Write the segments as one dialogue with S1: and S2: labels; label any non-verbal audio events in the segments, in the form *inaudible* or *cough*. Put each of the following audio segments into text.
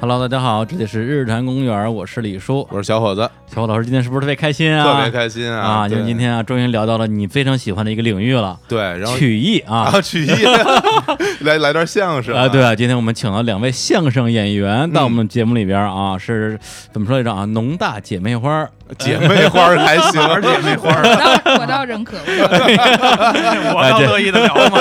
S1: Hello，大家好，这里是日坛公园，我是李叔。
S2: 我是小伙子，
S1: 小伙老师今天是不是特别开心啊？
S2: 特别开心
S1: 啊！因
S2: 对
S1: 为今天啊，终于聊到了你非常喜欢的一个领域了，
S2: 对，然后
S1: 曲艺啊。
S2: 啊曲艺， *laughs* 来来段相声
S1: 啊，对，啊，今天我们请了两位相声演员到我们节目里边啊，是怎么说来着啊？农大姐妹花儿，
S2: 姐妹花儿还行，
S3: 玩姐妹
S1: *laughs*
S3: 花儿，
S1: 哎
S3: 哎
S4: 我倒我倒认可，我倒认可
S3: 我倒乐意的聊嘛。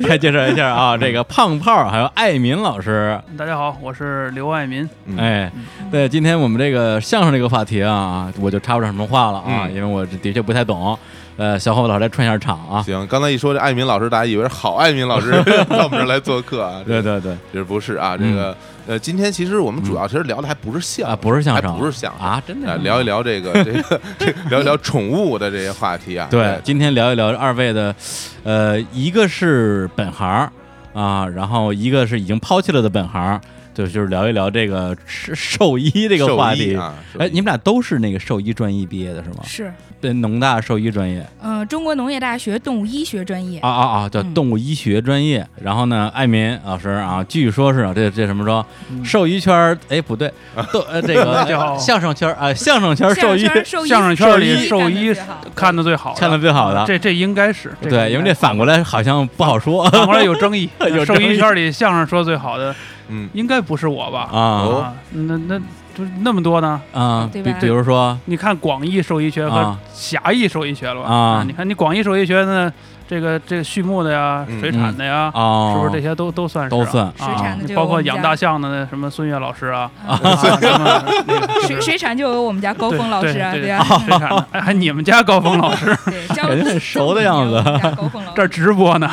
S1: 来介绍一下啊，
S2: *laughs*
S1: 这个胖炮儿还有艾民老师，
S3: 大家好，我是刘爱民，
S2: 嗯
S1: 哎，对，今天我们这个相声这个话题啊，我就插不上什么话了啊，
S2: 嗯
S1: 因为我的确不太懂。呃，小伙子老师来串一下场啊，
S2: 行。刚才一说这艾民老师，大家以为是好艾民老师 *laughs* 到我们这儿来做客啊，
S1: 对对对，
S2: 这不是啊，这个呃，今天其实我们主要其实聊的还不是相
S1: 啊，不是相
S2: 还
S1: 声，
S2: 不是相声
S1: 啊，真的
S2: 啊
S1: 吗
S2: 聊一聊这个这个这聊一聊宠物的这些话题啊，
S1: 对，，今天聊一聊二位的，呃，一个是本行儿啊，然后一个是已经抛弃了的本行儿，对，就是聊一聊这个是 *laughs* 兽医这个话
S2: 兽医
S1: 题。
S2: 啊，
S1: 哎，
S2: 兽医
S1: 你们俩都是那个兽医专业毕业的 *laughs* 是吗？
S4: 是，
S1: 对，农大兽医专业
S4: 嗯、中国农业大学动物医学专业，
S1: 啊啊啊，叫
S4: 嗯
S1: 动物医学专业。然后呢，艾民老师啊，据说是啊，这这什么说，
S3: 嗯
S1: 兽医圈儿，哎，不 *laughs* 对，都呃这个 *laughs*
S3: 叫
S1: 相声圈儿啊，相声圈儿兽医
S4: 相声圈兽医
S3: 相声圈里兽
S4: 兽
S3: 医看的最好，
S1: 看的最好的，
S3: 这这应该是这个
S1: 对，因为这反过来好像不好说，
S3: *laughs* 反过来有争议
S1: *laughs* 有
S3: 兽
S1: 争议
S3: 医圈里相声说最好的
S2: 嗯，
S3: 应该不是我吧？
S1: 啊
S2: 哦
S3: 啊，那那就那么多呢？
S1: 啊，比
S4: 哦对吧
S1: 比如说。
S3: 你看广义兽医学和
S1: 啊
S3: 狭义兽医学了吧？
S1: 啊
S3: 你看你广义兽医学呢，这个这个畜牧的呀
S2: 嗯，
S3: 水产的呀，
S1: 哦，
S3: 是不是这些都都算是啊？
S1: 都算
S3: 啊
S4: 水产的就有
S3: 包括
S4: 我们
S3: 养
S4: 家
S3: 大象的那什么孙越老师啊，
S4: 啊
S3: 啊什么那个
S4: 水水产就有我们家高
S3: 对
S4: 峰老师啊，
S3: 对
S4: 吧、
S3: 水产的，哎，还你们家高峰老师
S1: *laughs*
S4: 对，教
S1: 感觉很熟的样子
S4: 教
S1: *laughs*
S4: 我们家高峰老
S3: 这
S4: 师，
S3: 直播呢？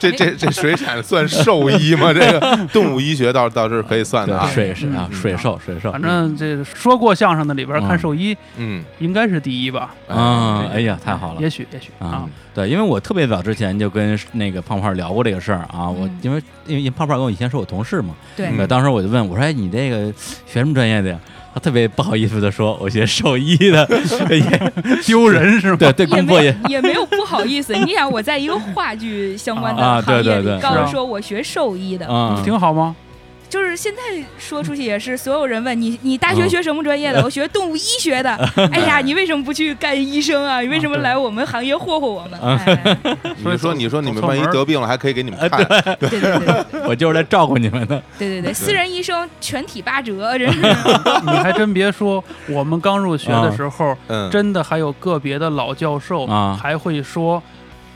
S2: 这这这水产算兽医吗？这个动物医学倒倒是可以算的啊
S1: 对，水是啊，
S3: 嗯
S1: 水兽水兽，
S3: 反正这说过相声的里边
S1: 嗯
S3: 看兽医
S2: 嗯，
S3: 应该是第一吧？
S1: 嗯，
S3: 这
S1: 哎呀，太好了
S3: 也许也许
S1: 啊
S3: 啊，！
S1: 对，因为我特别早之前就跟那个胖胖聊过这个事儿啊，我
S4: 嗯
S1: 因为因为因为胖胖跟我以前是我同事嘛，
S4: 对
S3: 嗯
S1: 对，当时我就问我说：“哎，你这个学什么专业的呀？”他特别不好意思的说：“我学兽医的。” *laughs* 也
S3: *laughs* 丢人是吗？
S1: 对对，
S4: 也
S1: 工
S4: 没
S1: 作也
S4: 有也没有不好意思，你想我在一个话剧相关的
S1: 啊对
S4: 行业
S1: 对
S4: 里
S1: 对
S4: 告
S3: 是
S4: 诉
S3: 啊
S4: 说我学兽医的，
S1: 啊，
S3: 挺好吗？ *laughs*
S4: 就是现在说出去也是所有人问你，你大学
S1: 嗯
S4: 学什么专业的？我学动物医学的。哎呀，你为什么不去干医生啊？你为什么
S3: 啊对
S4: 来我们行业霍霍我们？哎
S2: 所以说你说你们
S3: 走
S2: 万一
S3: 门儿哎
S2: 得病了，还可以给你们看，
S4: 对对对对
S3: 嗯
S1: *laughs* 我就是来照顾你们的。
S4: 对对对，私人医生全体八折，真是
S3: 你还真别说，我们刚入学的时候，
S2: 嗯，
S3: 真的还有个别的老教授
S1: 啊
S3: 还会说。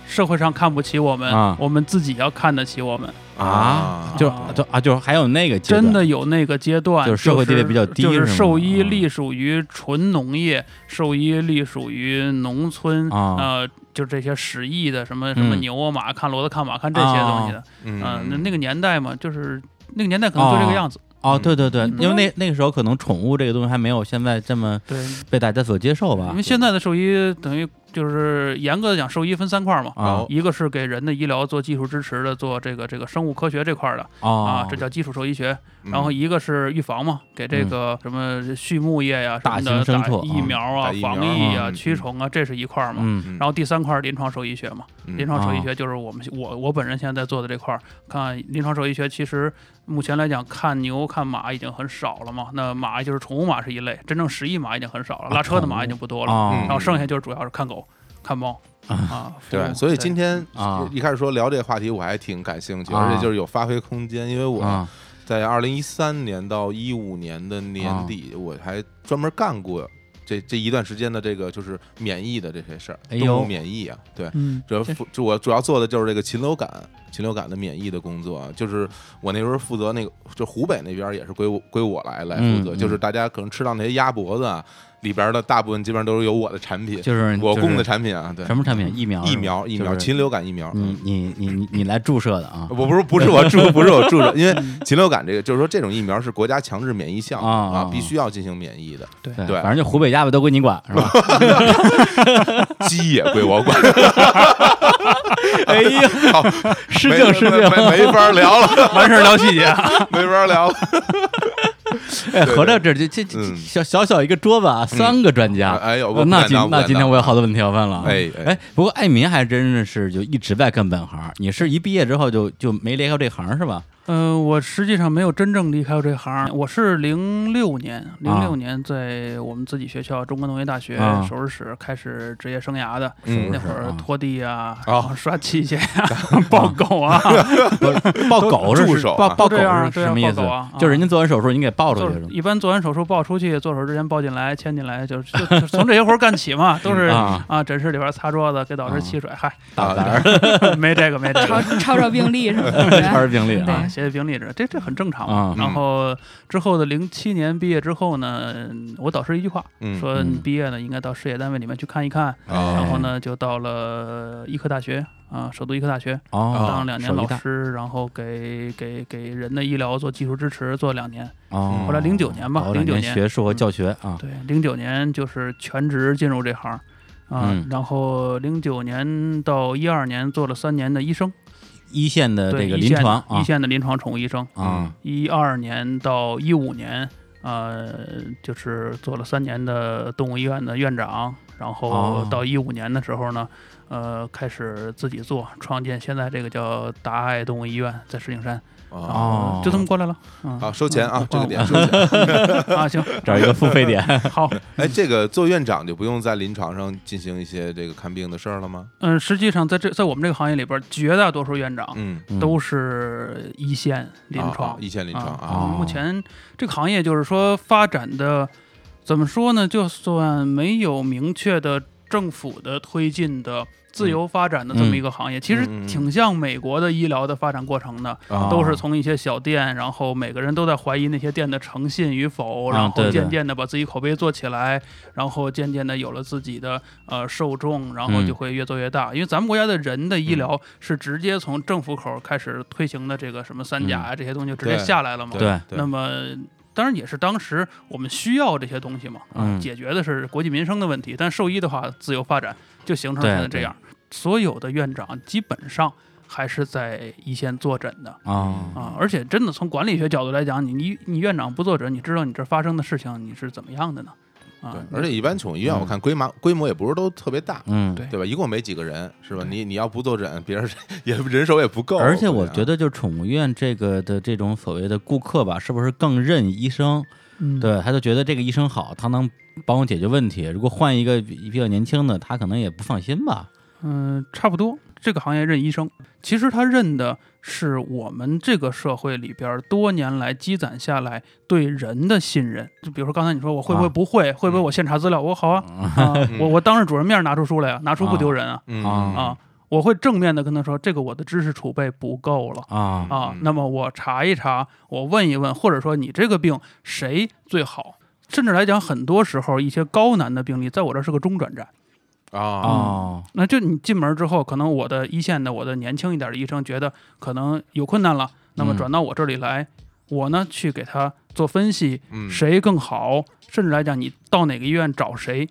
S3: 社会上看不起我们
S1: 啊，
S3: 我们自己要看得起我们。
S1: 啊 *laughs* 就
S3: 啊
S1: 就啊，就是还有那个阶段
S3: 真的有那个阶段，
S1: 就是社会地位比较低
S3: 就是
S1: 是吗
S3: 兽医
S1: 嗯
S3: 隶属于纯农业，兽医隶属于农村，
S1: 啊
S3: 呃，就这些十亿的什么什么
S1: 嗯
S3: 牛啊、马看骡子看马看这些东西的，
S2: 嗯
S3: 嗯、那那个年代嘛，就是那个年代可能就这个样子，
S1: 哦，
S2: 嗯
S1: 对对对，
S3: 嗯
S1: 因为那那个时候可能宠物这个东西还没有现在这么
S3: 对，
S1: 被大家所接受吧
S3: 因为。现在的兽医等于就是严格的讲，兽医分三块嘛。
S1: 啊
S3: 一个是给人的医疗做技术支持的，做这个这个生物科学这块儿的
S1: 啊
S3: 啊，这叫基础兽医学。
S2: 嗯
S3: 然后一个是预防嘛，给这个什么畜牧业呀、
S1: 大
S3: 什么的
S1: 型牲畜
S3: 打
S1: 啊
S3: 疫苗啊
S2: 打疫、苗
S3: 防疫
S1: 啊
S3: 啊、
S2: 嗯
S3: 驱虫啊，这是一块儿嘛。
S1: 嗯
S3: 然后第三块儿临床兽医学嘛，
S2: 嗯
S3: 临床兽医学就是我们我我本人现在在做的这块儿。看临床兽医学，其实目前来讲，看牛看马已经很少了嘛。那马就是宠物马是一类，真正十亿马已经很少了，
S1: 啊
S3: 拉车的
S1: 宠物
S3: 马已经不多了。
S1: 啊
S2: 嗯
S3: 然后剩下就是主要是看狗、看猫啊。
S2: 对，
S3: 服务
S2: 所以今天
S1: 啊
S2: 一开始说聊这个话题，我还挺感兴趣，
S1: 啊
S2: 而且就是有发挥空间，因为我
S1: 啊
S2: 在二零一三年到一五年的
S3: 啊
S2: 年底，我还专门干过这这一段时间的这个就是免疫的这些事儿，
S1: 哎
S2: 动
S1: 呦
S2: 物免疫啊，对。
S3: 嗯，
S2: 主要负就我主要做的就是这个禽流感，禽流感的免疫的工作啊，就是我那时候负责那个，就湖北那边也是归我归我来来负责，
S1: 嗯嗯
S2: 就是大家可能吃到那些鸭脖子啊，里边的大部分基本上都是有我的产品，
S1: 就是
S2: 我供的
S1: 就是
S2: 产品啊，对，
S1: 什么产品？疫苗是
S2: 疫
S1: 吧
S2: 苗疫苗，
S1: 就是嗯
S2: 禽流感疫苗。嗯
S1: 你你你你你来注射的啊
S2: 我不是不是我注不是我注射，因为禽流感这个就是说这种疫苗是国家强制免疫项目
S1: 嗯啊啊
S2: 啊，必须要进行免
S1: *laughs*
S2: 疫的，
S1: 对
S2: *laughs* 对
S1: 反正就湖北鸭子都归你管是
S2: *laughs*
S1: 吧？
S2: 鸡也
S1: *laughs*
S2: 归我管。
S1: 哎呀，
S2: 好，
S1: 失
S2: 没
S1: 敬失
S2: 没
S1: 敬，
S2: 没没法聊了，
S3: 完事儿聊细节啊。
S2: 没法
S1: *laughs*
S2: 聊了。
S1: 哎
S2: *laughs* 对
S1: 合着这这这这
S2: 嗯
S1: 小小小一个桌子啊，三个专家。
S2: 哎呦，
S1: 呃
S2: 我不
S1: 那
S2: 敢
S1: 今
S2: 当不
S1: 那
S2: 敢
S1: 今天
S2: 当
S1: 我有好多问题要问了啊。
S2: 哎哎
S1: 哎，不
S2: *laughs*
S1: 过艾民还真的是就一直在干本行，你是一毕业之后就就没离开这行是吧？
S3: 呃，我实际上没有真正离开过这行儿，我是零六年，零
S1: 啊
S3: 六年在我们自己学校中国农业大学
S1: 啊
S3: 首尔室开始职业生涯的。
S2: 嗯
S3: 那会儿
S1: 啊
S3: 拖地啊，
S2: 哦
S3: 然后刷器械啊，抱狗啊，
S1: 抱狗是
S2: 助手
S1: 抱
S2: 啊
S1: 抱
S3: 都
S1: 狗
S3: 这样
S1: 是
S3: 对
S1: 什
S3: 啊
S1: 么意思
S3: 抱狗啊？
S1: 就是人家做完手术，你给抱出
S3: 就
S1: 去
S3: 是
S1: 了
S3: 一般做完手术抱出去，做手术之前抱进来、牵进来，就就就从这些活儿干起嘛，都是
S1: 啊，
S3: 啊，诊室里边擦桌子，给导师沏水，嗨，
S1: 大
S2: 啊
S1: 胆儿
S3: 没这个没这
S4: 抄
S3: 个，
S4: 抄抄病历什么
S1: *laughs* 全
S4: 的，
S1: 是病例啊
S3: *laughs*
S4: 对
S3: 写写病历这这这很正常嘛。
S1: 啊
S2: 嗯
S3: 然后之后的零七年毕业之后呢，我导师一句话
S2: 嗯
S3: 说，
S1: 嗯
S3: 你毕业呢应该到事业单位里面去看一看。
S1: 哎
S3: 然
S2: 啊
S3: 后呢，就到了医科大学啊，首都医科大学
S1: 哦，
S3: 当两年
S1: 手
S3: 老
S1: 艺大
S3: 师，然后给给给人的医疗做技术支持，做两年。
S1: 哦，
S3: 后来09年吧
S1: 搞两
S3: 09年嗯
S1: 学术和教学啊，
S3: 对，零九年就是全职进入这行儿，啊、
S1: 嗯
S3: 然后零九年到一二年做了三年的医生，
S1: 一线的
S3: 对
S1: 这个
S3: 一
S1: 临
S3: 线的
S1: 床啊
S3: 一线的临床宠物医生。
S1: 啊
S3: 一二年到一五年，呃，就是做了三年的动物医院的院长，然后
S1: 哦
S3: 到一五年的时候呢，呃，开始自己做，创建现在这个叫达爱动物医院，在石景山，然
S2: 啊
S3: 后
S1: 哦
S3: 就这么过来了。嗯、
S2: 啊，收钱啊
S3: 嗯，
S2: 这个点收钱。
S3: *laughs* 啊，行，
S1: 这儿一个付费
S3: *laughs*
S1: 点
S3: 好，
S2: 哎，这个做院长就不用在临床上进行一些这个看病的事儿了吗？
S3: 嗯，实际上在这在我们这个行业里边儿，绝大多数院长
S2: 嗯，
S3: 都是一线哦临
S2: 啊啊
S3: 床。
S2: 一线临床
S3: 啊
S2: 啊，
S1: 哦
S3: 目前这个行业就是说发展的，怎么说呢？就算没有明确的政府的推进的。自由发展的这么一个行业，其实
S2: 嗯嗯嗯嗯
S3: 挺像美国的医疗的发展过程的，
S1: 啊
S3: 嗯都是从一些小店，然后每个人都在怀疑那些店的诚信与否，
S1: 啊
S3: 然
S1: 对对
S3: 后渐渐的把自己口碑做起来，然后渐渐的有了自己的呃受众，然后
S1: 嗯
S3: 就会越做越大。因为咱们国家的人的医疗是直接从政府口开始推行的这个什么三甲啊、这些东西就直接
S2: 对
S3: 下来了嘛。
S1: 嗯对
S2: 对
S3: 那么。当然也是当时我们需要这些东西嘛，啊
S1: 嗯
S3: 解决的是国计民生的问题。但兽医的话，自由发展就形成了
S1: 对
S3: 现在这样。所有的院长基本上还是在一线坐诊的，
S1: 啊
S3: 啊，而且真的从管理学角度来讲，你你你院长不做准，你知道你这发生的事情你是怎么样的呢？啊
S2: 对，，而且一般宠物医院我看规模规模也不是都特别大，
S1: 嗯
S3: 嗯对
S2: 对吧？一共没几个人，是吧？
S3: 对
S2: 你你要不坐诊，别人也人手也不够。
S1: 而且我
S2: 对啊
S1: 觉得，就宠物医院这个的这种所谓的顾客吧，是不是更认医生？
S3: 嗯，
S1: 对，他就觉得这个医生好，他能帮我解决问题。如果换一个比比较年轻的，他可能也不放心吧。
S3: 嗯，差不多。这个行业认医生，其实他认的是我们这个社会里边儿多年来积攒下来对人的信任。就比如说刚才你说我会不
S1: 啊
S3: 会不会，会不会我现查资料，我好啊，啊我我当着主人面拿出书来啊，拿出不丢人啊
S2: 嗯
S1: 啊
S3: 啊，我会正面的跟他说，这个我的知识储备不够了。
S1: 啊
S3: 啊
S2: 嗯，
S3: 那么我查一查，我问一问，或者说你这个病谁最好？甚至来讲，很多时候一些高难的病例，在我这儿是个中转站。嗯
S2: 啊
S1: 哦
S3: 那就你进门之后，可能我的一线的我的年轻一点的医生觉得可能有困难了，那么
S1: 嗯
S3: 转到我这里来，我呢去给他做分析，
S2: 嗯
S3: 谁更好，甚至来讲你到哪个医院找谁，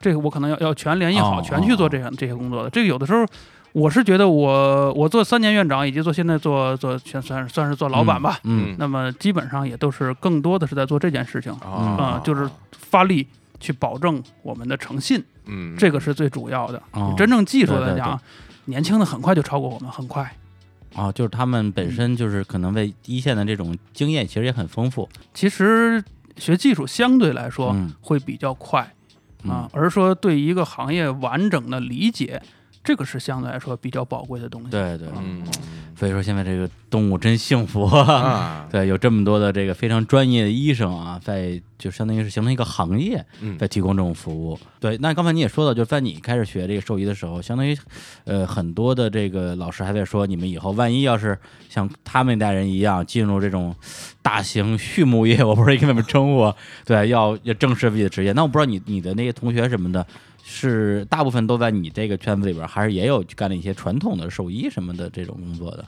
S3: 这个我可能要要全联系好，
S1: 哦
S3: 全去做这样这些工作的。这个有的时候。我是觉得我我做三年院长，以及做现在做做全算算是做老板吧，
S1: 嗯，
S3: 那么基本上也都是更多的是在做这件事情，
S1: 嗯
S3: 啊就是发力去保证我们的诚信，
S2: 嗯
S3: 这个是最主要的。
S1: 哦
S3: 真正技术
S1: 对对
S3: 来讲啊，年轻的很快就超过我们，很快。
S1: 哦，就是他们本身就是可能为一线的这种经验其实也很丰富。
S3: 其实学技术相对来说
S1: 嗯
S3: 会比较快啊
S1: 嗯，
S3: 而说对一个行业完整的理解，这个是相对来说比较宝贵的东西。
S1: 对对，
S2: 嗯
S1: 所以说现在这个动物真幸福。*laughs*
S2: 啊
S3: 嗯
S1: 对，有这么多的这个非常专业的医生啊，在就相当于是形成一个行业，
S2: 嗯
S1: 在提供这种服务。对，那刚才你也说到，就是在你开始学这个兽医的时候，相当于，呃，很多的这个老师还在说，你们以后万一要是像他们那代人一样进入这种大型畜牧业，我不是跟他们称呼，啊 *laughs* 对，要要正视自己的职业。那我不知道你你的那些同学什么的，是大部分都在你这个圈子里边，还是也有干了一些传统的兽医什么的这种工作的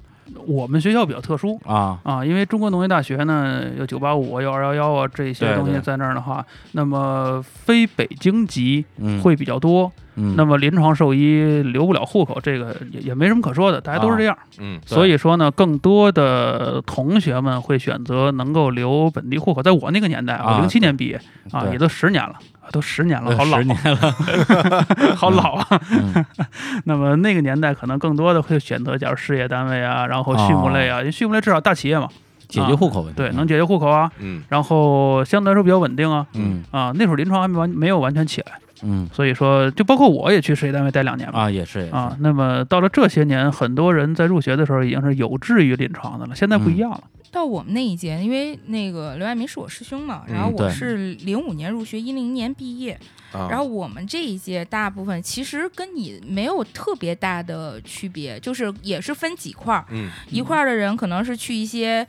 S3: 我们学校比较特殊，
S1: 啊？
S3: 啊，因为中国农业大学呢有九八五、有二幺幺啊这些
S1: 对
S3: 东西
S1: 对
S3: 在那儿的话，那么非北京籍
S1: 嗯，
S3: 会比较多。
S1: 嗯，
S3: 那么临床兽医留不了户口，这个也也没什么可说的，大家都是这样。
S2: 嗯
S1: 啊对
S3: 所以说呢，更多的同学们会选择能够留本地户口。在我那个年代，
S1: 啊
S3: 我零七年毕业啊，
S1: 对
S3: 也都十年了，都十年了，好老
S1: 十，年了，
S3: *laughs* 好老啊。
S1: 嗯
S3: *laughs* 那么那个年代可能更多的会选择，假如事业单位啊，然后畜牧类啊，因为畜牧类至少大企业嘛，
S1: 解决户口问题，
S3: 啊对，能解决户口啊，
S2: 嗯，
S3: 然后相对来说比较稳定啊。
S1: 嗯
S3: 啊，那会儿临床还没完，没有完全起来，
S1: 嗯
S3: 所以说就包括我也去事业单位待两年嘛。
S1: 啊，也是也是
S3: 啊，那么到了这些年，很多人在入学的时候已经是有志于临床的了，现在不一样了。
S2: 嗯
S4: 到我们那一届，因为那个刘爱民是我师兄嘛，
S2: 嗯
S4: 然后我
S1: 对
S4: 是零五年入学，一零年毕业，
S2: 啊，
S4: 然后我们这一届大部分其实跟你没有特别大的区别，就是也是分几块儿，
S2: 嗯
S4: 一块儿的人可能是去一些。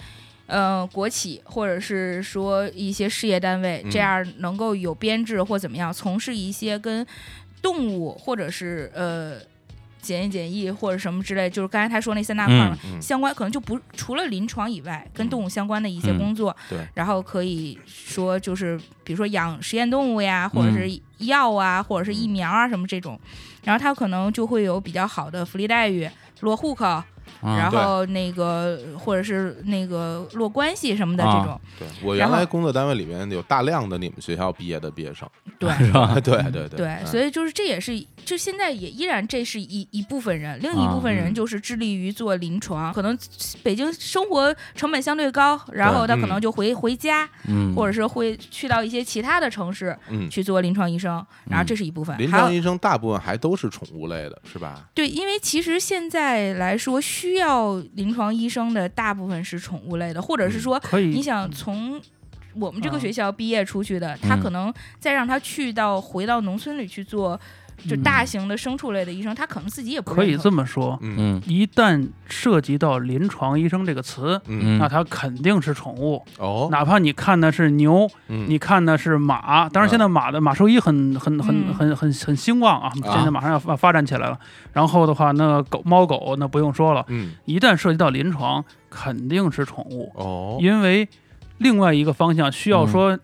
S4: 呃，国企或者是说一些事业单位，
S2: 嗯
S4: 这样能够有编制或怎么样，从事一些跟动物或者是呃检验检疫或者什么之类，就是刚才他说那三大块嘛，
S2: 嗯
S4: 相关可能就不除了临床以外，跟动物相关的一些工作，
S2: 嗯对
S4: 然后可以说就是比如说养实验动物呀，或者是
S2: 嗯
S4: 药啊，或者是疫苗啊什么这种，然后他可能就会有比较好的福利待遇，落户口，
S1: 啊
S2: 嗯
S4: 然后那个或者是那个落关系什么的这
S1: 啊
S4: 种，
S2: 对我
S4: 然
S2: 原
S4: 后
S2: 来工作单位里面有大量的你们学校毕业的毕业生， *laughs*
S4: 对。
S1: 是吧？
S2: 啊对对嗯对
S4: 对，所
S2: 以
S4: 以就是这也是，就现在也依然这是一一部分人，另一部分
S2: 啊
S4: 人
S2: 嗯
S4: 就是致力于做临床，可能北京生活成本相对高，然后他可能就回、回家，
S1: 嗯，
S4: 或者是会去到一些其他的城市
S2: 嗯，
S4: 去做临床医生，然后这是一部分。
S2: 临
S4: 还有
S2: 床医生大部分还都是宠物类的，是吧？
S4: 对，因为其实现在来说，需要临床医生的大部分是宠物类的，或
S2: 嗯
S4: 者是说
S3: 可以，
S4: 你想从我们这个
S3: 啊
S4: 学校毕业出去的，他
S3: 嗯
S4: 可能再让他去到回到农村里去做。就
S3: 嗯
S4: 大型的牲畜类的医生，他可能自己也不
S3: 可以
S4: 认可
S3: 这么说，
S2: 嗯
S1: 嗯
S3: 一旦涉及到临床医生这个词，
S2: 嗯
S1: 嗯
S3: 那它肯定是宠物，
S2: 哦，
S3: 哪怕你看的是牛，
S2: 嗯
S3: 你看的是马。当然，现在马的马兽医很很很
S4: 嗯
S3: 很很很兴旺啊，
S2: 啊
S3: 现在马上要发发展起来了。然后的话，那狗猫狗那不用说了，
S2: 嗯
S3: 一旦涉及到临床，肯定是宠物，
S2: 哦
S3: 因为另外一个方向需要说。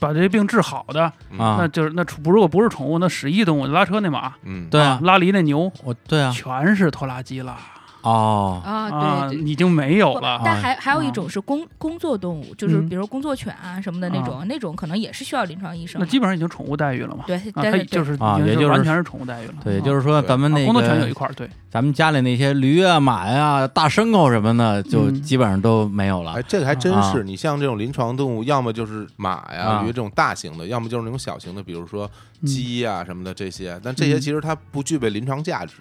S3: 把这些病治好的，
S2: 嗯
S1: 嗯啊
S3: 那，就是那宠如果不是宠物，那使役动物拉车那马，
S2: 嗯
S1: 对啊
S3: 啊，，拉犁那牛，
S1: 我对啊，
S3: 全是拖拉机了
S1: 哦，
S4: 啊，
S3: 啊，
S4: 对对。
S3: 已经没有
S4: 不
S3: 了。
S4: 但还还有一
S3: 啊
S4: 种是工工作动物，就是
S3: 嗯
S4: 比如工作犬啊什么的那种，那种可能也是需要临床医生
S3: 那。基本上已经宠物待遇了嘛？
S4: 对，
S3: 啊，
S4: 但
S3: 它
S4: 是嗯
S3: 就是是已
S1: 啊
S3: 经
S1: 也就是
S3: 完全是宠物待遇了。
S1: 对，
S3: 啊
S1: 就是说
S2: 对
S1: 咱们
S3: 啊
S1: 那
S3: 工作犬有一
S1: 个
S3: 块儿，对，
S1: 咱们家里那些驴啊、马呀、大牲口什么的，就
S3: 嗯
S1: 基本上都没有了
S2: 哎，。这个还真
S1: 啊
S2: 是。你像这种临床动物，要么就是马呀、
S1: 啊
S2: 驴这种大型的，要么就是那种小型的，比如说
S3: 嗯
S2: 鸡呀、什么的这些。但这些
S3: 嗯
S2: 其实它不具备临床价值，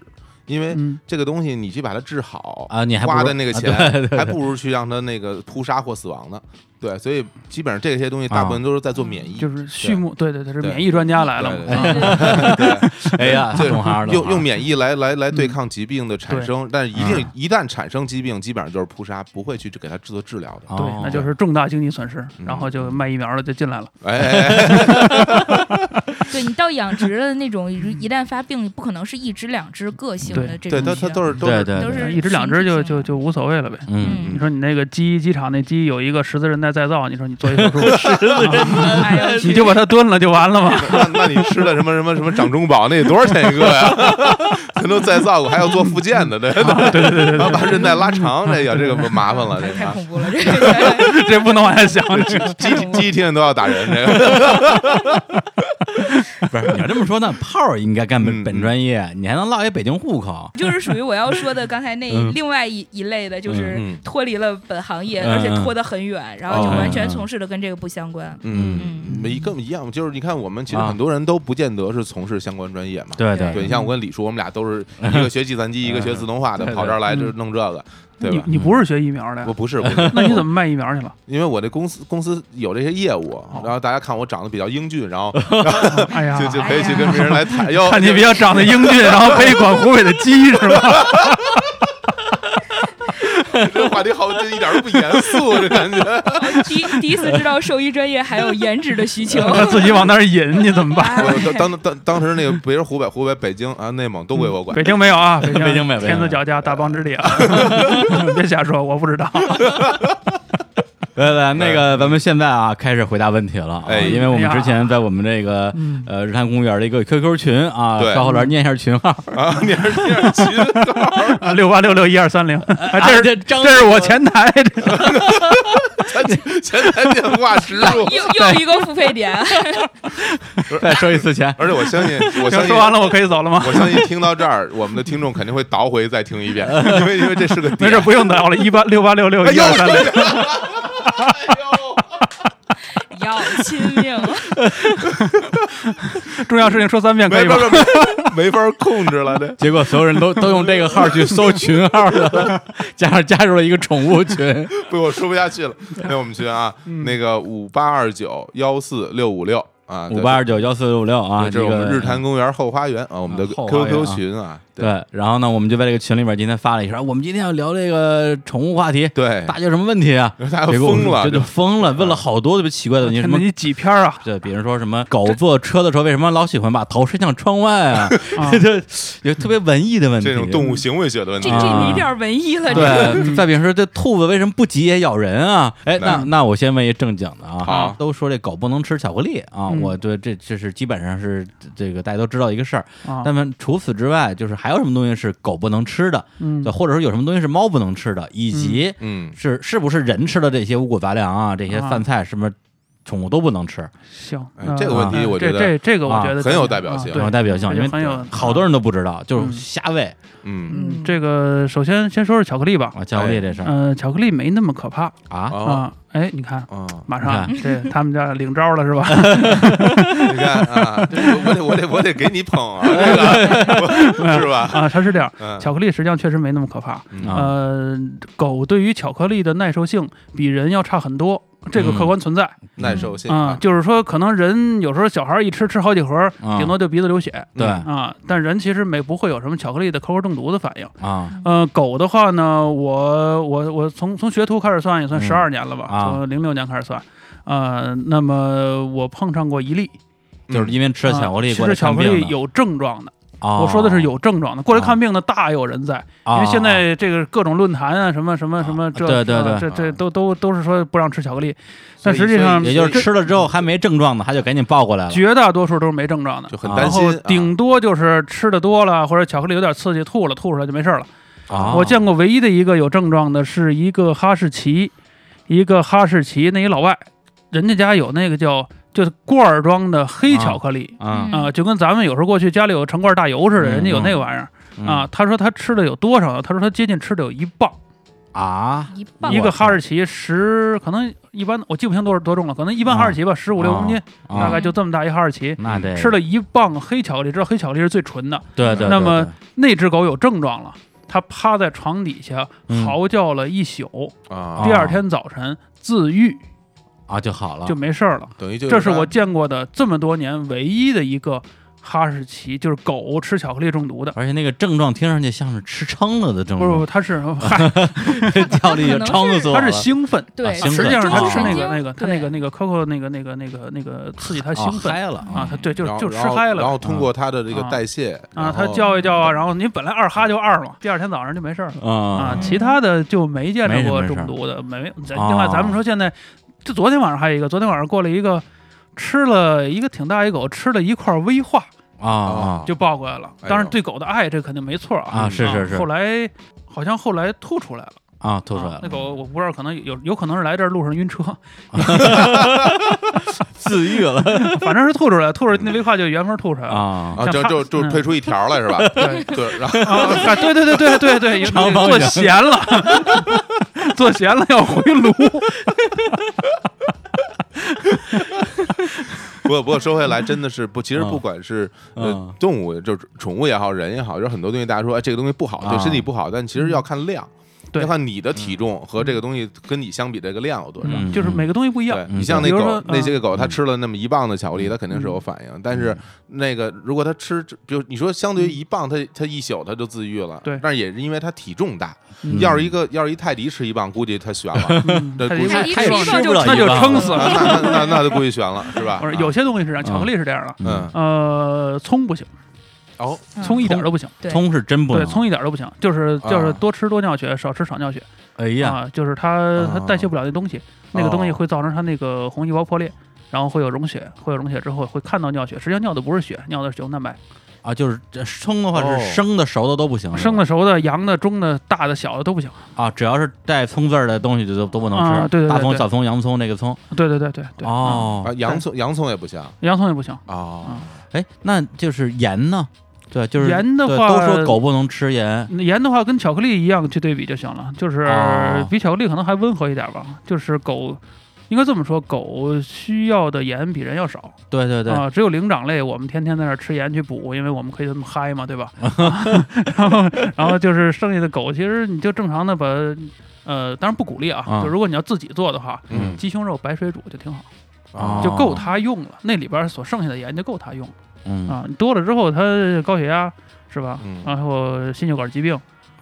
S2: 因为
S3: 嗯，
S2: 这个东西你去把它治好，
S1: 啊，你还不
S2: 花
S1: 如
S2: 的那个
S1: 啊
S2: 钱
S1: 对对
S2: 还
S1: 对
S2: 不如去让它那个扑杀或死亡呢。对，所以基本上这些东西大部分都是在做免疫，
S3: 嗯就是畜牧，对对对，是
S2: 对
S3: 免疫专家来了
S2: 对
S3: 嘛
S2: 对？
S3: 啊
S2: *laughs*
S1: 哎呀，
S2: 对
S1: 懂 *laughs* 行了，
S2: 用用免疫来来来对抗疾病的产
S3: 对
S2: 生，但是一定一旦产生疾病，基本上就是扑杀，不会去给它制作治疗的。
S1: 哦
S3: 对，那就是重大经济损失，
S2: 嗯
S3: 然后就卖疫苗的就进来了。
S2: 哎哎，哎
S4: 对你到养殖的那种，一旦发病，不可能是一只两只个性的这 *laughs*
S2: 对，
S4: 种
S2: 它
S4: 需
S2: 它
S4: 要
S2: 都是都
S1: 对
S2: 是
S1: 对
S4: 都
S1: 对
S4: 是
S3: 一只两只就
S4: 群体
S3: 就
S4: 性的
S3: 就无所谓了呗。
S1: 嗯，
S2: 嗯
S3: 你说你那个鸡鸡场那鸡有一个十字韧带再造，你说你做一
S2: *laughs*
S3: 手术，
S4: *laughs* 哎呦我去
S3: 嗯 *laughs* 你就把它炖了就完了 *laughs* 嘛？
S2: 那那你吃的什么什么什么掌中宝，那得多少钱一个呀？ *laughs* 全都再造过，还要做复健的，对对对对对，然后把韧带拉长，这个这个麻烦了，这
S4: 太
S2: 个
S4: 恐怖了，
S3: *laughs*
S4: 这个
S3: 这不能往下想。
S4: 太恐
S2: 鸡
S4: 怖了。
S2: 鸡听见都要打人，这个
S1: 不是你要这么说，那炮儿应该干本
S2: 嗯
S1: 本专业，你还能落一北京户口，
S4: *laughs* 就是属于我要说的刚才那
S1: 嗯
S4: 另外一一类的，就是
S2: 嗯嗯
S4: 脱离了本行业，
S1: 嗯哦
S4: 而且脱得很远，然后就完全从事的跟这个不相关。
S2: 嗯，没更一样，就是你看我们其实很多人都不见得是从事相关专业嘛，
S1: 对
S4: 对
S2: 对，你像我跟李叔，我们俩都是一个学计算
S3: *laughs*
S2: 机，一个学自动化的，
S1: 对对
S2: 跑这儿来
S3: 嗯嗯
S2: 就是弄这个，对
S3: 你
S2: 吧？
S3: 你不是学疫苗的
S2: 我
S3: 呀？
S2: 不是，不是
S3: 那你怎么卖疫苗去了？
S2: 因为我这公司公司有这些业
S3: 哦
S2: 务，然后大家看我长得比较英俊，然后
S3: 哎呀，
S2: 就就可以去跟别人来谈。哟，
S3: *laughs* 看你比较长得英俊，然后可以管湖北的鸡是 *laughs* 吧？
S2: 这个话题好，这一点都不严肃，这
S3: *laughs*
S2: 感觉。
S4: 第一第一次知道兽医专业还有颜值的需求。
S3: 自己往那儿引，你怎么办？
S4: 哎
S2: 我当当当当时那个别人湖北、湖北、北京啊、内蒙都归我管
S3: 北。京没有啊，北
S1: 北京没有北京没有
S2: *laughs*
S3: 天子脚下大邦之地啊！别瞎说，我不知道。
S1: 来来，那个咱们现在啊开始回答问题了啊，
S2: 哎
S1: 因为我们
S3: 哎呀
S1: 之前在我们这个
S3: 嗯
S1: 呃日坛公园的一个 QQ 群啊，
S2: 对
S1: 稍后来念一下群号，
S2: 啊，你是你是秦
S3: 啊，六八六六一二
S2: *laughs*
S3: 三零，啊
S1: *laughs*
S3: 这
S1: 啊
S3: 是
S1: 这张
S3: 这是我前台，这
S2: 前前台电话实录，，
S4: 又又一个付费点，
S1: 再收一次钱
S2: 而且我
S3: *laughs*
S2: 相信，我相
S3: 行，
S2: 信
S3: 说。完了我可以走了吗？
S2: 我相信听到这儿，我们的听众肯定会倒回再听一遍，因为因为这是个
S3: *laughs* 没
S2: 点
S3: 事，。不用倒了，一八六八六六
S2: 哎
S3: 一
S2: 呦，
S3: 二
S2: 哎
S3: 三零，
S2: 呦，
S4: 要亲命
S1: 嗯
S4: 了。
S3: 重要事情说三遍
S2: *laughs*
S3: 可
S2: 没
S3: 以
S2: 没
S3: 吧？
S2: 没没没法控制了，这
S1: 结果所有人
S2: *laughs*
S1: 都都用这个号去搜群号了，加上加入了一个宠物群，
S2: 被我说不下去了。那我们去啊，那个五八二九幺四六五六啊，
S1: 五八二九幺四六五六啊，
S2: 对这是我
S1: 一
S2: 们
S1: 个
S2: 日坛公园后花园啊，我们的
S1: 后花园啊
S2: QQ 群啊，
S1: 对，然后呢，我们就在这个群里边今天发了一条，我们今天要聊这个宠物话题，
S2: 对
S1: 大家有什么问题啊？
S2: *laughs* 大家
S1: 结果我们
S2: 疯了啊
S1: 这就疯了，问了好多特别奇怪的问题，什
S3: 天
S1: 么
S3: 哪你几
S1: *laughs*
S3: 篇啊？
S1: 对，比如说什么狗坐车的时候为什么老喜欢把头伸向窗外啊？
S3: 啊
S1: *laughs* 就有特别文艺的问题，
S2: 这种动物。行为学的问
S4: 这
S2: 题
S1: 啊。
S4: 这你有点文艺了，这个
S3: 嗯
S1: 对，再比如说这兔子为什么不急也咬人啊？哎，那
S2: 嗯
S1: 那我先问一正经的啊，
S2: 好
S1: 都说这狗不能吃巧克力啊，
S3: 嗯
S1: 我对这这是基本上是这个大家都知道一个事儿。
S3: 啊
S1: 那，么除此之外，就是还有什么东西是狗不能吃的，
S3: 嗯
S1: 对，或者说有什么东西是猫不能吃的，以及
S2: 嗯，
S1: 是是不是人吃的这些五谷杂粮啊，这些
S3: 啊
S1: 饭菜什么宠物都不能吃，
S3: 行
S2: 哎，
S1: 呃
S3: 那
S2: 这个问题
S3: 哎
S2: 我觉得
S3: 这这这个我
S1: 啊
S3: 觉得
S2: 很有
S3: 挺
S2: 代表性
S3: 啊
S1: 有
S3: 对
S1: 代表性，
S3: 我
S1: 因
S3: 觉
S1: 为
S3: 得很有
S1: 好多人都不知道，就是
S3: 嗯
S1: 瞎喂
S2: 嗯
S3: 嗯
S4: 嗯，
S3: 这个首先先说说巧克力吧，
S1: 啊，巧克力这事儿
S3: 呃，巧克力没那么可怕
S1: 啊，
S2: 哦
S3: 啊，哎，你看。
S2: 哦，
S3: 马上，这他们家领招了是吧？
S2: 你看啊，这我我得我得我得给你捧啊，这个 *laughs* 我是吧？
S3: 啊，它是这样，
S1: *laughs*
S2: 嗯，
S3: 巧克力实际上确实没那么可怕。
S2: 嗯
S1: 啊
S3: 呃，狗对于巧克力的耐受性比人要差很多，这个
S1: 嗯
S3: 客观存在
S2: 耐受性
S3: 啊
S2: 啊。
S3: 就是说，可能人有时候小孩一吃吃好几盒，
S1: 啊
S3: 顶多就鼻子流血
S1: 对
S2: 嗯
S3: 啊。但人其实没不会有什么巧克力的口味中毒的反应。
S1: 啊，
S3: 呃，狗的话呢，我我我从从学徒开始算也算
S1: 嗯
S3: 十二年了吧，
S1: 啊
S3: 从零六年开始算。呃，那么我碰上过一例，
S1: 就是因为吃了巧克力过
S3: 啊吃
S1: 来
S3: 了巧
S1: 看
S3: 克
S1: 病
S3: 力
S1: 的。
S3: 有症状的，
S1: 哦
S3: 我说的是，有症状的，过来
S1: 啊
S3: 看病的大有人在。
S1: 因
S3: 因为现在这个各种论坛啊，什么什么什么
S1: 啊
S3: 这，
S1: 对对对
S3: 啊这这都都都是说不让吃巧克力，
S2: 所
S3: 但
S2: 以
S3: 实际上
S2: 所
S1: 也
S2: 以
S1: 就是吃了之后还没症状呢，他就赶紧抱过来了。
S3: 绝大多数都是没症状的。
S2: 就很
S1: 啊
S2: 担
S3: 然
S2: 心
S3: 后
S2: 啊，
S3: 顶多就是吃的多了，或者巧克力有点刺激吐了，吐出来就没事了。
S1: 啊
S3: 我见过唯一的一个有症状的是一个哈士奇，一个哈士奇那一老外，人家家有那个叫就是罐儿装的黑
S1: 啊
S3: 巧克力
S1: 啊嗯
S3: 啊、就跟咱们有时候过去家里有成罐大油似的，人家有那玩意儿、啊。他说他吃的有多少呢？他说他接近吃的有一磅。
S1: 啊
S4: 一棒
S3: 一
S1: 我
S3: 个哈士奇十，可能一般我记不清多少多重了，可能一般哈士奇吧，十五六公斤，
S1: 啊哎
S3: 大概就这么大一哈士奇。
S1: 那得
S3: 吃了一磅黑巧克力，知道黑巧克力是最纯的。
S1: 对对，
S3: 那
S1: 对
S3: 么
S1: 对
S3: 那只狗有症状了，它趴在床底下
S1: 嗯
S3: 嚎叫了一宿，
S2: 啊
S3: 第，二天早晨自愈
S1: 啊就好了，
S3: 就没事儿了。
S2: 等于就
S3: 这是我见过的这么多年唯一的一个哈士奇，就是狗吃巧克力中毒的。
S1: 而且那个症状听上去像是吃撑了的症
S3: 不是，不
S1: 状
S3: 是，它是嗨，
S1: 叫力就撑死我
S3: 它是
S1: 了
S3: 兴奋，
S4: 对
S1: 啊，兴奋
S3: 实际上它吃那
S4: 就是神经
S3: 个那个它那
S4: 对
S3: 个那个 Coco 那个那个那个那个刺激它兴
S1: 哦
S3: 奋，
S1: 嗨了
S3: 啊，他对，就
S2: 然
S3: 是
S2: 后
S3: 就吃
S2: 然后
S3: 嗨
S2: 然
S3: 了嗯
S2: 后通过它的这个代谢
S3: 啊，他叫一叫啊，然后您本来二哈就二嘛，第二天早上就没事儿了啊
S1: 啊。
S3: 其他的就没见
S1: 没什么
S3: 着过
S1: 事儿
S3: 中毒的，没有。咱
S1: 啊
S3: 另外咱们说现在，就昨天晚上还有一个，昨天晚上过来一个。吃了一个挺大一狗，吃了一块威化
S1: 啊啊
S3: 就抱过来了。
S2: 哎呦
S3: 当然对狗的爱这肯定没错
S1: 啊是是是
S3: 后来好像后来吐出来了，
S1: 啊吐出
S3: 啊
S1: 来
S3: 那
S1: 了，
S3: 狗我不知道，可能有有可能是来这儿路上晕车， *laughs*
S1: 自愈了
S3: *laughs* 反正是吐出来了，吐出来那威化就原封吐出来了。
S1: 啊
S2: 啊，就
S3: 像
S2: 就就
S3: 它嗯
S2: 推出一条来是吧？
S3: *laughs* 对
S2: 对，然后
S3: 啊，啊对对对对对对，有
S1: 长方
S3: 做
S1: 形
S3: 咸了， *laughs* 做咸了要回炉。
S2: 不过不过说回来，真的是不，其实不管是呃
S1: 嗯
S2: 动物，就是宠物也好，人也好，就是很多东西大家说哎这个东西不好，对
S1: 啊
S2: 身体不好，但其实要看量，
S3: 嗯对嗯
S2: 要看你的体重和这个东西跟你相比这个量有多少。
S1: 嗯
S3: 就是每个东西不一样
S2: 对。你像那
S3: 比如
S2: 狗
S3: 说
S2: 那
S3: 嗯
S2: 些个狗，它吃了那么一磅的巧克力，它肯定是有反应。但是那个如果它吃，比如你说相对于一磅，它它一宿它就自愈了。
S3: 嗯对
S2: 但是也是因为它体重大。
S3: 嗯。
S2: 要是一个要是一泰迪吃一磅，估计它悬了
S1: *laughs*
S3: 嗯
S2: *laughs* 对
S3: 它
S2: 估计
S3: 它
S4: 一
S1: 他也
S4: 说
S1: 吃不
S4: 就
S1: 了，
S3: 那就撑死
S2: 那
S3: *laughs* 了。
S2: 那那那就估计悬了，是吧
S3: 不是？
S2: 啊
S3: 有些东西是这样，巧
S1: 嗯
S3: 克力是这样的。
S2: 嗯
S3: 呃，葱不行，
S2: 哦，
S4: 嗯
S3: 葱一点都不行，
S4: 对
S1: 葱是真不
S3: 对，
S1: 能，
S3: 葱一点都不行，就是就是
S2: 啊
S3: 多吃多尿血，少吃少尿血
S1: 哎呀，
S3: 啊，就是它它
S2: 哦
S3: 代谢不了那东西，那个东西
S2: 哦
S3: 会造成它那个红细胞破裂。然后会有溶血，会有溶血之后会看到尿血，实际上尿的不是血，尿的是血红蛋白。
S2: 哎
S1: 啊，就是这葱的话
S2: 哦
S1: 是生的、熟的都不行，
S3: 生
S1: 的
S3: 的、熟的、羊的、中的、大的、小的都不行。
S1: 啊，只要是带葱字儿的东西就都都不能吃，
S3: 啊对对对
S1: 大葱、
S3: 对
S1: 小葱、洋葱那个葱，
S3: 对对对对对。嗯
S1: 哦
S2: 啊，，洋葱洋葱也不香
S3: 嗯，洋葱也不行。
S2: 哦，
S1: 哎，那就是盐呢？对，就是
S3: 盐的
S1: 对
S3: 话
S1: 都说狗不能吃盐，
S3: *laughs* 盐的话跟巧克力一样去对比就行了，就是
S1: 哦
S3: 比巧克力可能还温和一点吧。就是狗，应该这么说，狗需要的盐比人要少
S1: 对对对，
S3: 啊。只有灵长类，我们天天在那儿吃盐去补，因为我们可以这么嗨嘛，对
S1: *laughs*
S3: 吧？然后，然后就是剩下的狗，其实你就正常的把，呃，当然不鼓励啊。
S1: 啊
S3: 就如果你要自己做的话，
S2: 嗯啊
S3: 鸡胸肉白水煮就挺好，
S1: 哦
S3: 就够它用了。那里边所剩下的盐就够它用了。
S1: 嗯，
S3: 啊，多了之后它高血压是吧？
S2: 嗯
S3: 然后心血管疾病，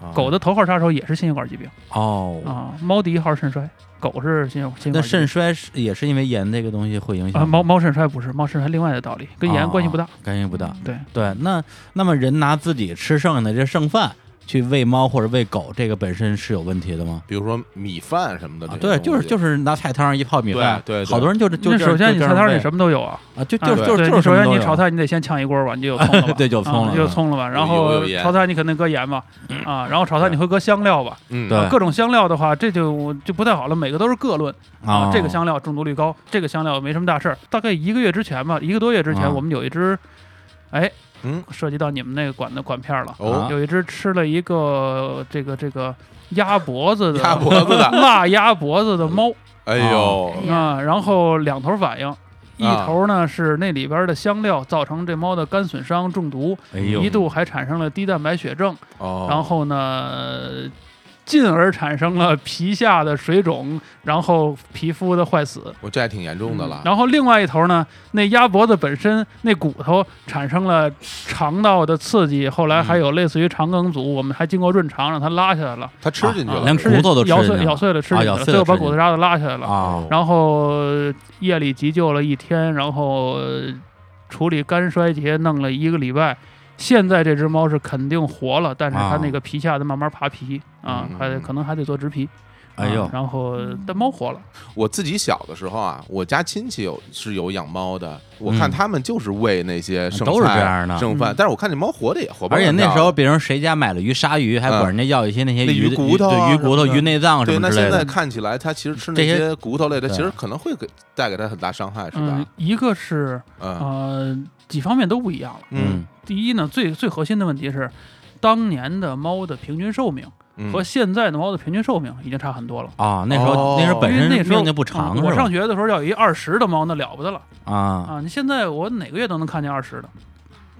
S2: 啊
S3: 狗的头号杀手也是心血管疾病
S1: 哦，
S3: 啊。猫第一号是肾衰，狗是心血心血
S1: 那
S3: 管疾
S1: 肾
S3: 病。
S1: 衰是也是因为盐这个东西会影响
S3: 啊，猫猫肾衰不是，猫肾衰另外的道理，跟盐关系不大。
S1: 哦关系不大。
S3: 对，
S1: 对，那那么人拿自己吃剩下的这剩饭去喂猫或者喂狗，这个本身是有问题的吗？
S2: 比如说米饭什么的
S1: 啊
S2: 这，些
S1: 对，
S2: 东
S1: 就是
S2: 西
S1: 就是拿菜汤一泡米饭，
S2: 呃对对对
S1: 好多人就是就
S3: 那
S1: 这
S3: 首先你
S1: 就这
S3: 菜
S1: 样
S3: 单
S1: 喂
S3: 里什么都有啊，
S1: 啊，就
S3: 啊
S1: 就就就
S3: 对
S1: 是
S3: 你首
S1: 什么
S3: 先
S1: 都
S3: 你
S1: 有
S3: 炒菜你得先炝一锅吧，你就有葱了吧
S1: *laughs* ，对就有葱了
S3: 啊就有葱了吧。然
S2: 有油
S3: 后
S2: 有盐
S3: 炒菜你肯定搁盐吧，啊，然后炒菜你会搁香料吧，
S2: 嗯
S1: 对
S3: 啊各种香料的话，这就就不太好了，每个都是各论。啊，
S2: 哦
S3: 这个香料中毒率高，这个香料没什么大事儿。大概一个月之前吧，一个多月之
S1: 啊
S3: 前，我们有一只，哎，
S2: 嗯，
S3: 涉及到你们那个管的管片儿了，
S1: 啊
S2: 哦，
S3: 有一只吃了一个这个这个鸭脖子的
S2: 鸭脖
S1: *laughs*
S2: 子的，
S3: 辣鸭脖子的猫
S2: 哎呦，
S1: 哦
S4: 哎呀
S3: 啊，然后两头反应。一
S2: 啊
S3: 头呢是那里边的香料造成这猫的肝损伤中毒，
S1: 哎
S2: 呦
S3: 一度还产生了低蛋白血症，
S2: 哦，
S3: 然后呢，进而产生了皮下的水肿，然后皮肤的坏死。
S2: 我这还挺严重的
S1: 嗯
S2: 了，
S3: 嗯然后另外一头呢，那鸭脖子本身那骨头产生了肠道的刺激，后来
S2: 嗯
S3: 还有类似于肠梗阻，我们还经过润肠让它拉下来了，
S2: 他吃进去
S1: 啊
S2: 了，
S1: 连
S3: 而且
S1: 骨头都吃
S3: 咬
S1: 进去
S3: 碎
S1: 了
S3: 咬碎了吃
S1: 啊
S3: 进去
S1: 咬
S3: 了，
S1: 碎
S3: 最
S1: 了哦
S3: 后把
S1: 吃进
S3: 骨头
S1: 去
S3: 渣子拉下来了。
S1: 啊
S3: 然后呃夜里急救了一天，然后呃处理肝衰竭弄了一个礼拜。现在这只猫是肯定活了，但是它
S1: 啊
S3: 那个皮下得慢慢爬皮啊
S2: 嗯，
S3: 还得
S2: 嗯
S3: 可能还得做植皮。
S1: 哎
S3: 啊
S1: 呦，
S3: 然后但猫活了，
S2: 我自己小的时候啊，我家亲戚有是有养猫的，我看
S1: 嗯
S2: 他们就是喂那些剩
S1: 都是这
S2: 菜、
S1: 样的。
S2: 剩饭
S3: 嗯，
S2: 但是我看那猫活的也活蹦
S1: 而
S2: 乱
S1: 且
S2: 跳的。
S1: 那时候，比如谁家买了鱼鲨鱼，还管人家要一些那些
S2: 嗯那
S1: 鱼
S2: 鱼骨头啊
S1: 对鱼骨头、
S2: 什么的
S1: 鱼内脏什
S2: 对，
S1: 么
S2: 那
S1: 之类
S2: 现在
S1: 的。
S2: 看起来它其实吃那
S1: 这些
S2: 些骨头类的，
S1: 对
S2: 其实可能会给带给它很大伤害，是
S3: 嗯
S2: 吧？，
S3: 一个是
S2: 嗯
S3: 呃几方面都不一样了。
S2: 嗯
S3: 第一呢，最最核心的问题是，当年的猫的平均寿命
S2: 嗯
S3: 和现在的猫的平均寿命已经差很多了。
S1: 啊，那时候
S2: 哦
S1: 那时候本
S3: 因
S1: 身
S3: 为那时候
S1: 命就不长，
S3: 嗯我
S1: 是吧
S3: 上？学的时候要有一二十的猫，那了不得了
S1: 啊，
S3: 啊！你现在我哪个月都能看见二十的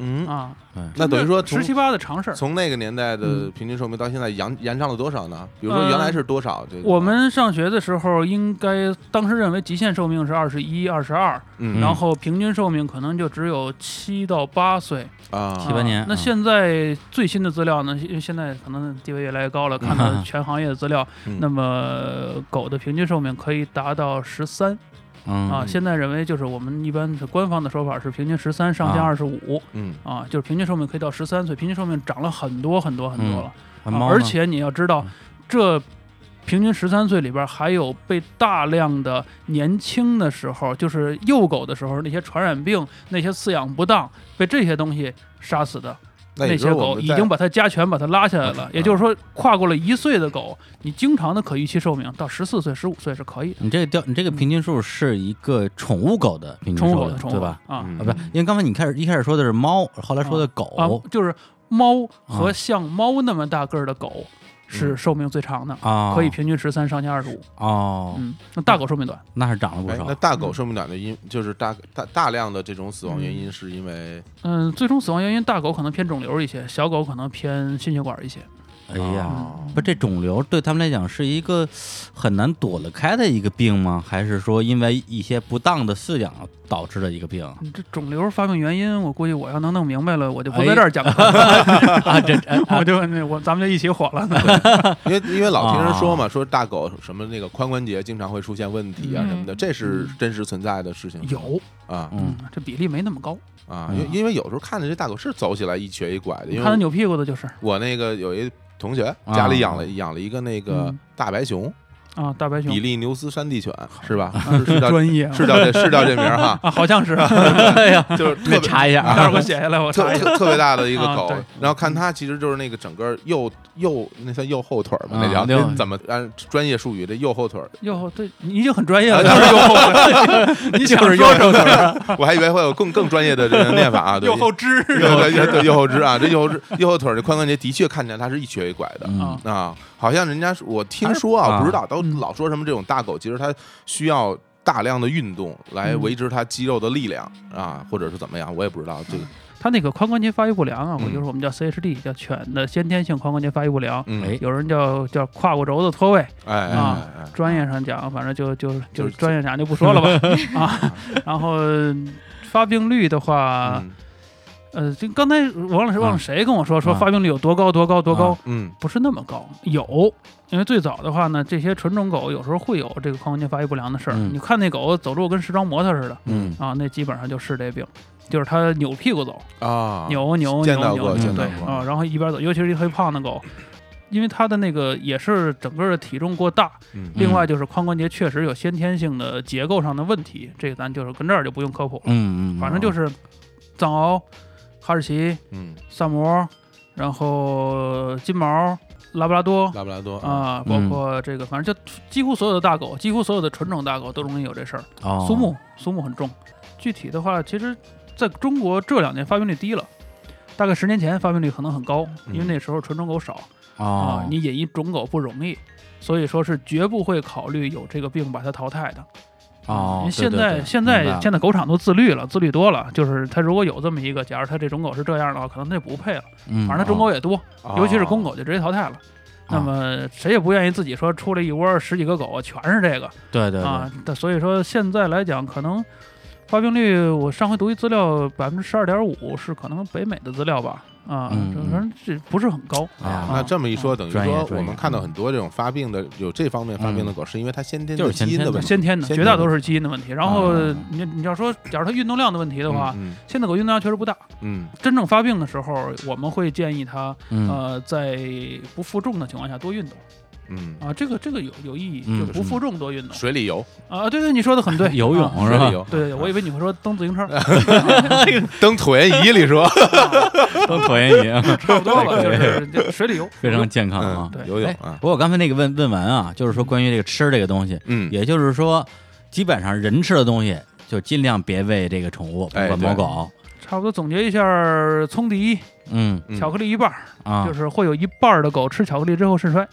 S2: 嗯，
S3: 啊，
S2: 那等于说从
S3: 十七八的常事儿。
S2: 从那个年代的
S3: 嗯
S2: 平均寿命到现在延延长了多少呢？比如说
S3: 呃
S2: 原来是多少？这个
S3: 我们上学的时候，应该当时认为极限寿命是二十一、二十二，
S2: 嗯
S3: 然后平均寿命可能就只有七到八岁，
S2: 啊
S1: 七八
S3: 啊
S1: 年
S3: 那
S1: 嗯
S3: 现在最新的资料呢？因为现在可能地位越来越高了，
S1: 嗯
S3: 看到全行业的资
S1: *laughs*
S3: 料，
S2: 嗯
S3: 那么狗的平均寿命可以达到十三
S1: 嗯
S3: 啊。现在认为就是我们一般是官方的说法是平均十三，上限
S1: 啊
S3: 二十五
S2: 嗯
S3: 啊，就是平均寿命可以到十三岁，平均寿命涨了很多很多很多了。
S1: 那嗯
S3: 啊
S1: 猫呢
S3: 而且你要知道
S1: 嗯，
S3: 这平均十三岁里边还有被大量的年轻的时候，就是幼狗的时候，那些传染病、那些饲养不当，被这些东西杀死的
S2: 那也就是
S3: 些
S2: 我
S3: 狗，
S2: 们
S3: 已
S2: 在
S3: 经把它加权把它拉下来了。也就是说，跨过了一岁的狗，你经常的可预期寿命到十四岁、十五岁是可以的。
S1: 你这个调，你这个平均数是一个宠物狗的平均
S3: 宠物
S1: 数
S3: 狗
S1: 量
S3: 的，宠物
S1: 对
S3: 狗
S1: 吧？
S3: 啊
S1: 啊，
S2: 嗯
S1: 不是，因为刚才你开始一开始说的是猫，后来说的狗
S3: 啊，就是猫
S1: 哦啊
S3: 和像猫那么大个儿的狗是寿命最长的，
S1: 啊，
S3: 可以平均十三，上下二十五。
S1: 哦，
S3: 嗯，那大狗寿命短。
S1: 那是涨了不
S2: 哎那
S1: 少。
S2: 大
S3: 嗯
S2: 狗寿命短的因就是大大大量的这种死亡原因是因为
S3: 嗯嗯，最终死亡原因大狗可能偏肿瘤一些，小狗可能偏心血管一些。
S1: 哎呀，
S2: 哦
S1: 不，这肿瘤对他们来讲是一个很难躲得开的一个病吗？还是说因为一些不当的饲养导致的一个病
S3: 嗯这肿瘤发病原因，我估计我要能弄明白了，我就不
S1: 哎
S3: 在这儿讲了，
S1: 啊？这哎
S3: *laughs* 我就那我咱们就一起火了。
S2: 因为因为老听人说
S1: 啊
S2: 嘛，说大狗什么那个髋关节经常会出现问题啊
S4: 嗯
S2: 什么的，这是真实存在的事情。
S3: 有，
S2: 啊
S1: 嗯，
S3: 这比例没那么高，
S2: 啊，
S1: 嗯
S2: 因为因为有时候看着这大狗是走起来一瘸一拐的，因
S3: 看他
S2: 为
S3: 扭屁股的就是
S2: 我那个有一同学
S1: 啊
S2: 家里养了养了一个那个
S3: 嗯
S2: 大白熊，
S3: 啊，大白熊
S2: 比利牛斯山地犬是吧？是是叫
S3: 啊专业
S2: 是叫这是叫这名儿哈，
S3: 啊，好像是，
S1: 哎呀，
S2: 就是
S1: 得
S2: 特别
S3: *laughs*
S1: 查一下
S3: 待会儿
S1: 啊。
S3: 我写下来，我查
S2: 特
S3: 一下。
S2: 特特别大的一个
S3: 啊
S2: 狗
S3: 对，
S2: 然后看它其实就是那个整个右右那算右后腿儿吧，那
S1: 啊
S2: 叫
S1: 右
S2: 那怎么按专业术语这右后腿儿，
S3: 哟，对你已经很专业了，
S2: 啊
S3: 就是右后腿， *laughs* 你想
S1: 就是右
S3: 说什么？
S2: 我还以为会有更更专业的这个念法啊，对
S3: *laughs* 右后肢
S2: 对对对对右后肢啊，这右后肢右后腿儿这髋关节的确看起来它是一瘸一拐的。
S1: 嗯
S3: 啊
S2: 啊，好像人家是我听说啊，
S1: 啊
S2: 不知道都
S3: 嗯
S2: 老说什么这种大狗，其实它需要大量的运动来维持它肌肉的力量啊，或者是怎么样，我也不知道这个。
S3: 他那个髋关节发育不良啊，我
S2: 嗯
S3: 就是我们叫 CHD，叫犬的先天性髋关节发育不良，
S2: 嗯
S1: 哎，
S3: 有人叫叫胯骨轴子脱位，
S2: 哎哎
S3: 啊
S2: 哎哎
S3: 专业上讲，反正就就
S2: 就
S3: 就是专业上就不说了吧啊。然后发病率的话，
S2: 嗯
S3: 呃，就刚才王老师
S1: 啊
S3: 忘了谁跟我说说
S1: 啊
S3: 发病率有多高多高多高
S1: 啊，
S2: 嗯
S3: 不是那么高，有。因为最早的话呢，这些纯种狗有时候会有这个髋关节发育不良的事儿。
S1: 嗯
S3: 你看那狗走路跟时装摩托似的
S1: 嗯
S3: 啊，那基本上就是这病，就是它扭屁股走，
S2: 啊，
S3: 扭扭
S2: 见
S3: 扭
S2: 到过
S3: 扭，
S1: 见
S3: 扭
S1: 到
S3: 对
S2: 过
S3: 啊，然后一边走，尤其是一黑胖的狗，因为它的那个也是整个的体重过大，
S2: 嗯
S3: 另外就是髋关节确实有先天性的结构上的问题，这个咱就是跟这儿就不用科普了，
S1: 嗯嗯，
S3: 反正就是藏獒、哈士奇、
S2: 嗯，
S3: 萨摩，然后金毛、拉布拉多。
S2: 嗯拉布拉多，
S3: 啊，包
S1: 嗯
S3: 括这个，反正就几乎所有的大狗，几乎所有的纯种大狗都容易有这事儿。
S1: 哦
S3: 苏木，苏木很重。具体的话，其实在中国这两年发病率低了，大概十年前发病率可能很高，因为
S2: 嗯
S3: 那时候纯种狗少
S1: 哦
S3: 啊，，你引一种狗不容易，所以说是绝不会考虑有这个病把它淘汰的。
S1: 哦
S3: 因，
S1: 对
S3: 为现在现在现在狗场都自律了，自律多了，就是它如果有这么一个，假如它这种狗是这样的话，可能它就不配了。
S1: 反
S3: 反正它种狗也多，
S2: 啊
S3: 尤其是公狗就直接淘汰了。那么谁也不愿意自己说出了一窝十几个狗全是这个，
S1: 对对对
S3: 啊，但所以说现在来讲，可能发病率，我上回读一资料，百分之十二点五是可能北美的资料吧，啊，
S1: 嗯
S3: 这
S1: 嗯
S3: 反正这不是很高，
S2: 啊
S1: 啊，
S2: 那这么一说，等于
S1: 专业
S2: 说
S1: 专
S2: 我
S1: 业
S2: 们看到很多这种发病的有这方面发病的狗，是因为它先天
S1: 就
S2: 的
S1: 是先
S2: 基因
S1: 天
S2: 的
S1: 的
S2: 问题
S3: 先天的，
S2: 先天
S3: 绝大多数是基因的问题。然后
S1: 啊
S3: 你你要说，假如它运动量的问题的话，
S2: 嗯
S3: 现在狗运动量确实不大。
S2: 嗯
S3: 真正发病的时候，我们会建议它，
S1: 嗯
S3: 呃，在不负重的情况下多运动
S2: 嗯，嗯
S3: 啊，这个这个有有意义，
S1: 嗯，
S3: 就不负重多运动
S2: 水里游，
S3: 啊。对对，你说的很
S1: *laughs*
S3: 对
S1: 游
S3: 啊
S1: 泳是
S2: 水里
S1: 吧？
S2: 游，
S3: 对对，我以为你会说蹬自
S1: *laughs*
S3: 行车，啊
S2: *laughs* 登椭圆仪里说，
S1: 都椭圆
S3: *laughs*
S1: 仪，
S3: 差不多吧，就是就水里游，
S1: 非常健康啊
S2: 嗯。
S3: 对
S2: 游泳
S1: 哎
S2: 啊，
S1: 不过我刚才那个问问完啊，就是说关于这个吃这个东西，
S2: 嗯，
S1: 也就是说，基本上人吃的东西就尽量别喂这个宠物，不
S2: 哎
S1: 管猫狗，
S3: 差不多总结一下儿，葱迪
S1: 嗯
S2: 嗯
S3: 巧克力一半儿，
S1: 啊，
S3: 就是会有一半儿的狗吃巧克力之后肾衰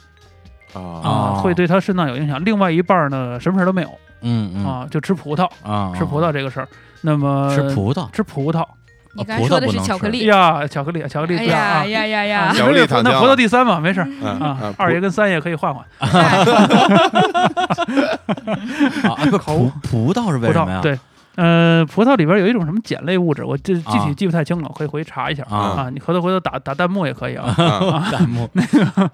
S2: 啊
S1: 哦
S3: 会对它肾脏有影响。另外一半儿呢，什么事儿都没有
S1: 嗯嗯
S3: 啊，就吃葡萄，
S1: 啊，
S3: 吃葡萄呃啊这个事儿。那么
S1: 吃葡萄，
S3: 吃葡萄
S1: 啊
S4: 你刚才说的是巧克力，
S3: 呀，巧克力，巧克力
S4: 哎
S3: 对啊
S4: 呀呀呀
S3: 啊
S4: 呀！
S2: 巧克力糖浆
S3: 那葡萄第三嘛，没事儿
S2: 嗯
S3: 啊
S2: 啊，
S3: 二爷跟三爷可以换换。
S1: 啊，哎不葡葡萄是
S3: 葡
S1: 为什么
S3: 萄
S1: 呀？
S3: 对，呃，葡萄里边有一种什么碱类物质，我这具
S1: 啊
S3: 体记不太清了，我可以回去查一下
S1: 啊，
S3: 啊。你回头回头打打弹幕也可以啊。
S2: 啊
S1: *laughs* 弹
S3: *laughs*
S1: 幕，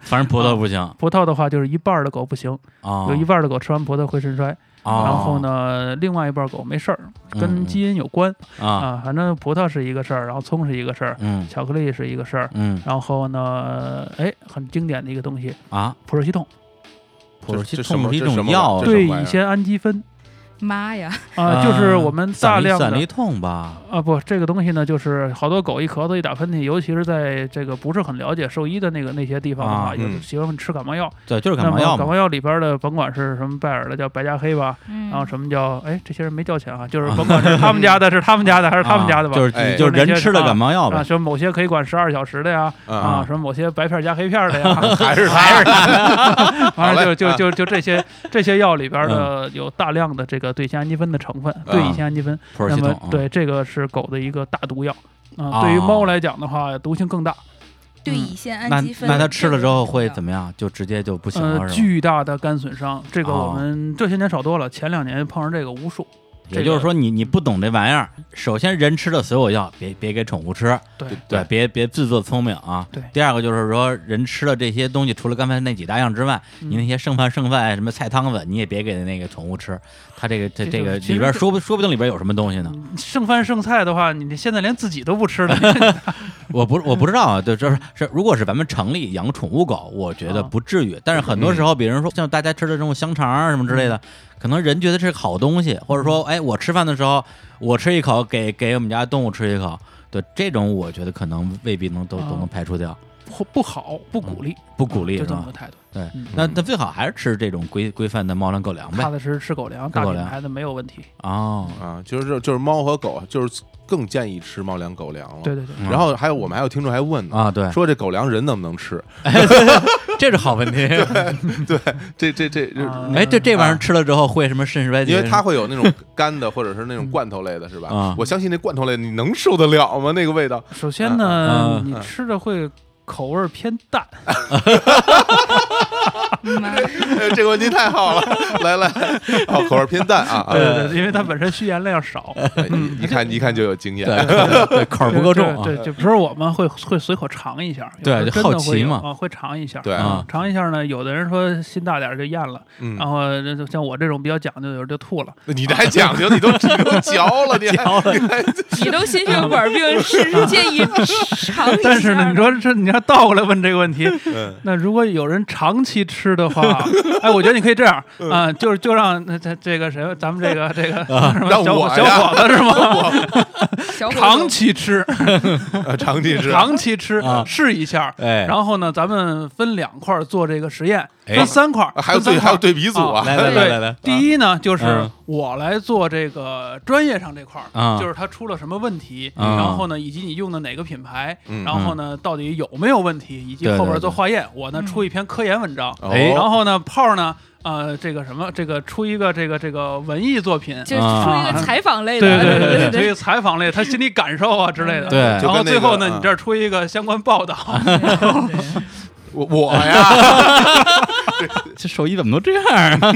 S1: 反正葡萄不行
S3: 葡萄的话，就是一半儿的狗不行，
S1: 啊，
S3: 啊有一半儿的狗吃完葡萄会肾衰。
S1: 啊，
S3: 然后呢，另外一半狗没事儿，跟基因有关、
S1: 嗯啊，
S3: 啊。反正葡萄是一个事儿，然后葱是一个事儿，
S1: 嗯
S3: 巧克力是一个事儿。
S1: 嗯
S3: 然后呢，哎，很经典的一个东西，
S1: 啊，
S3: 普热息痛，
S1: 普
S2: 这
S1: 是
S2: 什么
S1: 痛是一
S2: 这什
S1: 种
S2: 么
S1: 药啊嗯
S2: 这什么
S3: 对
S2: 玩意儿
S3: 乙酰氨基酚
S1: *laughs*
S4: 妈呀，
S3: 啊，就是我们大量
S1: 散离
S3: 的。
S1: 痛吧？
S3: 啊不，这个东西呢，就是好多狗一咳嗽一打喷嚏，尤其是在这个不是很了解兽医的那个那些地方的话，
S1: 啊
S3: 有
S2: 嗯
S3: 喜欢吃感冒药。
S1: 对，就是感
S3: 那
S1: 冒
S3: 么
S1: 药嘛
S3: 感冒。药里边的，甭管是什么拜耳的叫白加黑吧，
S4: 嗯
S3: 然后什么叫哎，这些人没交钱啊，就是甭管是他们家的，是他们家的还是他们家的吧，
S1: 啊就
S2: 哎
S1: 是就是人吃的感冒药
S3: 啊，
S1: 呗，
S3: 什么某些可以管十二小时的呀，啊，
S2: 啊，
S3: *laughs* 什么某些白片加黑片的
S1: *laughs*
S3: 呀，
S2: 还是还是
S3: 完
S2: 好嘞
S3: 了就就就就这些这些药里边
S1: 嗯
S3: 的有大量的这个对乙酰氨基酚的成
S1: 啊
S3: 分，对乙酰氨基酚，
S1: 普洱
S3: 那
S1: 系
S3: 么
S1: 统。
S3: 对这个是狗的一个大毒药
S1: 啊
S3: 啊。对于猫来讲的话，毒性更大。
S4: 对乙酰
S1: 嗯那
S4: 氨基酚，
S1: 那它吃了之后会怎
S4: 么？
S1: 么样？就直接就不行
S3: 呃
S1: 了，是吧？
S3: 巨大的肝损伤，这个
S1: 哦
S3: 我们这些年少多了，前两年碰上这个无数。
S1: 也就是说你，你不懂这玩意儿，首先人吃的所有药，别别给宠物吃，
S3: 对
S1: 对，别别自作聪明啊。
S3: 对
S1: 第二个就是说，人吃了这些东西，除了刚才那几大样之外，
S3: 嗯
S1: 你那些剩饭剩饭什么菜汤子，你也别给那个宠物吃，它这个这
S3: 这
S1: 这
S3: 就
S1: 个
S3: 是其实
S1: 里边
S3: 这
S1: 说不说不定里边有什么东西呢？
S3: 嗯剩饭剩菜的话，你现在连自己都不吃了，
S1: *laughs* 我不我不知道啊，对，就是是，如果是咱们城里养宠物狗，我觉得
S3: 啊
S1: 不至于。但是很多时候，比如说像大家吃的这种香肠啊什么之类
S3: 嗯
S1: 的，可能人觉得这是好东西，或者说，哎，我吃饭的时候我吃一口，给给我们家动物吃一口，对这种我觉得可能未必能都
S3: 啊
S1: 都能排除掉，
S3: 不不好，不鼓励，
S1: 嗯不鼓励
S3: 就是这么
S1: 吧
S3: 个？态度。
S1: 对
S3: 嗯，
S1: 那那最好还是吃这种规规范的猫粮狗粮呗
S3: 踏。踏实实吃狗粮，
S1: 吃
S3: 大
S1: 狗
S3: 品
S1: 粮
S3: 牌的没有问题。
S1: 哦，
S2: 啊，就是就是猫和狗，就是更建议吃猫粮狗粮了。
S3: 对对对，
S1: 嗯
S2: 然后还有我们还有听众还问呢，
S1: 啊，对，
S2: 说这狗粮人能不能吃？
S1: 这是好问题。
S2: 这这这，这
S3: 啊
S1: 哎，这这玩意儿
S2: 啊
S1: 吃了之后会什么肾衰竭
S2: 因
S1: 什么？
S2: 为它会有那种干的或者是那种罐头类的，是吧
S1: 啊？
S2: 我相信那罐头类你能受得了吗？那个味道，
S3: 首先呢，
S1: 嗯
S3: 你吃着会口味儿偏淡，
S2: 哎这个问题太好了，来来，好口味偏淡啊啊
S1: 哎
S3: *laughs* 对！对对，因为它本身需盐量少，
S2: 哎一一看一看就有经验，
S1: 对 *laughs* 对口儿不够重啊。
S3: 对，对就比如说我们会会随口尝一下，
S1: 对
S3: 有时
S1: 就好
S3: 候真的会
S1: 奇
S3: 有
S1: 嘛
S3: 啊，会尝一下，
S2: 对
S1: 啊
S3: 尝一下呢，有的人说心大点儿就咽了，
S2: 嗯
S3: 然，后这就像我这种比较讲究，有时候就吐了。
S2: 你这还讲究，你都你都嚼了，你还
S1: 嚼了
S2: 你还
S4: 你都心血管病，是建议尝一下。
S3: 但是呢，你说这你要倒过来问这个问
S4: *laughs*
S3: 题，
S2: *laughs* 嗯
S3: 那如果有人长期吃的话，哎，我觉得你可以这样
S2: 嗯
S3: 啊，就是就让那这这个谁，咱们这个这个
S1: 啊
S3: 什么
S2: 让
S3: 小
S2: 我
S3: 伙
S2: 呀
S3: 小伙子是吗？
S4: 小伙
S3: 长
S4: 子
S3: 期吃，
S2: 啊长期吃，
S3: 长期吃
S1: 啊，
S3: 试一下。
S1: 哎，
S3: 然后呢，咱们分两块儿做这个实验，
S1: 哎
S3: 分三块儿
S2: 啊，还有
S3: 分
S2: 对还
S3: 三块
S2: 有
S3: 儿。
S2: 对比组啊，
S1: 来来来来来，
S3: 第一呢，就是
S1: 嗯
S3: 我来做这个专业上这块儿，
S1: 啊，
S3: 就是它出了什么问题，
S1: 嗯
S3: 然后呢，以及你用的哪个品牌，
S2: 嗯
S3: 然后呢，到底有没有问题，以及
S1: 对
S3: 后边
S1: 对
S3: 做
S1: 对
S3: 化验，我呢
S4: 嗯
S3: 出一篇科研文章，
S1: 哎
S3: 然
S2: 哦
S3: 后呢，炮儿呢，呃，这个什么，这个出一个这个这个文艺作品，
S4: 就是出一个采访类
S3: 对
S4: 的，
S3: 对对，
S4: 对
S3: 出一个采访类，他心理感受啊之类的，
S1: 对，
S2: 就跟
S3: 然后
S2: 那
S3: 最后
S2: 个
S3: 呢，
S2: 嗯
S3: 你这儿出一个相关报道，
S2: 我我 *laughs* 呀，
S1: 这手艺怎么都这样啊？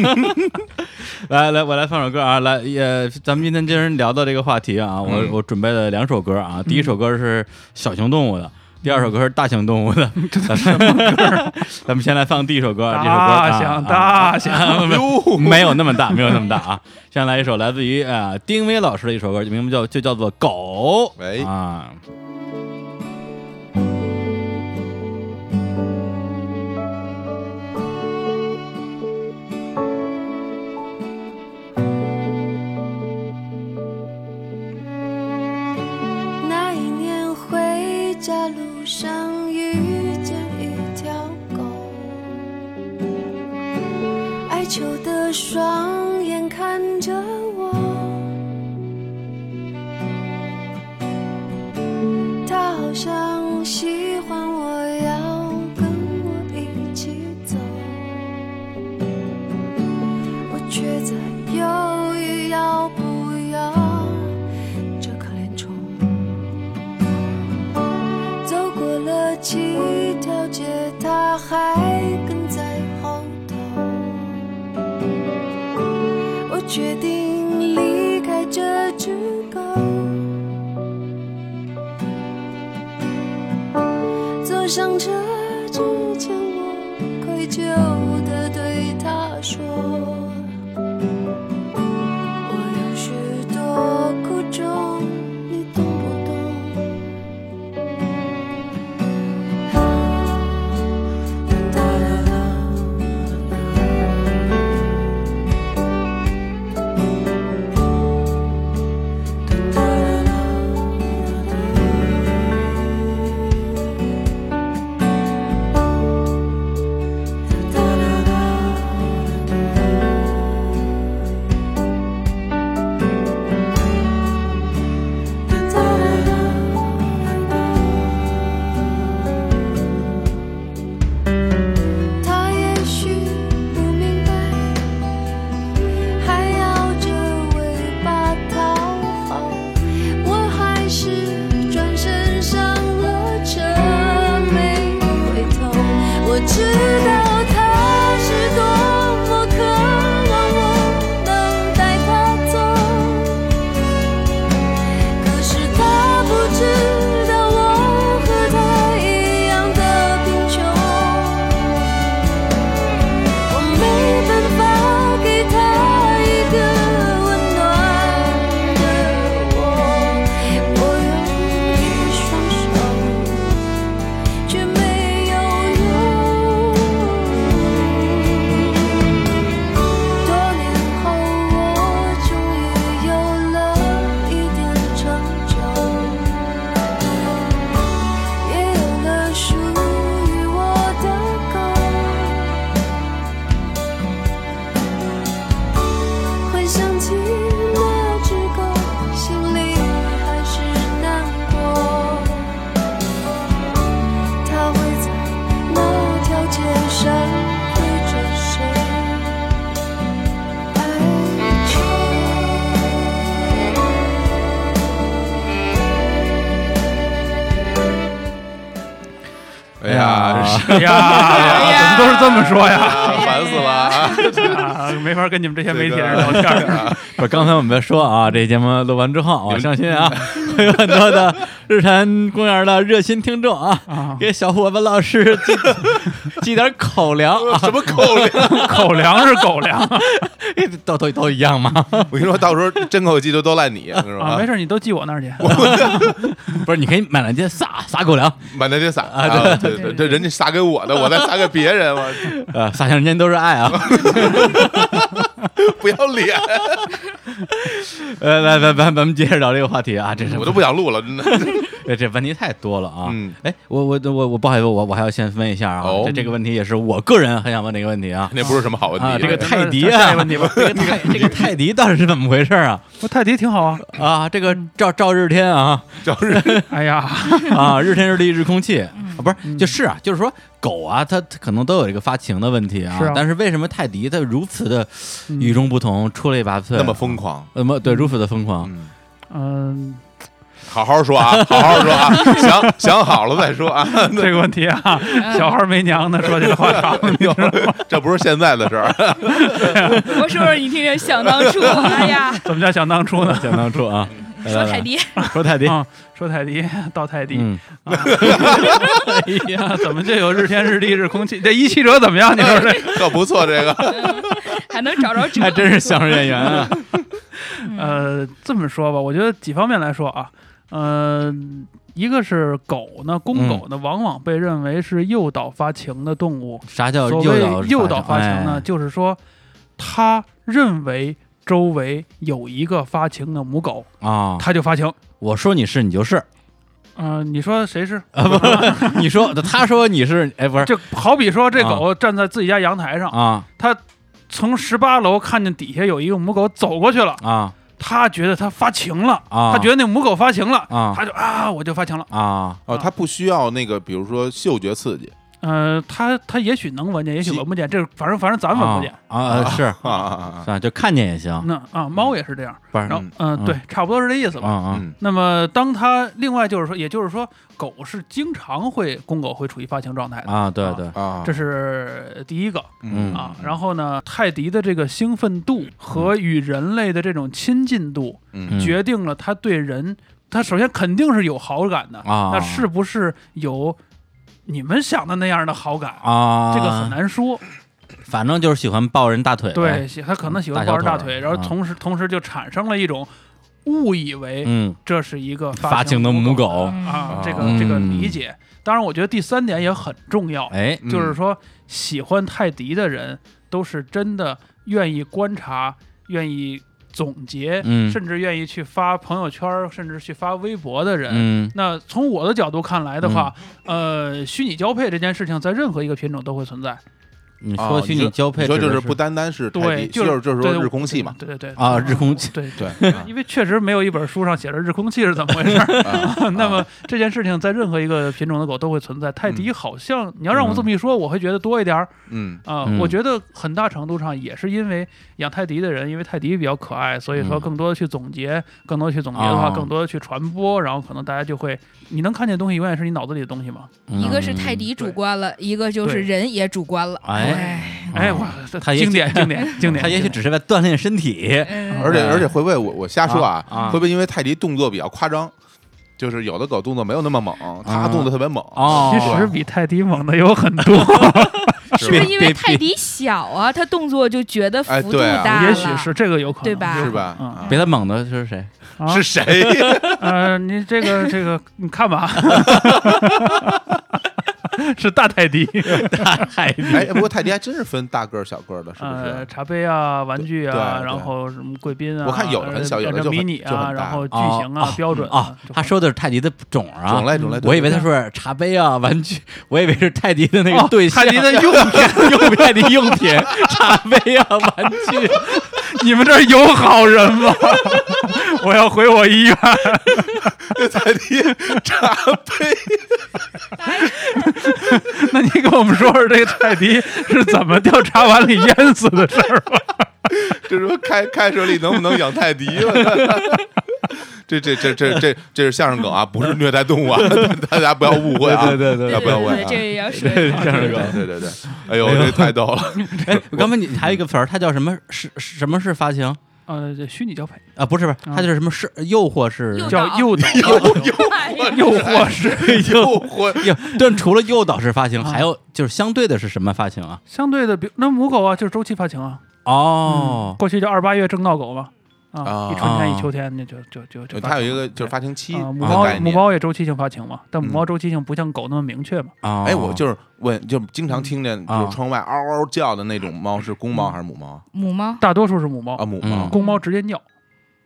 S1: *laughs* 来来，我来放首歌啊！来，也咱们今天既然聊到这个话题啊，我、
S2: 嗯
S1: 我准备了两首歌啊，第一首歌是小型动物的。第二首歌是大型动物的，咱们 *laughs* 咱们先来放第一首歌，啊这首歌
S3: 大象大象，
S1: 象啊没有那么大，没有那么大啊！先来一首来自于啊、呃丁薇老师的一首歌，名字叫就叫做《狗》
S2: 哎
S1: 啊。
S5: 那一年回家路上遇见一条狗，哀求的双眼看着我，它好像喜欢我，要跟我一起走，我却在犹豫要不要这可怜虫。走过了几条街，它还跟在后头。我决定离开这只狗，坐上车之前，我愧疚地对它说。我有许多苦衷，你懂不懂？哒啦啦。哒啦啦。哒啦啦。
S2: 哎
S3: 呀，都是这么说哎呀。
S2: 啊，烦死了啊！
S3: 啊，没法跟你们这些媒体人
S2: 这
S3: 聊
S2: 个
S3: 天儿。
S1: 不是，刚才我们说啊， *laughs* 这节目录完之后，我相信啊，会有很多的日坛公园的热心听众啊， *laughs*
S3: 啊，
S1: 给小伙伴老师寄寄点口粮
S2: *laughs*
S1: 啊，
S2: *laughs* 什么口令？
S3: 口粮是狗粮
S1: 哎都都都一样吗？ *laughs*
S2: 我跟你说，到时候真口技就都赖你，我跟你说
S3: 啊，没
S2: 啊，
S3: 事，你都寄我那儿去。啊
S1: 不是，你可以满大街撒撒狗粮，
S2: 满大街撒啊！对对，这人家撒给我的，我再撒给别人，我 *laughs*
S1: 呃，撒向人间都是爱啊。 *laughs*
S2: 不要脸， *laughs*
S1: 呃，来来来，咱们接着聊这个话题啊，这是
S2: 我都不想录了，真的。 *laughs*
S1: *laughs* 这这问题太多了啊。
S2: 嗯，
S1: 哎，我我我我不好意思，我我还要先分一下啊，
S2: 哦
S1: 这这个问题也是我个人很想问的一个问题啊。
S2: 那不是什么好问
S1: 啊，
S2: 题。
S1: 这个
S3: 对
S1: 泰迪
S3: 咱
S1: 啊，
S3: 下一个问题吧
S1: *laughs* 这个泰这个泰迪到底是怎么回事啊？
S3: 我泰迪挺好啊。
S1: 啊，这个赵赵日天啊
S2: 主要是
S3: 哎呀，
S1: 啊，日天日地日空气啊，
S3: 嗯
S1: 不是就是啊，就是说狗啊，它它可能都有这个发情的问题啊，
S3: 是啊
S1: 但是为什么泰迪它如此的
S3: 嗯
S1: 与众不同，出类拔萃，
S2: 那么疯狂。
S1: 呃，那么对如此的疯狂？
S2: 嗯，
S3: 嗯，
S2: 好好说啊，好好说 *laughs* 啊，想想好了再说啊。
S3: 这个问题啊，小孩没娘的，说起来话长。
S2: 哟，这不是现在的事儿， *laughs*
S4: 我说说你听听，想当初，哎呀，
S3: 怎么叫想当初呢？
S1: 想当初啊，来
S3: 嗯
S4: 说泰，迪，
S1: 来来说泰迪，
S3: 啊，说泰迪到泰迪，啊
S1: 嗯， *laughs*
S3: 哎呀，怎么就有日天日地日空气？这一汽车怎么样？你说这？
S2: 可不错，这个
S4: 还能找着辙
S1: *laughs* 还。真是相声演员啊，
S3: 呃，这么说吧，我觉得几方面来说啊，呃，一个是狗呢，公狗呢，往往被认为是诱导发情的动物。
S1: 啥叫
S3: 所
S1: 诱导
S3: 谓哦诱导发情呢，
S1: 哎
S3: 就是说他认为周围有一个发情的母狗，
S1: 啊？
S3: 他就发情。
S1: 我说你是你就是， *laughs*
S3: 嗯、你说谁 *laughs* 是？
S1: 你说他说你是，哎，不是
S3: 就好比说这狗站在自己家阳台上，
S1: 啊
S3: 从十八楼看见底下有一个母狗走过去了，
S1: 啊
S3: 他觉得它发情了，
S1: 啊
S3: 他觉得那母狗发情了，
S1: 啊
S3: 他就啊，我就发情了。
S1: 啊
S2: 哦，他不需要那个，比如说嗅觉刺激
S3: 呃，他他也许能闻见，也许
S2: 鸡
S3: 闻不见，这反正反正咱闻不见。
S1: 啊啊，是
S2: 啊啊
S1: 啊，就看见也行，
S3: 那啊，猫也是这样。
S1: 不是
S3: 然后
S2: 嗯，
S3: 嗯、
S1: 嗯
S3: 对，差不多是这意思
S1: 啊
S3: 吧。
S2: 啊！
S1: 啊
S2: 嗯，
S3: 那么，当它另外就是说，也就是说，狗是经常会公狗会处于发情状态的，
S1: 啊，对对，
S2: 啊，
S3: 这是第一个
S1: 嗯
S3: 啊。然后呢，泰迪的这个兴奋度和与人类的这种亲近度，
S2: 嗯
S1: 嗯
S3: 决定了它对人，它首先肯定是有好感的。
S1: 啊，
S3: 那是不是有你们想的那样的好感？
S1: 啊，
S3: 这个很，难说。
S1: 反正就是喜欢抱人大腿呗，
S3: 对，喜他可能喜欢
S1: 哎大
S3: 抱
S1: 小
S3: 着
S1: 腿儿
S3: 大腿，然后
S1: 啊
S3: 同时同时就产生了一种误以为
S1: 嗯，
S3: 这是一个
S1: 发情的母
S3: 母狗
S1: 狗，
S2: 嗯，
S3: 啊这个这个
S1: 嗯
S3: 理解。当然，我觉得第三点也很重要，
S1: 哎，
S2: 嗯
S3: 就是说喜欢泰迪的人都是真的愿意观察，愿意总结，
S1: 嗯
S3: 甚至愿意去发朋友圈儿，甚至去发微博的人。
S1: 嗯
S3: 那从我的角度看来的话，呃，虚拟交配这件事情在任何一个品种都会存在。
S1: 你
S2: 啊
S1: 说虚
S2: 你
S1: 拟
S2: 说
S1: 交配
S2: 你
S1: 指
S2: 说
S1: 的，
S2: 就是不单单是泰
S3: 对，
S2: 迪，
S3: 就
S2: 就是就是说
S3: 对
S2: 日空气嘛，
S3: 对对对
S1: 啊日空气
S3: *laughs* 对。
S2: 对，
S3: 因为确实没有一本书上写着日空气是怎么回
S1: *laughs*
S3: 事儿， *laughs*
S2: 啊
S3: 那么这件事情在任何一个品种的狗都会存在。
S1: 嗯
S3: 泰迪好像你要让我这么一说，我会觉得多一点儿
S2: 嗯
S3: 啊、
S1: 嗯
S3: 我觉得很大程度上也是因为养泰迪的人，因为泰迪比较可爱，所以说
S1: 嗯
S3: 更多的去总结，更多地去总结的话，
S1: 哦
S3: 更多的去传播，然后可能大家就会，你能看见的东西永远是你脑子里的东西嘛。
S1: 嗯
S4: 一个是泰，迪主观了，一个就是人也主观了。
S1: 哎
S3: 哎，
S1: 哦
S3: 哇，这
S1: 他也
S3: 经典经典经典，
S1: 他也许只是在锻炼身体，
S4: 嗯，
S2: 而且而且会不会我我瞎说啊
S1: 啊啊？
S2: 会不会因为泰迪动作比较夸张，就是有的狗动作没有那么猛，它动作特别猛
S1: 哦
S3: 其实比泰迪猛的有很多，
S4: 是不是因
S1: 别
S4: 为
S1: 别
S4: 泰迪小啊，他动作就觉得
S2: 哎
S4: 幅度
S2: 对啊
S4: 大了？
S3: 也许是这个有可能，
S4: 对吧
S3: 有可能
S2: 是吧
S3: 嗯，
S1: 别的猛的是谁？
S3: 啊
S2: 是谁？
S3: 呃，你这个这个，你看吧，是大泰迪，
S1: 泰迪
S2: 哎，不过泰迪还真是分大个儿小个儿的，是不
S3: 呃，
S2: 是？
S3: 茶杯啊，玩具
S2: 对
S3: 啊，
S2: 对
S3: 然后什么贵宾啊，
S2: 我看有的很小
S3: 呃
S2: 有的就很
S3: 迷你
S2: 就
S3: 啊，
S2: 很大
S3: 然后巨
S1: 哦
S3: 型啊
S1: 哦，
S3: 标准
S1: 啊
S3: 啊，就，
S1: 他说的是泰迪的种啊，
S2: 种类种类，
S1: 我以为
S2: 它
S1: 他说是茶杯啊、玩具，我以为是泰迪的那个
S3: 哦
S1: 对象，
S3: 泰迪的用
S1: 品， *laughs* 用泰迪用品，茶杯啊、玩
S2: *laughs*
S1: 具，
S3: 你们这儿有好人 *laughs* 吗？我要回我医院。
S2: 泰迪茶杯，
S3: 那你给我们说说这个泰迪是怎么掉茶碗里淹死的事儿吧？
S2: 就是说开开水里能不能养泰迪了？这这这这这这是相声梗啊，不是虐待动物啊，大家不要误会啊，
S1: 对对对
S4: 对
S2: 要
S4: 对
S2: 不要问
S4: 对，
S2: 啊？
S4: 这也要说
S1: 对
S4: 一下。
S1: 相声梗
S2: 对对对，哎呦，这太逗了，
S1: 哎，刚才你还有一个词儿，它叫什么？是是什么是发情
S3: 呃，这虚拟交配
S1: 啊？不是不是，
S3: 啊
S1: 它就是什么是诱惑是
S4: 诱
S3: 叫
S4: 导
S3: 诱导，
S4: 哎呀
S3: 诱惑是
S1: 诱
S2: *laughs* 又混
S1: 诱，但除了诱导式发情，
S3: 啊
S1: 还有就是相对的是什么发情啊？
S3: 相对的，比那母狗啊，就是周期发情啊。嗯
S1: 哦，
S3: 过去叫二八月正闹狗嘛，
S2: 啊
S3: 啊，一春天一秋天，那就就就就。
S2: 它有一个 *laughs* 就是发情期
S3: 啊，母
S2: 的
S3: 猫
S2: 概
S3: 母
S2: 念。
S3: 猫也周期性发情嘛，但
S2: 嗯
S3: 母猫周期性不像狗那么明确嘛。
S1: 哦
S2: 哎，我就是问，就经常听见就
S1: 啊
S2: 是窗外嗷嗷叫的那种猫是公猫还是母猫
S4: 母猫
S3: 大多数是母猫
S2: 啊？，母
S1: 嗯
S2: 猫
S3: 公猫直接尿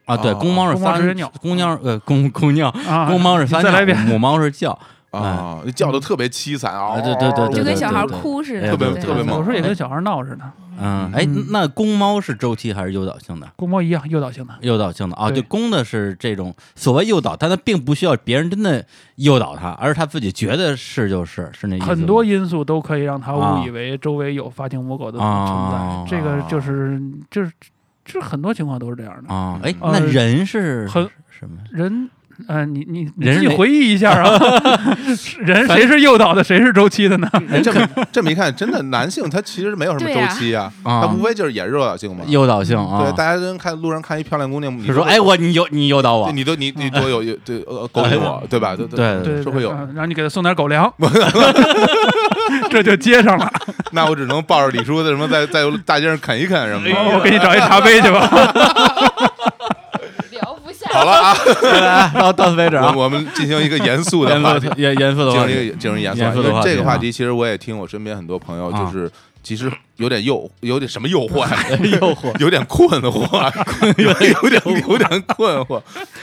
S1: 啊，对，
S2: 哦
S1: 公猫是
S3: 公猫
S1: 发
S3: 直接尿
S1: 公尿呃公公尿，
S2: *laughs*
S3: 啊。
S1: 公猫是翻
S3: 你再来一
S1: 尿，
S3: 遍
S1: 母猫是叫，
S2: 啊，叫的特别凄惨嗷
S1: 哎
S2: 嗷
S1: 啊
S2: 嗷
S1: 对对对对
S4: 就
S1: 对
S4: 跟
S1: 对
S4: 小
S1: 对
S4: 孩
S1: 对
S4: 哭似
S1: 哎
S4: 的，
S1: 特别
S4: 对
S2: 特别猛
S3: 有时候也跟小孩闹似的，
S1: 嗯，哎
S3: 嗯，
S1: 那公猫是周期还是诱导性的？
S3: 公猫一样诱导性的。
S1: 诱导性的啊，
S3: 对
S1: 就公的是这种所谓诱导，但它并不需要别人真的诱导它，而是它自己觉得是就是是那意思吗。
S3: 很多因素都可以让他
S1: 啊
S3: 误以为周围有发情母狗的存在，
S1: 啊
S3: 这个就是就是就是很多情况都是这样的。
S1: 啊，哎，
S3: 呃
S1: 那人是
S3: 很
S1: 什么？
S3: 人，呃，你你你
S1: 人
S3: 自己
S1: 类
S3: 回忆一下
S2: *laughs*
S3: 啊，人谁是诱导的，谁是周期的呢？
S2: 哎这么 *laughs* 这么一看，真的男性他其实没有什么
S4: 对啊
S2: 周期啊，他
S1: 啊
S2: 无，非就是也是诱导性嘛。
S1: 诱导性啊，
S2: 对，大家都看路上看一漂亮姑娘，你
S1: 是说
S2: 都
S1: 哎，我你诱你诱导我
S2: 对，你都你你多有有对呃勾引我对吧？对
S1: 哎对
S3: 对，
S2: 是会有
S3: 嗯然后你给他送点
S2: *laughs*
S3: 狗粮， *laughs* 这就接上了。
S2: *laughs* 那我只能抱着李叔的什么在在大街上啃一啃什么
S3: 哎哦我
S1: *laughs*
S2: 的。
S3: 给你找一茶杯
S2: *laughs*
S3: 去吧。
S4: 聊不下
S2: 好了啊，
S1: *laughs* 来 *laughs* 来来到到此为止啊，
S2: 我我们进行一个严肃的
S1: 严
S2: 话题
S1: 肃，严严肃的
S2: 进
S1: 话
S2: 行
S1: 题
S2: 一个进行严肃
S1: 严肃
S2: 因
S1: 的
S2: 为
S1: 话题
S2: 这个
S1: 啊
S2: 话题，其实我也听我身边很多朋友就
S1: 啊
S2: 是其实有点诱，有点什么诱惑呀，啊
S1: 诱惑
S2: *laughs* 有点 *laughs* 困惑，有点有点有点困惑，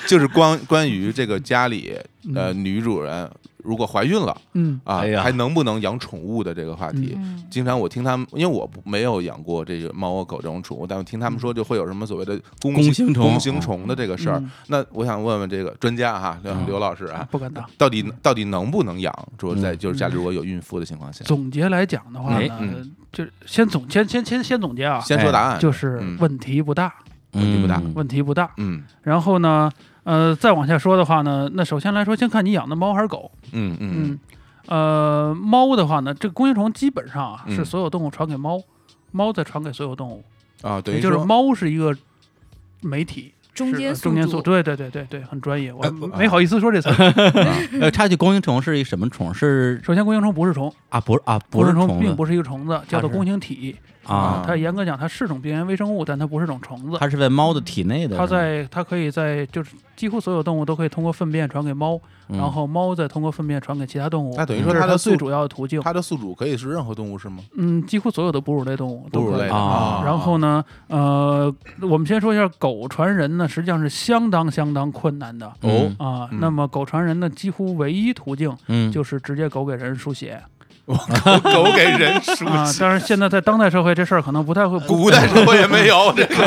S2: 就是关关于这个家里呃女主人如果怀孕了
S3: 嗯，
S2: 啊
S1: 嗯哎呀，
S2: 还能不能养宠物的这个话题。
S4: 嗯，
S2: 经常我听他们，因为我不没有养过这个猫啊狗这种宠物，但我听他们说就会有什么所谓的弓
S1: 弓
S2: 形
S1: 形虫
S2: 弓形虫的这个事儿
S3: 嗯。
S2: 那我想问问这个专家哈，刘
S1: 嗯
S2: 刘老师啊，
S3: 不敢当。
S2: 到底到底能不能养？说在
S1: 嗯
S2: 就是家里如果有孕妇的情况下，
S3: 总结来讲的话
S1: 哎
S3: 呢
S2: 嗯，
S3: 就是先总先先先先总结啊，
S2: 先说答案，
S3: 就是
S2: 嗯
S3: 问题不大，
S1: 问
S2: 题不大
S3: 问题不大。
S2: 嗯
S3: 然后呢，呃，再往下说的话呢，那首先来说，先看你养的猫还是狗。
S2: 嗯嗯
S3: 嗯，呃，猫的话呢，这个弓形虫基本上啊
S2: 嗯
S3: 是所有动物传给猫，猫再传给所有动物，
S2: 啊，等
S3: 也
S2: 于
S3: 就是
S2: 说
S3: 猫是一个媒体，
S4: 中
S3: 是
S4: 间
S3: 呃中间
S4: 宿
S3: 宿，
S4: 主
S3: 对对对对对，很专业，我
S2: 哎不
S3: 没好意思说这词儿。
S1: 呃，插句，弓形虫是一什么虫？是
S3: 首先，弓形虫不是虫，
S1: 啊，不是啊，不
S3: 弓
S1: 是
S3: 形虫
S1: 虫
S3: 并
S1: 子
S3: 不是一个虫子，叫做
S1: 是
S3: 弓形体
S1: 啊，
S3: 它严格讲，它是种病原微生物，但它不是种虫子。
S1: 它是在猫的体内的。
S3: 它在它可以在就是几乎所有动物都可以通过粪便传给猫，
S1: 嗯，
S3: 然后猫再通过粪便传给其他动物。
S2: 那等于
S3: 这
S2: 说
S3: 嗯是
S2: 它的
S3: 最
S2: 宿
S3: 主要的途径。
S2: 它的宿主可以是任何动物是吗？
S3: 嗯，几乎所有的哺乳类动物
S2: 哺
S3: 都
S2: 乳
S3: 可以
S2: 类的
S1: 啊
S3: 然后呢，呃，我们先说一下狗传人呢，实际上是相当相当困难的
S1: 嗯
S3: 啊。
S2: 嗯
S3: 那么狗传人呢，几乎唯一途径
S1: 嗯，
S3: 就是直接狗给人输血
S2: 狗狗给人输
S3: *laughs* 啊。当然，现在在当代社会这事儿可能不太 *laughs* 会
S2: *laughs* 古代社会也没有这个，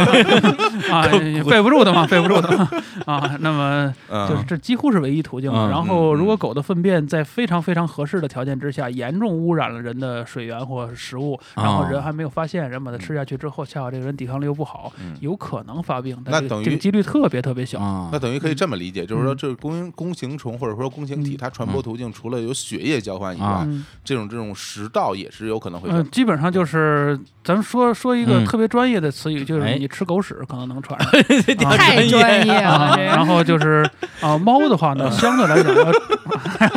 S3: 啊，备不住的嘛，备 *laughs* 不住的嘛啊。那么就是
S2: 嗯
S3: 这几乎是唯一途径了。
S1: 嗯
S3: 然后，
S2: 嗯
S3: 如果狗的粪便在非常非常合适的条件之下，严重污染了人的水源或食物，
S2: 啊
S3: 然后
S1: 哦
S3: 人还没有发现，人把它吃下去之后，恰好这个人抵抗力又不好，
S2: 嗯
S3: 有可能发病，
S2: 那
S3: 但这
S2: 等
S3: 个
S2: 于
S3: 这个几率特别特别小。
S1: 啊
S2: 那，等于可以这么理解，就是说
S3: 嗯
S2: 这个弓弓形虫或者说弓形体，
S3: 嗯
S2: 它传播途径除了有血液交换以
S1: 啊
S2: 外，
S3: 嗯，
S2: 这种这种食道也是有可能会传
S3: 呃，基本上就是咱们说说一个
S1: 嗯
S3: 特别专业的词语，就
S1: 哎
S3: 是你吃狗屎可能能
S2: *laughs*
S3: 传
S2: 哎
S3: 染
S1: 啊
S4: 太专业
S3: 啊。
S4: 了，这
S3: 然
S4: 个
S3: 后就是啊，猫的
S2: 嗯
S3: 话呢，相对来讲
S2: *laughs*
S3: 要，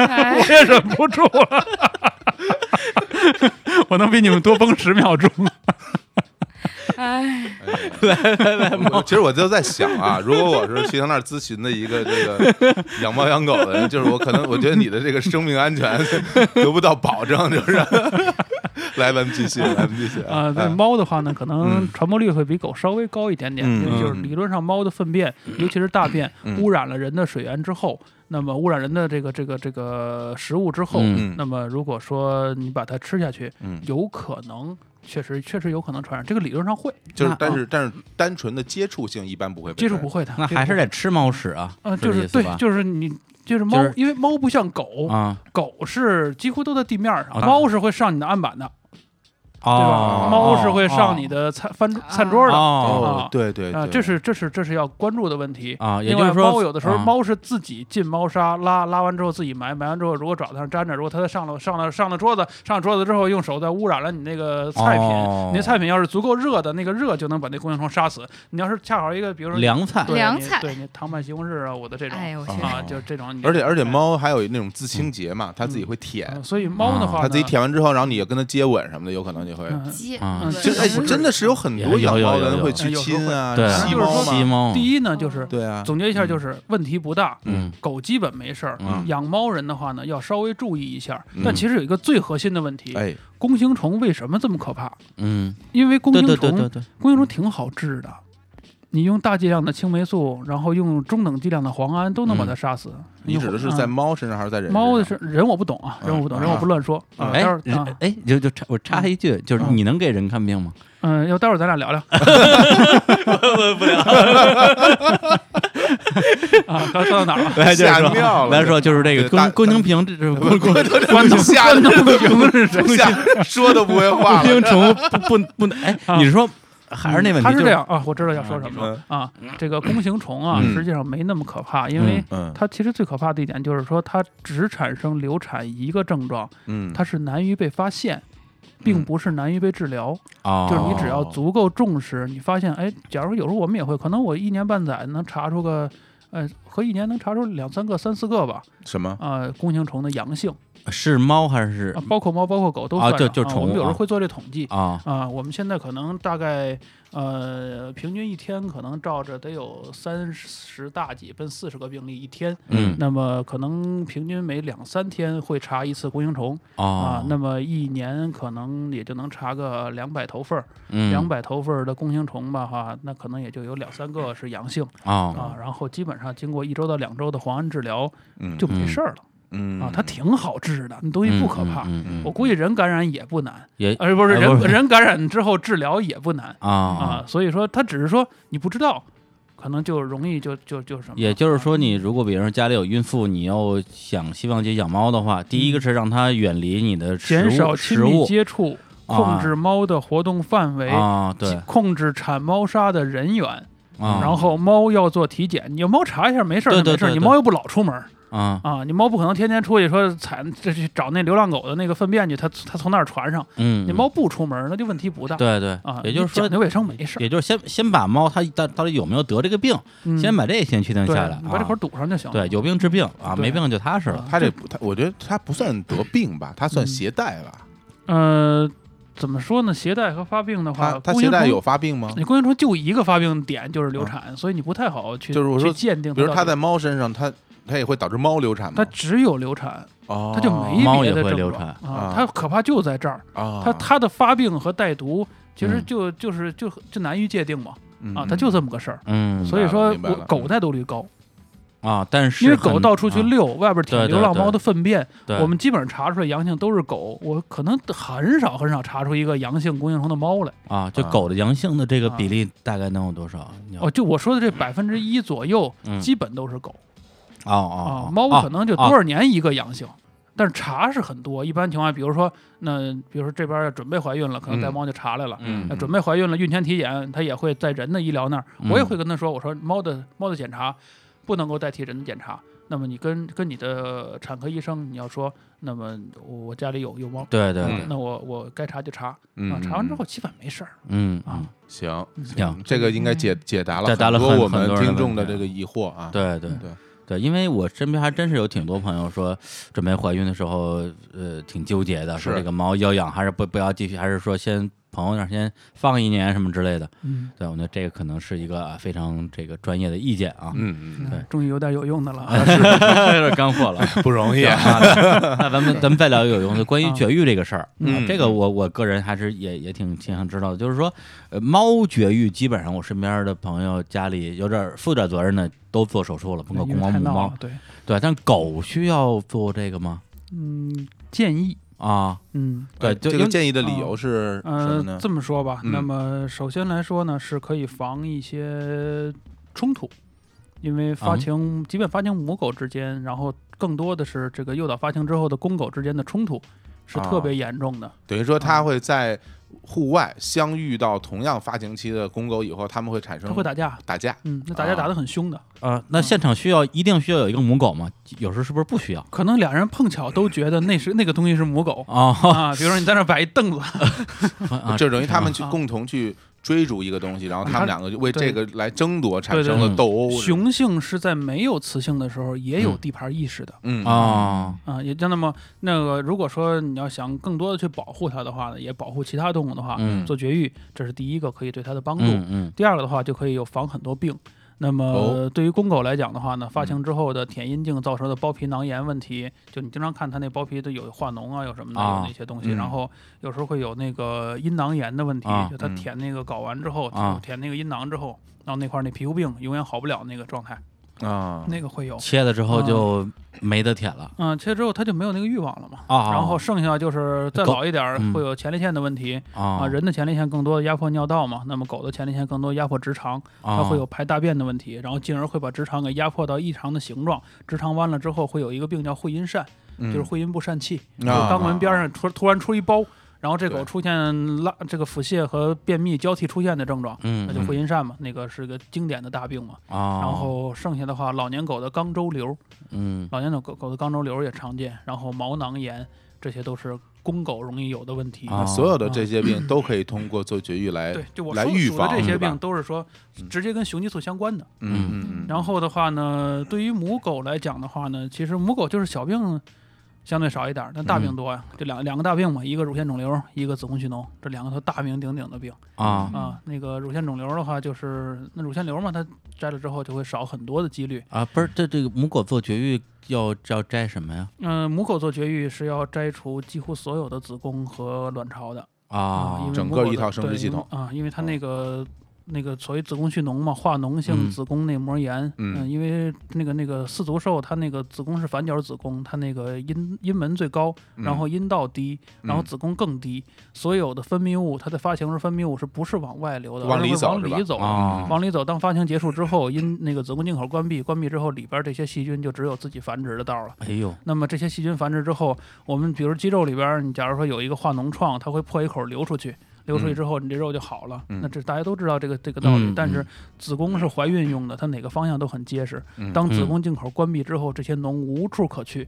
S4: 哎
S3: 我也忍不住了， *laughs* 我能比你们多崩十秒
S2: *laughs*
S3: 钟。
S4: 哎，
S2: 我其实我就在想啊，如果我是去他那儿咨询的一个这个养猫养狗的人，就是我可能我觉得你的这个生命安全得不到保证，就是。来，咱们继续，来，咱们继续
S3: 啊，对
S2: 嗯
S3: 猫的话呢，可
S2: 嗯
S3: 能传播率会比狗稍微高一点点，
S2: 嗯
S3: 因为就是
S2: 嗯
S3: 理论上猫的粪便，尤其是大便
S2: 嗯，
S3: 污染了人的水源之后，那么污染人的这个这个这个食物之后，
S1: 嗯
S3: 那么如果说你把它吃下去，
S2: 嗯，
S3: 有可能。确实，确实有可能传染，这个理论上会
S2: 就是
S3: 那，
S2: 但
S3: 啊
S2: 是但是单纯的接触性一般不会被
S3: 接触
S2: 传
S3: 不会的，
S1: 那
S3: 接触
S1: 还是
S3: 不
S1: 得吃猫屎啊，
S3: 呃，就
S1: 这
S3: 是是
S1: 意思
S3: 对
S1: 吧，？
S3: 就是你就是猫
S1: 就是，
S3: 因为猫不像狗，
S1: 啊
S3: 狗是几乎都在地面上，
S1: 啊
S3: 猫是会上你的案板的，对
S1: 哦
S3: 吧？，猫是会上你的餐饭桌餐桌的
S1: 哦
S3: 啊
S2: 对对
S3: 啊，
S2: 对
S3: 这是这是这是要关注的问题。
S1: 啊，也
S3: 另
S1: 就是
S3: 外，
S1: 说
S3: 猫有的时候
S1: 啊
S3: 猫是自己进猫砂，拉拉完之后自己埋，埋完之后如果爪子上沾着，如果它上了上了上了桌子，上了桌子之后用手再污染了你那个菜品，
S1: 哦
S3: 你那菜品要是足够热的，那个热就能把那弓形虫杀死。你要是恰好一个，比如说
S1: 哦凉菜
S3: 对
S5: 凉
S3: 你
S5: 菜
S3: 对你糖拌西红柿啊，我的这种、
S5: 哎呦我去，
S4: 嗯
S3: 啊，就这种你就。
S2: 而且而且猫还有那种自清洁嘛，它自己会
S3: 嗯，
S2: 舔，
S3: 所以猫的话呢，
S2: 啊它自己舔完之后，然后你跟它接吻什么的，有可能就会。
S3: 嗯。
S5: 鸡
S1: 啊
S5: 嗯
S2: 其实哎，真的是有很多养猫的人会去
S3: 哎有有有有
S2: 亲啊，
S1: 对
S2: 吸猫
S1: 吸
S2: 嘛，
S1: 猫，
S3: 第一呢，就是
S2: 对啊，
S3: 总结一下，就是问题不大，
S1: 嗯
S3: 狗基本没事儿。
S1: 嗯
S3: 养猫人的话呢，要稍微注意一下。
S2: 嗯
S3: 但其实有一个最核心的问题，
S2: 哎，
S3: 弓形虫为什么这么可怕？
S1: 嗯，
S3: 因为弓
S1: 对
S3: 形
S1: 对
S3: 虫，
S1: 对对对，
S3: 弓
S2: 嗯
S3: 形虫挺好治的。你用大剂量的青霉素，然后用中等剂量的磺胺，都能把它杀死。
S2: 你指的是在
S3: 嗯
S2: 猫身上还嗯是在人？
S3: 猫的是人我不懂啊，
S2: 嗯
S3: 人我不懂，
S2: 啊
S3: 人我不乱说啊。
S1: 哎
S3: 待会儿啊
S1: 人哎，就就插我插一句，就是
S3: 嗯
S1: 你能给人看病吗？
S3: 嗯，要待会儿咱俩
S2: *laughs*
S3: 聊聊。不聊。啊，刚说到哪儿了？
S1: 哎就是
S2: 吓
S1: 说
S2: 尿了
S1: 来说就是这个
S2: 对大
S1: 关关东平这这关关
S3: 关 *laughs* 东
S2: 吓
S3: 关东平是谁？
S2: 吓说都不会话
S1: 关
S2: 了
S3: *laughs*
S1: 东。
S2: *laughs*
S1: 虫不不不能哎，你是说还是那问题？
S3: 啊它是
S1: 就
S3: 这样啊，我知道要说什么
S2: 嗯
S3: 了啊。这个弓形虫啊，
S2: 嗯
S3: 实际上没那么可怕，因为
S2: 嗯
S3: 它其实最可怕的一点就是说，它只产生流产一个症状，
S2: 嗯，
S3: 它是难于被发现，并不是难于被治疗。
S1: 哦，
S3: 就是你只要足够重视，你发现，哎，假如有时候我们也会，可能我一年半载能查出个。呃，和一年能查出两三个、三四个吧，
S2: 什么？
S3: 呃，弓形虫的阳性
S1: 是猫还啊是嗯
S3: 啊，包括猫、包括狗都
S1: 啊
S3: 算
S1: 就
S3: 上
S1: 就
S3: 啊
S1: 宠
S3: 我们
S1: 物
S3: 有时
S1: 啊
S3: 候会做这统计，
S1: 啊？
S3: 啊，我们现在可能大概呃，平均一天可能照着得有三十大几奔四十个病例一天。
S1: 嗯
S3: 那么可能平均每两三天会查一次弓形虫啊
S1: 哦，，
S3: 那么一年可能也就能查个两百头份儿，
S1: 那
S3: 两百头份儿的弓形虫吧哈，那可能也就有两三个是阳性
S1: 哦，
S3: 啊，然后基本上经过一周到两周的磺胺治疗
S2: 嗯
S3: 就没事儿了、
S2: 嗯
S3: 啊，它挺好治的，那东西不可怕。呃
S1: 嗯嗯嗯
S3: 我估计人感染也不难，
S1: 也
S3: 而不是
S1: 哎
S3: 人、
S1: 不是
S3: 人感染之后治疗也不难
S1: 啊
S3: 啊
S1: 啊，
S3: 所以说他只是说你不知道，可能就容易就就就什么，
S1: 也就是说，你如果比如说家里有孕妇，你要想希望去养猫的话，第一个是让它远离你的食
S3: 嗯减少
S1: 物
S3: 亲
S1: 食
S3: 密
S1: 物
S3: 接触，控制猫的活动范围。
S1: 啊，对
S3: 控制产猫砂的人员，
S1: 啊，
S3: 然后猫要做体检，你要猫查一下没事儿，
S1: 对
S3: 那没
S1: 对
S3: 事儿，
S1: 对
S3: 你
S1: 对
S3: 猫又不老出门儿
S1: 啊
S3: 啊，你猫不可能天天出去说采这去找那流浪狗的那个粪便去，它它从那儿传上，
S1: 嗯，
S3: 你猫不出门儿，那就问题不大
S1: 对对
S3: 啊。
S1: 也就是
S3: 你
S1: 说
S3: 讲究卫生没事儿，
S1: 也就是先先把猫它到到底有没有得这个病，
S3: 嗯
S1: 先把这先确定
S3: 对
S1: 下来，
S3: 你把这
S1: 啊
S3: 口堵上就行了。
S1: 对有病治病啊，
S3: 对
S1: 没病就踏实了
S3: 啊
S2: 它这不，它我觉得它不算得病吧，它算
S3: 嗯
S2: 携带吧。
S3: 呃，怎么说呢？携带和发病的
S2: 它
S3: 话，
S2: 它携
S3: 弓形
S2: 带
S3: 虫
S2: 有发病吗？
S3: 你弓形虫就一个发病点就是流产，所以你不太好去
S2: 就是我说
S3: 去鉴定
S2: 比
S3: 它到
S2: 如
S3: 底。
S2: 它在猫身上，它它也会导致猫流产
S3: 它
S2: 吗？
S3: 只有流产，
S2: 哦，
S3: 它就没
S1: 猫
S3: 别
S1: 也
S3: 的
S1: 会
S3: 症
S1: 流
S3: 状
S1: 产
S2: 啊。
S3: 啊它可怕就在这儿，
S2: 啊，
S3: 它它的发病和带毒其实
S1: 嗯
S3: 就就是就就难于界定嘛
S2: 嗯
S3: 啊，它就这么个事儿。
S1: 嗯
S3: 所以说
S2: 明白
S3: 我
S2: 了
S3: 狗带毒率高，
S1: 啊，但是
S3: 因为
S1: 很
S3: 狗到处去
S1: 啊
S3: 遛，外边
S1: 对
S3: 舔
S1: 对
S3: 流浪
S1: 对
S3: 猫的粪便，
S1: 对
S3: 我们基本上查出来阳性都是狗，我可能很少很少查出一个阳性弓形虫的猫来。
S1: 啊，就
S2: 啊
S1: 狗的阳性的这个
S3: 啊
S1: 比例大概能有多少？你要
S3: 哦，就我说的这百分之一左右，
S1: 嗯
S3: 基本都是狗
S1: 哦哦
S3: 啊
S1: 哦，，
S3: 猫可能就多
S1: 啊
S3: 少年一个阳性，但是查是很多。一般情况下，比如说那，比如说这边要准备怀孕了，可能带
S2: 嗯
S3: 猫就查来了。
S1: 嗯
S3: 那准备怀孕了，孕前体检，它也会在人的医疗那儿，
S1: 嗯
S3: 我也会跟他说，我说猫的猫的检查不能够代替人的检查。那么你跟跟你的产科医生，你要说，那么我家里有有猫，
S1: 对对
S2: 嗯
S1: 对，
S3: 那我我该查就查啊
S2: 嗯，
S3: 查完之后基本没事儿
S1: 嗯
S3: 啊
S1: 嗯，
S2: 行
S1: 行，
S2: 这个应该解解答了
S1: 解答了
S2: 很
S1: 很
S2: 多我们
S1: 很多人的
S2: 听众的
S1: 问题
S2: 这个疑惑啊。
S1: 对对
S2: 对
S1: 对，因为我身边还真是有挺多朋友说，准备怀孕的时候，呃，挺纠结的，说
S2: 是
S1: 这个猫要养还是不不要继续，还是说先朋友那儿先放一年什么之类的。
S3: 嗯，
S1: 对，我觉得这个可能是一个啊非常这个专业的意见啊，
S2: 嗯，
S1: 对
S3: 终于有点有用的了啊。
S1: *laughs*
S3: *laughs*
S1: 有点干货
S2: *laughs*
S1: 了。
S2: 嗯，不容易
S1: 对
S2: 啊。
S1: 啊那咱们咱们再聊有用的
S3: 啊
S1: 关于绝育这个事儿，
S2: 嗯
S1: 啊这个我我个人还是也也挺挺想知道的，就是说，呃，猫绝育基本上我身边的朋友家里有点儿负点责任的都做手术了，甭管公猫
S3: 因为太
S1: 母
S3: 闹
S1: 猫
S3: 了，对，
S1: 对，但狗需要做这个吗？
S3: 嗯，建议，
S1: 啊，
S3: 嗯，
S1: 对，
S2: 这
S1: 就
S2: 个
S1: 因
S2: 建议的理由是什么
S3: 呃
S2: 呢，？
S3: 这么说吧，
S2: 嗯
S3: 那么首先来说呢，是可以防一些冲突，因为发
S1: 嗯
S3: 情，即便发情母狗之间，然后更多的是这个诱导发情之后的公狗之间的冲突，是
S2: 啊
S3: 特别严重的。
S2: 等于说它会在户外相遇到同样发情期的公狗以后，它们会产
S3: 它
S2: 生
S3: 会打架，
S2: 打架。
S3: 嗯，那打架
S2: 啊
S3: 打得很凶的，
S1: 啊，
S3: 嗯
S1: 那现场需要一定需要有一个母狗吗？有时候是不是不需要？
S3: 可能俩人碰巧都觉得那是那个东西是母狗。 *laughs*
S1: 哦，
S3: 啊，比如说你在那儿摆一凳子，
S1: 啊
S2: 这等于他们去
S3: 啊
S2: 共同去追逐一个东西，然后他
S3: 它
S2: 们两个就为这
S3: 对
S2: 个来争夺，产生
S1: 对
S2: 了斗殴。是吧
S3: 雄性是在没有雌性的时候也有
S1: 嗯
S3: 地盘意识的
S2: 嗯
S1: 哦，
S3: 啊，也就那么那个，如果说你要想更多的去保护它的话呢，也保护其他动物的话，
S1: 嗯
S3: 做绝育，这是第一个可以对它的帮助。
S1: 嗯嗯
S3: 第二个的话，就可以有防很多病。那么
S2: 哦
S3: 对于公狗来讲的话呢，发情之后的舔阴茎造成的包皮囊炎问题，就你经常看它那包皮都有化脓啊，有什么的
S1: 啊
S3: 有那些东西，
S2: 嗯
S3: 然后有时候会有那个阴囊炎的问题
S1: 啊，
S3: 就它
S2: 嗯
S3: 舔那个睾丸之后
S1: 啊，
S3: 舔那个阴囊之后，然后那块儿那皮肤病永远好不了那个状态，
S1: 嗯
S2: 啊，
S3: 那个会有。
S1: 切了之后就没得舔了
S3: 嗯，切之后它就没有那个欲望了嘛。
S1: 啊。
S3: 然后剩下就是再
S1: 狗
S3: 老一点儿
S1: 嗯
S3: 会有前列腺的问题
S1: 啊
S3: 啊，人的前列腺更多地压迫尿道嘛，那么狗的前列腺更多地压迫直肠，它
S1: 它
S3: 会有排大便的问题，然后进而会把直肠给压迫到异常的形状。直肠弯了之后，会有一个病叫会阴疝，
S2: 嗯
S3: 就是会阴部疝气，就是
S1: 哦
S2: 啊
S3: 肛门边上突突然出一包，然后这狗
S2: 对
S3: 出现拉这个腹泻和便秘交替出现的症状，
S1: 嗯
S3: 那就会阴疝嘛，那个是个经典的大病嘛。
S1: 啊，
S3: 然后剩下的话，老年狗的肛周瘤，
S1: 嗯
S3: 老年的狗狗的肛周瘤也常见，然后毛囊炎，这些都是公狗容易有的问题。
S1: 啊
S2: 所有的这些病都可以通过做绝育来，
S3: 对，就我
S2: 来
S3: 说
S2: 预
S3: 数的这
S2: 防
S3: 些
S2: 是吧
S3: 病都是说直接跟雄激素相关的。
S2: 嗯嗯嗯，
S3: 然后的话呢，对于母狗来讲的话呢，其实母狗就是小病相对少一点儿，但大
S2: 嗯
S3: 病多呀、这两两个大病嘛，一个乳腺肿瘤，一个子宫蓄脓，这两个都大名鼎鼎的病
S1: 啊
S2: 嗯
S3: 啊。那个乳腺肿瘤的话，就是那乳腺瘤嘛，它摘了之后就会少很多的几率。
S1: 啊，不是这这个母狗做绝育要要摘什么呀？
S3: 嗯、母狗做绝育是要摘除几乎所有的子宫和卵巢的
S1: 啊
S3: 因为
S2: 整
S3: 母
S2: 个
S3: 狗
S2: 一
S3: 的
S2: 套生殖
S3: 对
S2: 系
S3: 因为
S2: 统嗯
S3: 啊，因为它那个。那个所谓子宫蓄脓嘛，化脓
S1: 嗯
S3: 性子宫内膜炎。
S2: 嗯
S3: 因为那个那个四足兽，它那个子宫是反角子宫，它那个阴阴门最高，然后阴道低，然后
S2: 嗯
S3: 子宫更低，所有的分泌物，它在发情时分泌物是不是往外流的，
S2: 往
S3: 而是
S2: 里
S3: 会
S2: 走
S3: 往
S2: 是吧
S3: 里走，
S1: 啊
S3: 往里走。当发情结束之后，阴那个子宫颈口关闭，关闭之后，里边这些细菌就只有自己繁殖的道了。
S1: 哎呦
S3: 那么这些细菌繁殖之后，我们比如肌肉里边儿，你假如说有一个化脓创，它会破一口流出去，流出去之后，你这肉就好了。
S2: 嗯
S3: 那这大家都知道这个这个道理。
S1: 嗯
S3: 但是
S1: 嗯
S3: 子宫是怀孕用的，它哪个方向都很结实。
S2: 嗯
S3: 当子
S1: 嗯
S3: 宫颈口关闭之后，这些脓无处可去。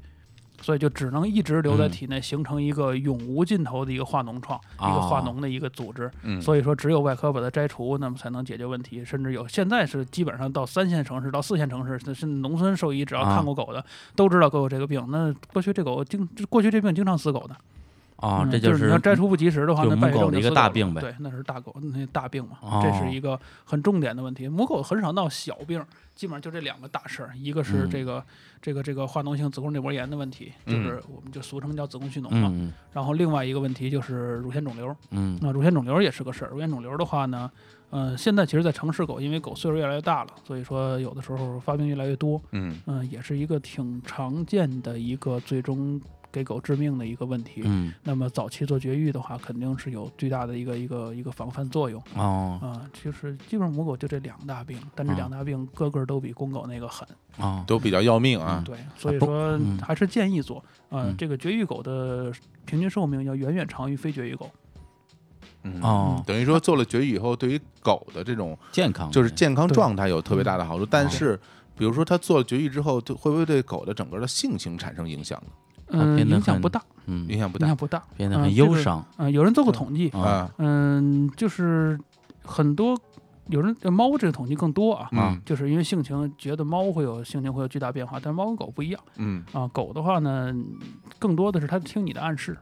S3: 所以就只能一直留在
S1: 嗯
S3: 体内，形成一个永无尽头的一个化脓创，一个
S1: 哦
S3: 化脓的一个组织。
S2: 嗯
S3: 所以说，只有外科把它摘除，那么才能解决问题。甚至有现在是基本上到三线城市、到四线城市，甚至农村兽医，只要
S1: 啊
S3: 看过狗的，都知道狗有这个病。那过去这狗经过去这病经常死狗的
S1: 啊，
S3: 嗯
S1: 这
S3: 就是你要摘除不及时的话，
S1: 就
S3: 那
S1: 母
S3: 败血
S1: 狗的
S3: 症就
S1: 一个
S3: 死
S1: 大
S3: 狗了
S1: 病呗
S3: 对，那是大狗那大病嘛，
S1: 哦
S3: 这是一个很重点的问题。母狗很少闹小病，基本上就这两个大事儿，一个是
S1: 嗯
S3: 这个、这个这个化脓性子宫内膜炎的问题，就是我们就俗称叫子宫蓄脓嘛。
S1: 嗯
S3: 然后另外一个问题就是乳腺肿瘤。
S1: 嗯
S3: 那乳腺肿瘤也是个事儿。乳腺肿瘤的话呢，嗯、现在其实，在城市狗，因为狗岁数越来越大了，所以说有的时候发病越来越多，
S2: 嗯
S3: 嗯、也是一个挺常见的一个最终给狗致命的一个问题。
S1: 嗯
S3: 那么早期做绝育的话，肯定是有巨大的一个一个一个防范作用
S1: 哦
S3: 啊、就是基本上母狗就这两大病，但这
S1: 嗯
S3: 两大病个个都比公狗那个狠。
S1: 哦
S2: 都比较要命啊，
S3: 对，所以
S1: 不
S3: 说
S1: 嗯
S3: 还是建议做。呃
S1: 嗯
S3: 这个绝育狗的平均寿命要远远长于非绝育狗。
S2: 嗯
S1: 哦，
S2: 等于说做了绝育以后，对于狗的这种
S1: 健康
S2: 就是
S1: 健
S2: 健康状态有特别大的
S1: 嗯
S2: 好处，
S1: 哦
S2: 但是。比如说，它做了绝育之后，就会不会对狗的整个的性情产生影响呢？
S3: 嗯、
S1: 变得
S3: 影响
S1: 很
S3: 不大，
S2: 影
S1: 嗯
S2: 响不
S3: 影
S2: 大
S3: 响不大。
S1: 变得
S3: 嗯
S1: 很
S3: 这
S1: 忧
S3: 个
S1: 伤
S3: 呃，有人做过
S2: 对
S3: 统计，
S1: 啊
S2: 啊
S3: 嗯，就是很多有人呃猫这个统计更多啊，
S2: 嗯
S3: 就是因为性情觉得猫会有性情会有巨大变化，但猫跟狗不一样
S2: 嗯
S3: 啊。狗的话呢，更多的是它听你的暗示。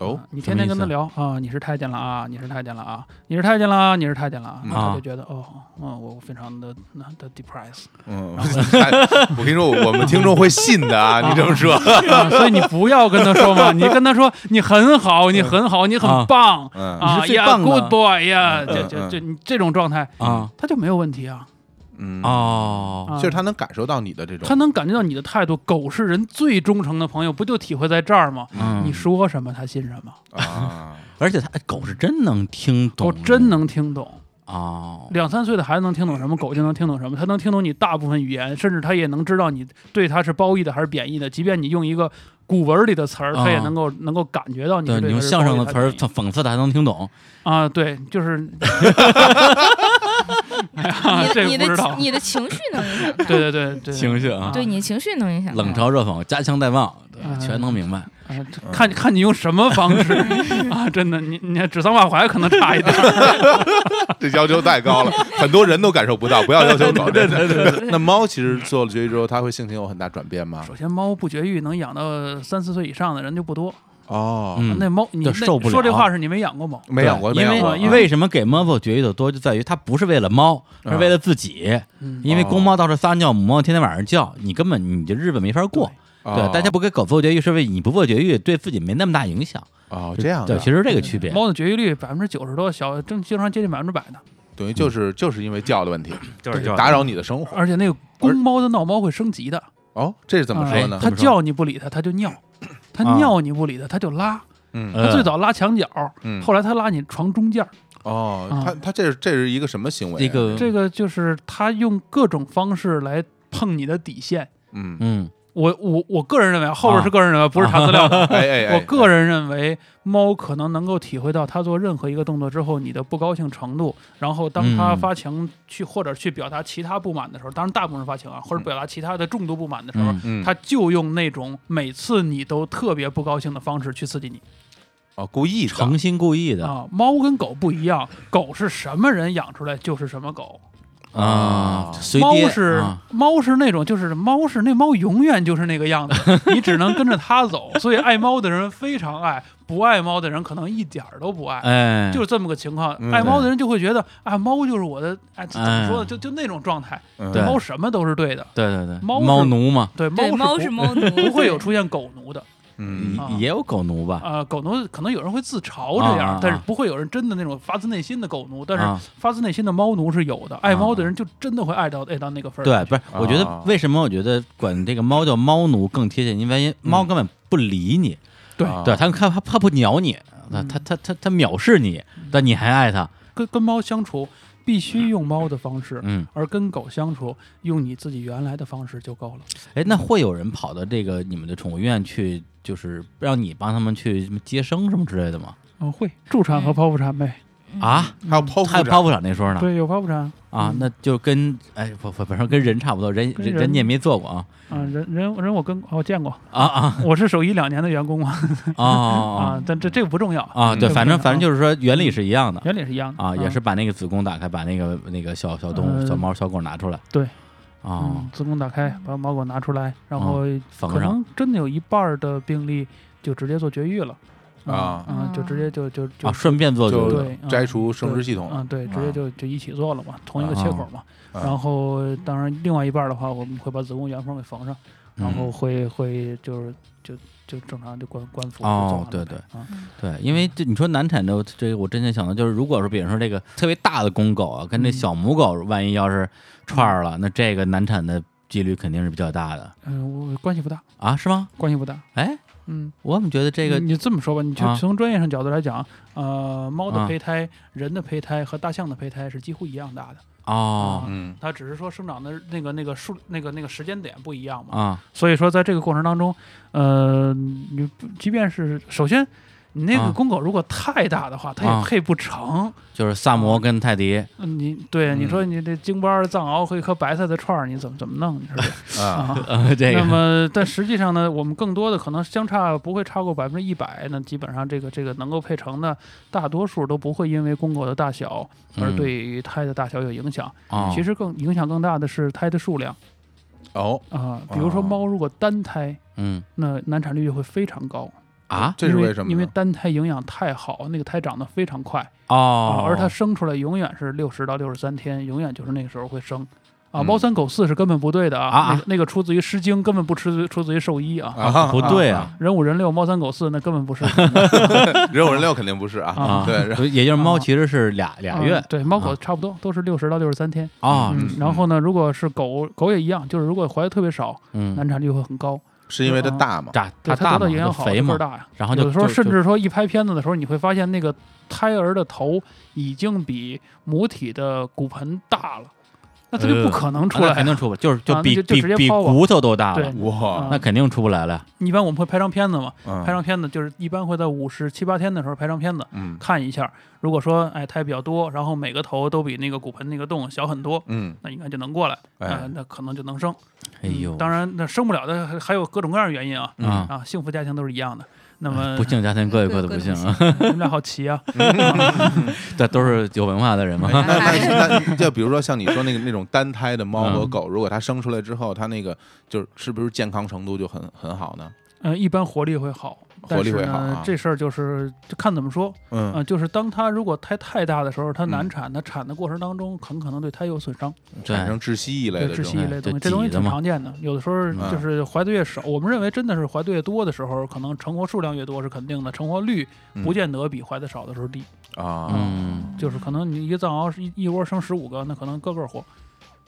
S2: 哦
S3: 啊，你
S1: 什
S3: 天
S1: 么
S3: 天
S1: 意
S3: 跟它
S1: 思
S3: 聊啊，你是太监了啊，你是太监了啊，你是太监了啊，你是太监了啊，
S2: 嗯
S3: 那它
S1: 啊
S3: 就觉得哦，嗯，我非常的那的 depressed， *laughs*
S2: 嗯，哎我跟你说，我们听众会信的啊！你这么说，
S1: 哦
S3: 啊所以你不要跟它说嘛，你跟它说你很好，你很好，你
S1: 啊
S3: 很棒，
S2: 嗯
S1: 你
S3: 啊
S1: 是最
S3: 呀
S1: 棒的
S3: ，Good boy 呀，
S2: 嗯
S3: 这
S2: 嗯
S3: 这
S2: 嗯
S3: 这你这种状态，
S1: 啊
S3: 他就没有问题啊。
S2: 嗯，
S1: 哦
S3: 啊
S2: 就是它能感受到你的这种，
S3: 他能感觉到你的态度。狗是人最忠诚的朋友，不就体会在这儿吗？
S1: 嗯
S3: 你，说什么他信什么，
S2: 啊，
S1: 而且它哎狗是真能听懂
S3: 狗
S1: 的，
S3: 真能听懂。
S1: 哦，
S3: 两三岁的孩子能听懂什么，狗就能听懂什么，它能听懂你大部分语言，甚至它也能知道你对它是褒义的还是贬义的。即便你用一个古文里的词儿，它也
S1: 啊
S3: 能够能够感觉到你
S1: 对，
S3: 是
S1: 你
S3: 对它
S1: 用
S3: 是
S1: 相声的
S3: 褒义
S1: 词
S3: 还
S1: 儿
S3: 是贬义
S1: 讽讽刺的还能听懂，
S3: 啊，对，
S1: *laughs*
S3: 就是， *laughs* 哎呀，
S4: 你
S3: 这个
S4: 的你
S3: 不知
S4: 的
S3: 道，
S4: 你的情绪能影响他，
S3: 对对对对，
S1: 情绪啊，
S4: 对你的情绪能影响他。
S1: 冷嘲热讽，夹枪带棒，对
S3: 嗯
S1: 全能明白。
S3: 啊这看看你用什么方式啊，真的，你你指桑骂槐可能差一点儿，
S2: 这要求太高了，很多人都感受不到，不要要求高。真的，那猫其实做了绝育之后，它会性情有很大转变吗？
S3: *laughs* 首先，猫不绝育能养到三四岁以上的人就不多。
S2: 哦，
S1: 嗯，
S3: 那猫，你
S1: 就
S3: 那
S1: 受不
S3: 说这
S1: 了啊
S3: 话是你没养过猫，
S2: 没养过，没
S1: 因
S2: 养过，
S1: 为为什么给 m u r p h 绝育的多，就在于它不是为了猫，
S2: 啊
S1: 是为了自己。
S3: 嗯
S1: 因为
S2: 哦
S1: 公猫到处撒尿，母猫天天晚上叫，你根本你这日子没法过。
S2: 啊
S1: 对，大家不给狗做绝育，是为你不做绝育对自己没那么大影响。
S2: 哦这样
S1: 对，
S2: 的
S1: 其，实这个区别。
S3: 猫的绝育率百分之九十多，小正经常接近百分之百的。
S2: 等于就是就是因为叫的问题，
S1: 就是
S2: 对打扰你的生活。
S3: 而且那个公猫的闹猫会升级的，啊
S2: 哦，这是怎么说
S1: 哎
S2: 呢？
S3: 它
S1: 怎么说
S3: 叫你不理它，它就
S1: *clears throat*
S3: 尿；它
S1: 啊
S3: 尿你不理它，它就拉。
S2: 嗯
S1: 呃
S3: 它最早拉墙角，
S2: 嗯，
S3: 后来它拉你床中间儿。
S2: 哦，
S3: 啊
S2: 它它这是这是一个什么行为啊？
S1: 这个
S3: 这个就是它用各种方式来碰你的底线。
S2: 嗯，
S1: 嗯，
S3: 我我我个人认为，后边
S1: 啊
S3: 是个人认为，不是查资料
S1: *laughs*
S3: 的。
S2: 哎哎哎，
S3: 我个人认为，猫可能能够体会到它做任何一个动作之后你的不高兴程度，然后当它
S1: 嗯
S3: 发情去或者去表达其他不满的时候，当然大部分是发情啊，或者表达其他的重度不满的时候，
S1: 嗯
S2: 嗯，
S3: 它就用那种每次你都特别不高兴的方式去刺激你
S2: 哦故意的
S1: 诚心故意的
S3: 啊。猫跟狗不一样，狗是什么人养出来就是什么狗，
S1: 啊，随
S3: 猫
S1: 爹
S3: 是
S1: 啊
S3: 猫是那种就是猫是那猫永远就是那个样子，你只能跟着它走。所以爱猫的人非常爱，不爱猫的人可能一点儿都不爱。
S1: 哎，
S3: 就是这么个情况
S2: 嗯，
S3: 爱猫的人就会觉得啊，猫就是我的，哎，怎么说
S1: 哎
S3: 呢？就就那种状态，
S2: 嗯
S1: 对
S3: 猫什么都是对的，
S1: 对对对，
S3: 猫是
S1: 猫奴嘛，
S3: 对，
S4: 对，
S3: 猫
S4: 猫
S3: 是
S4: 是
S3: 不
S4: 猫奴，
S3: 不会有
S4: 对
S3: 出现狗奴的，
S2: 嗯
S3: 啊
S1: 也也有狗奴吧？
S3: 啊，狗奴可能有人会自嘲
S1: 啊
S3: 这
S1: 啊啊
S3: 样，但是不会有人真的那种发自内心的狗奴，但
S1: 啊
S3: 是发自内心的猫奴是有的，爱猫的人就真的会爱到爱到那个份儿。
S1: 对，不是，我觉得
S2: 啊
S1: 为什么我觉得管这个猫叫猫奴更贴切？因为猫根本不理你，
S3: 对
S2: 嗯啊
S1: 对它它它它不鸟你，它
S3: 嗯
S1: 它它它它藐视你，但你还爱它，
S3: 跟跟猫相处必须用猫的方式，
S1: 嗯，
S3: 而跟狗相处用你自己原来的方式就够了。
S1: 哎，那会有人跑到这个你们的宠物医院去，就是让你帮他们去什么接生什么之类的吗？
S3: 嗯，会助产和剖腹产呗，
S1: 啊，
S2: 还有剖
S1: 还
S2: 腹
S1: 有
S2: 产
S1: 剖腹产那说呢？
S3: 对，有剖腹产
S1: 啊，
S3: 嗯
S1: 那就跟哎不不，反正跟人差不多，人
S3: 跟
S1: 人
S3: 人
S1: 人你也没做过啊
S3: 啊，人人人我跟哦我见过，
S1: 啊啊
S3: *laughs* 我是首医两年的员工嘛，
S1: 啊啊
S3: 啊，但这这个不重要，
S1: 啊！对，
S3: 嗯
S1: 反正反正就是说原理是一样的
S3: 原理是一样的
S1: 啊，也是把那个子宫打开，把那个那个小小动物、
S3: 呃
S1: 小猫、小狗拿出来。
S3: 对，
S1: 啊
S3: 嗯，，子宫打开，把猫狗拿出来，然后
S1: 嗯缝
S3: 可
S1: 上。
S3: 能真的有一半儿的病例就直接做绝育了
S2: 啊
S3: 嗯，就直接就就就
S1: 啊，顺便做
S2: 就
S1: 决定
S3: 对嗯
S2: 摘除生殖系统
S3: 嗯，对，直
S2: 啊
S3: 接就就一起做了嘛，同一个切口嘛。
S2: 啊
S3: 然后，当然，另外一半儿的话，我们会把子宫原缝给缝上，然
S1: 嗯
S3: 后会会就是就就正常就关关腹就
S1: 哦
S3: 做完了
S1: 对
S3: 呗啊
S1: 对，因为这你说难产的这个，我真的想到就是，如果说比如说这个特别大的公狗啊，跟这
S3: 嗯
S1: 小母狗，万一要是串儿了，那这个难产的几率肯定是比较大的
S3: 嗯，我关系不大，
S1: 啊，是吗？
S3: 关系不大。
S1: 哎，
S3: 嗯，
S1: 我怎么觉得这个
S3: 你你这么说吧，你就
S1: 啊
S3: 从专业上角度来讲，呃，
S1: 啊
S3: 猫的胚胎、人的胚胎和大象的胚胎是几乎一样大的，
S1: 哦
S2: 嗯
S3: 它只是说生长的那个那个数那个那个时间点不一样嘛。
S1: 啊
S3: 所以说，在这个过程当中，呃，你不即便是首先，你那
S1: 啊
S3: 个公狗如果太大的话，它
S1: 啊
S3: 也配不成。
S1: 就是萨摩跟泰迪，
S3: 嗯你对你说你这京巴儿藏獒和一颗白菜的串儿，你怎么怎么
S1: *laughs*
S3: 弄？你说这
S2: 啊
S3: 啊？
S1: 呃，这
S3: 那
S1: 个
S3: 么，但实际上呢，我们更多的可能相差不会超过百分之一百，那基本上这个这个能够配成的，大多数都不会因为公狗的大小而
S1: 嗯
S3: 对于胎的大小有影响。
S1: 哦
S3: 其实更影响更大的是胎的数量
S2: 哦
S3: 啊、比如说
S2: 哦
S3: 猫如果单胎，
S1: 嗯
S3: 那难产率就会非常高。
S1: 啊
S2: 这是
S3: 因
S2: 为什么呢
S3: 因为单胎营养太好，那个胎长得非常快、
S1: 哦
S3: 啊，，而它生出来永远是六十到六十三天，永远就是那个时候会生。啊，
S2: 嗯
S3: 猫三狗四是根本不对的啊，
S1: 啊啊
S3: 那个那个出自于《诗经》，根本不出自出自于兽医啊。
S2: 啊
S1: 不对啊，
S3: 人五人六，猫三狗四，那根本不是
S2: 人五人六肯定不是啊，
S1: 啊，
S2: 对然后
S1: 也就是猫其实是俩 *laughs* 俩月
S3: 啊对，嗯猫
S1: 啊
S3: 狗差不多都是六十到六十三天。
S1: 啊，
S3: 嗯，然后呢，如果是狗狗也一样，就是如果怀的特别少，
S1: 嗯
S3: 难产率会很高。
S2: 是因为它大嘛？
S1: 炸
S3: 对
S1: 它
S3: 它
S1: 大
S3: 得到
S1: 嘛，
S3: 营养
S1: 它
S3: 好，
S1: 肥
S3: 个
S1: 嘛
S3: 儿，大呀。
S1: 然后
S3: 有
S1: 啊就
S3: 的时候
S1: 就
S3: 甚
S1: 就
S3: 至说一拍片子的时候，你会发现那个胎儿的头已经比母体的骨盆大了，那它就不
S1: 呃
S3: 可能
S1: 啊
S3: 出
S1: 那
S3: 来
S1: 肯
S3: 呀。
S1: 定出不，就是
S3: 啊那
S1: 比
S3: 就就
S1: 比
S3: 直接
S1: 比
S3: 抛吧
S1: 骨头都大了
S3: 对，
S2: 哇，
S1: 那肯定出不来了。
S3: 一般我们会拍张片子嘛，
S2: 嗯
S1: 啊
S3: 拍张片子就是一般会在五十七八天的时候拍张片子
S2: 嗯
S3: 看一下。如果说哎胎比较多，然后每个头都比那个骨盆那个洞小很多，
S2: 嗯，
S3: 那应该就能过来，
S2: 哎
S3: 啊，那可能就能生。
S1: 哎
S3: 嗯
S1: 呦，
S3: 当然那生不了的还还有各种各样的原因啊
S2: 嗯
S1: 啊，
S3: 啊，幸福家庭都是一样的。那
S1: 哎
S3: 么
S1: 不幸家庭各有各的不
S4: 各有
S1: 幸
S4: 各的
S1: 啊，
S4: *laughs*
S3: 你们俩好齐啊，
S1: *laughs* 这都是有文化的
S3: *laughs* 哎
S1: 人嘛。
S2: 那那那就比如说像你说那个那种单胎的猫
S3: 嗯
S2: 和狗，如果它生出来之后，它那个就是是不是健康程度就很很好呢？
S3: 呃，一般活力会好，
S2: 活力会好
S3: 但
S2: 啊
S3: 是呢，这事儿就是就看怎么说，
S2: 嗯
S3: 呃，就是当它如果胎太大的时候，它难
S2: 嗯
S3: 产，它产的过程当中很可能对胎有损伤，
S1: 对
S2: 产生窒息一类
S3: 对
S2: 的这
S3: 窒
S2: 种
S3: 息一类的东西，
S1: 对
S3: 这东西
S1: 挤的
S3: 挺
S1: 嘛
S3: 常见的。有的时候
S2: 嗯
S3: 就是怀的越少，我们认为真的是怀的越多的时候，可能成活数量越多是肯定的，成活率
S2: 嗯
S3: 不见得比怀的少的时候低，
S2: 啊，
S1: 嗯，
S3: 就是可能你一个藏獒是一一窝生十五个，那可能个个活，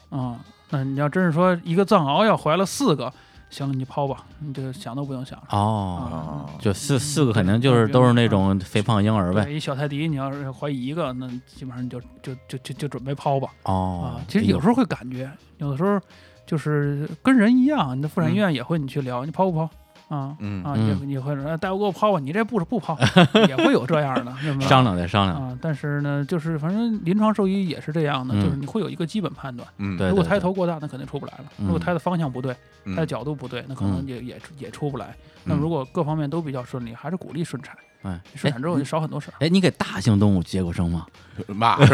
S3: 啊、那你要真是说一个藏獒要怀了四个，行了，你就抛吧，你这想都不用想。
S1: 哦，
S2: 哦
S1: 就四
S3: 嗯
S1: 四个
S3: 对
S1: 肯定就是
S3: 对
S1: 都是
S3: 对
S1: 那
S3: 对
S1: 种肥胖婴儿呗。
S3: 对，一小泰迪，你要是怀疑一个，那基本上你就就就就就准备抛吧
S1: 哦
S3: 啊。，其实有时
S1: 候
S3: 候会感觉，有的时候就是跟人一样，你的妇产医院也会你去聊，你抛不抛啊？
S2: 嗯
S3: 啊，
S1: 嗯
S3: 也也会说，哎大夫给我抛吧，你这不是
S1: *laughs*
S3: 不抛，也会有这样的，对吧
S1: 商量再商量，
S3: 啊。但是呢，就是反正临床兽医也是这样的，
S1: 嗯
S3: 就是你会有一个基本判断，
S2: 嗯，
S1: 对
S3: 如果胎头过大，那肯定出不来了；如果胎的方向不对，
S2: 嗯
S3: 胎的角度不对，那可能
S1: 嗯
S3: 也也也出不来。那么如果各方面都比较顺利，还是鼓励顺产，
S1: 哎
S3: 顺
S1: 哎
S3: 产之后就少很多事儿。
S1: 哎，你给大型动物接过生吗？
S2: *laughs* 马马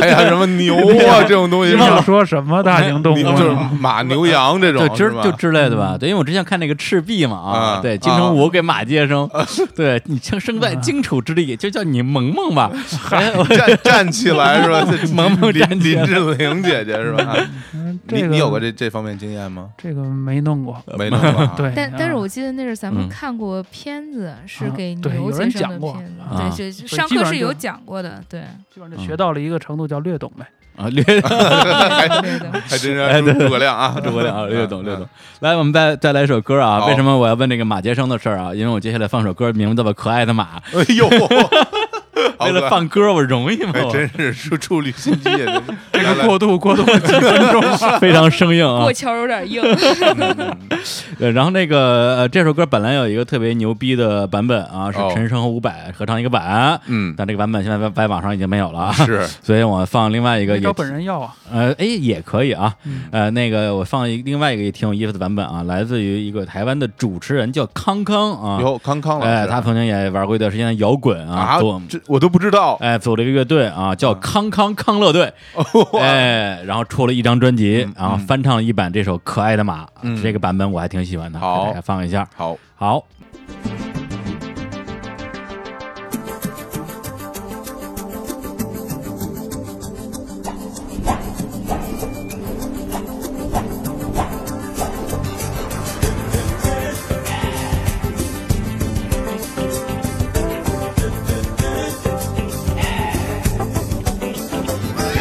S2: 呀，什么牛
S3: *laughs*
S2: 啊，这种东西
S3: 你
S2: 是吧
S3: 想？说什么大型动物
S2: 牛
S3: 呢？
S2: 就是
S3: *laughs*
S2: 马、牛、羊这种
S1: 就，之
S2: 是吧
S1: 就之类的吧，对，因为我之前看那个赤壁嘛啊，
S2: 啊
S1: 对，金城武给马接生，对你生生在
S3: 啊
S1: 荆楚之地，就叫你萌萌吧，哎我
S2: *laughs* 站站起来是吧？这
S1: 萌萌
S2: 林
S1: 站起
S2: 林
S1: 来
S2: 志玲姐姐
S3: *laughs*
S2: 是吧？啊
S3: 嗯，这
S2: 你
S3: 个
S2: 你有过这这方面经验
S3: *laughs*
S2: 吗？
S3: 这个没弄过，
S2: 没弄过啊，
S3: 对，
S6: 但但是
S3: 啊
S6: 我记得那是咱
S1: 嗯
S6: 们看过片子，是
S3: 啊
S6: 给
S3: 对
S6: 牛
S3: 有
S6: 接
S3: 人
S6: 生
S3: 讲
S6: 的
S3: 过
S6: 片子，
S1: 啊
S6: 对，就
S3: 所以
S6: 上
S3: 基本
S6: 课
S3: 上
S6: 是
S3: 就
S6: 有讲过的，对，
S3: 基本上就学到了一个程度叫略懂呗。
S1: 啊，略
S3: 哎
S6: 对
S3: *laughs*
S6: 的。
S3: 啊
S2: 还真是诸葛亮啊， *laughs*
S1: 诸葛亮啊，略懂
S2: 嗯
S1: 略懂。。来，我们再再来一首歌啊。
S2: 好
S1: 为什么我要问这个马接生的事儿啊？因为我接下来放首歌，名字叫做《可爱的马》。
S2: 哎呦，好
S1: *laughs* 为了
S2: 可爱
S1: 放歌，我容易吗？
S2: 哎
S1: 我
S2: 真是处处理心机也啊真是，
S1: *laughs*
S3: 这
S2: 来
S3: 个过渡过渡几分
S2: *laughs*
S3: 钟，
S1: 非常生硬啊
S4: 过。桥有点硬。
S3: *laughs*
S2: 来嗯嗯
S1: 对，然后那个呃，这首歌本来有一个特别牛逼的版本啊，是
S2: 哦
S1: 陈升和伍佰合唱一个版， *laughs*
S2: 嗯
S1: 但这个版本现在在网上已经没有了啊。
S2: 是
S1: 所以我放另外一个
S3: 没
S1: 也
S3: 找本人要啊。
S1: 呃哎也可以啊，
S3: 嗯
S1: 呃那个我放一另外一个也挺有意思的版本啊，来自于一个台湾的主持人叫康康啊，
S2: 哟，康康老师，
S1: 哎他曾经也玩过一段时间的摇滚
S2: 啊
S1: 做，
S2: 这我都不知道，
S1: 哎，组了一个乐队啊，叫
S2: 啊
S1: 康康康乐队，哎，然后出了一张专辑，然后翻唱了一版这首《可爱的马》，
S2: 嗯
S1: 这个版本我还挺喜欢的，
S2: 好
S1: 给大家放一下。
S2: *laughs* 好，
S1: 好，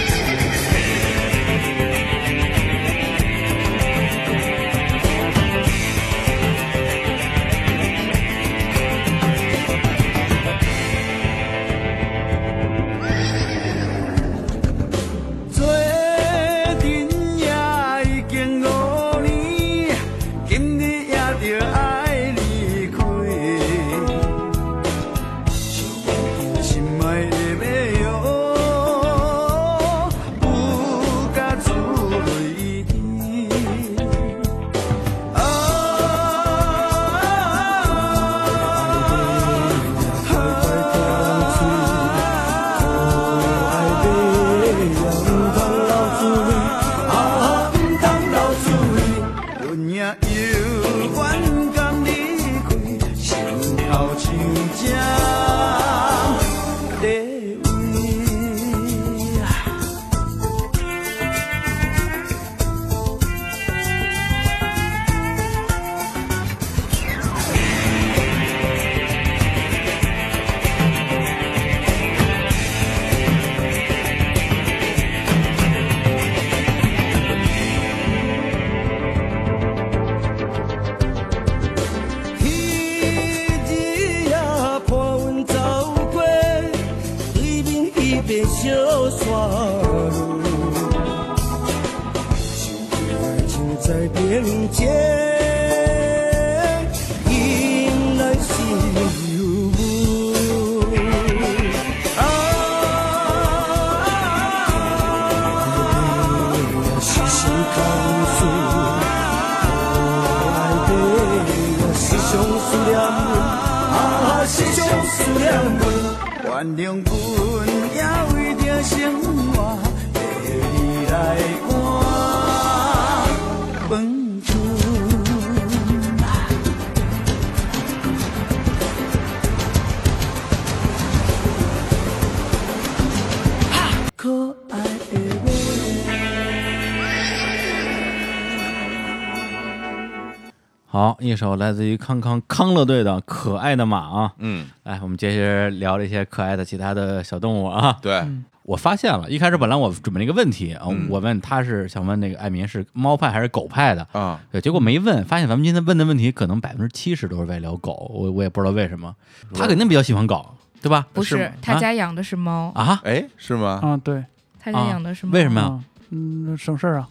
S7: 我在边界，迎来新入目。啊，我要细声告诉，我爱的呀是上思念，啊是上思念，原谅阮也为着生活，第你来看，饭厝。可爱的
S1: 好，一首来自于康康康乐队的《可爱的马》啊，
S2: 嗯，
S1: 来，我们接着聊这些可爱的其他的小动物啊。
S2: 对，
S1: 我发现了，一开始本来我准备了一个问题啊，我问他是想问那个艾民是猫派还是狗派的，
S2: 啊，
S1: 对，结果没问，发现咱们今天问的问题可能百分之七十都是在聊狗，我我也不知道为什么，他肯定比较喜欢狗，对吧？
S4: 不
S2: 是
S4: 是
S2: 吗，
S4: 他家养的是猫，
S1: 啊
S2: 哎，是吗？
S3: 啊，对，
S4: 他家
S1: 啊
S4: 养的是猫。
S1: 为什么呀？
S3: 啊嗯，省事儿啊，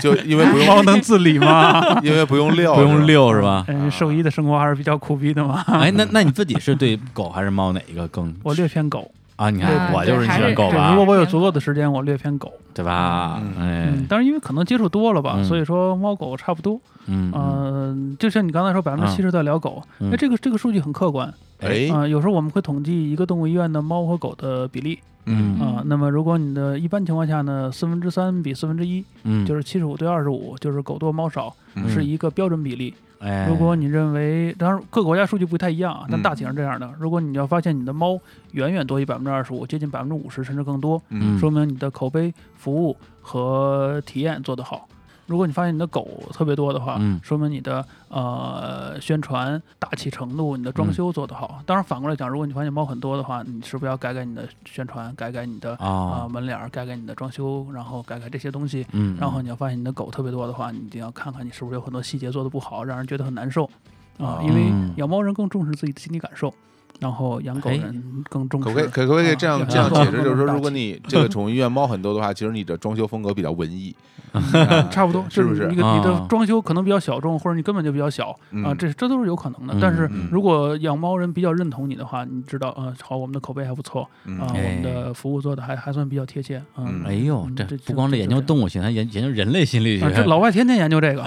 S2: 就因为不
S1: *laughs*
S2: 用，
S3: 猫能自理吗？
S2: 因为不用遛，
S1: 哦不用
S2: 哦是吧，
S1: 遛是吧？
S3: 哎，兽医的生活还是比较苦逼
S1: *laughs*
S3: 的嘛。
S1: 哎，那那你自己是对狗还是猫哪一个更
S3: 我略偏狗，
S1: 啊？你
S4: 啊
S1: 看我
S4: 对
S1: 就是喜
S4: 还
S1: 欢
S4: 是
S1: 狗
S3: 对，
S1: 吧
S3: 如，果我有足够的时间，我略偏狗。
S1: 对吧？哎，
S3: 嗯，但是因为可能接触多了吧，
S1: 嗯
S3: 所以说猫狗差不多。
S1: 嗯，嗯
S3: 嗯，就像你刚才说，百分之七十在聊狗，
S1: 嗯
S3: 那这个这个数据很客观。
S2: 哎，
S3: 啊，有时候我们会统计一个动物医院的猫和狗的比例
S1: 嗯
S3: 啊。那么如果你的一般情况下呢，四分之三比四分之一，
S1: 嗯，
S3: 就是是七十五对二十五，就是狗多猫少，
S2: 嗯
S3: 是一个标准比例。
S1: 哎，
S3: 如果你认为，当然各个国家数据不太一样啊，但
S2: 嗯
S3: 大体上这样的。如果你要发现你的猫远远多于百分之二十五，接近百分之五十甚至更多，
S1: 嗯
S3: 说明你的口碑、服务和体验做得好。如果你发现你的狗特别多的话，
S1: 嗯
S3: 说明你的呃宣传大气程度、你的
S1: 嗯
S3: 装修做得好。当然，反过来讲，如果你发现猫很多的话，你是不是要改改你的宣传，改改你的啊、
S1: 啊
S3: 呃，门脸儿，改改你的装修，然后改改这些东西？
S1: 嗯，
S3: 然后你要发现你的狗特别多的话，你一定要看看你是不是有很多细节做得不好，让人觉得很难受啊、因为
S1: 嗯
S3: 养猫人更重视自己的心理感受，然后养狗
S1: 哎
S3: 人更重视。
S2: 可不可以可不可以这样
S1: 嗯
S3: 啊
S2: 这样解释？
S3: 啊
S2: 就是说，
S3: 大
S2: 如果
S3: 气
S2: 你这个宠物医院猫很多的话，其实你的装修风格比较文艺，
S3: *laughs* 差不多，
S2: 是不
S3: 就是你？的你
S1: 啊
S3: 的装修可能比较小众，或者你根本就比较小啊，
S2: 嗯
S3: 这这都是有可能的
S1: 嗯。
S3: 但是
S2: 嗯
S3: 如果养猫人比较认同你的话，你知道，呃，好，我们的口碑还不错
S2: 嗯
S3: 啊，我
S1: 哎
S3: 们的服务做的还还算比较贴切，
S2: 嗯
S1: 哎
S3: 嗯。
S1: 呦，
S3: 嗯
S1: 这
S3: 这
S1: 不光是
S3: 就
S1: 研究
S3: 就这样
S1: 动物学，还研研究人类心理学
S3: 啊，。这老外天天研究这 *laughs* 个，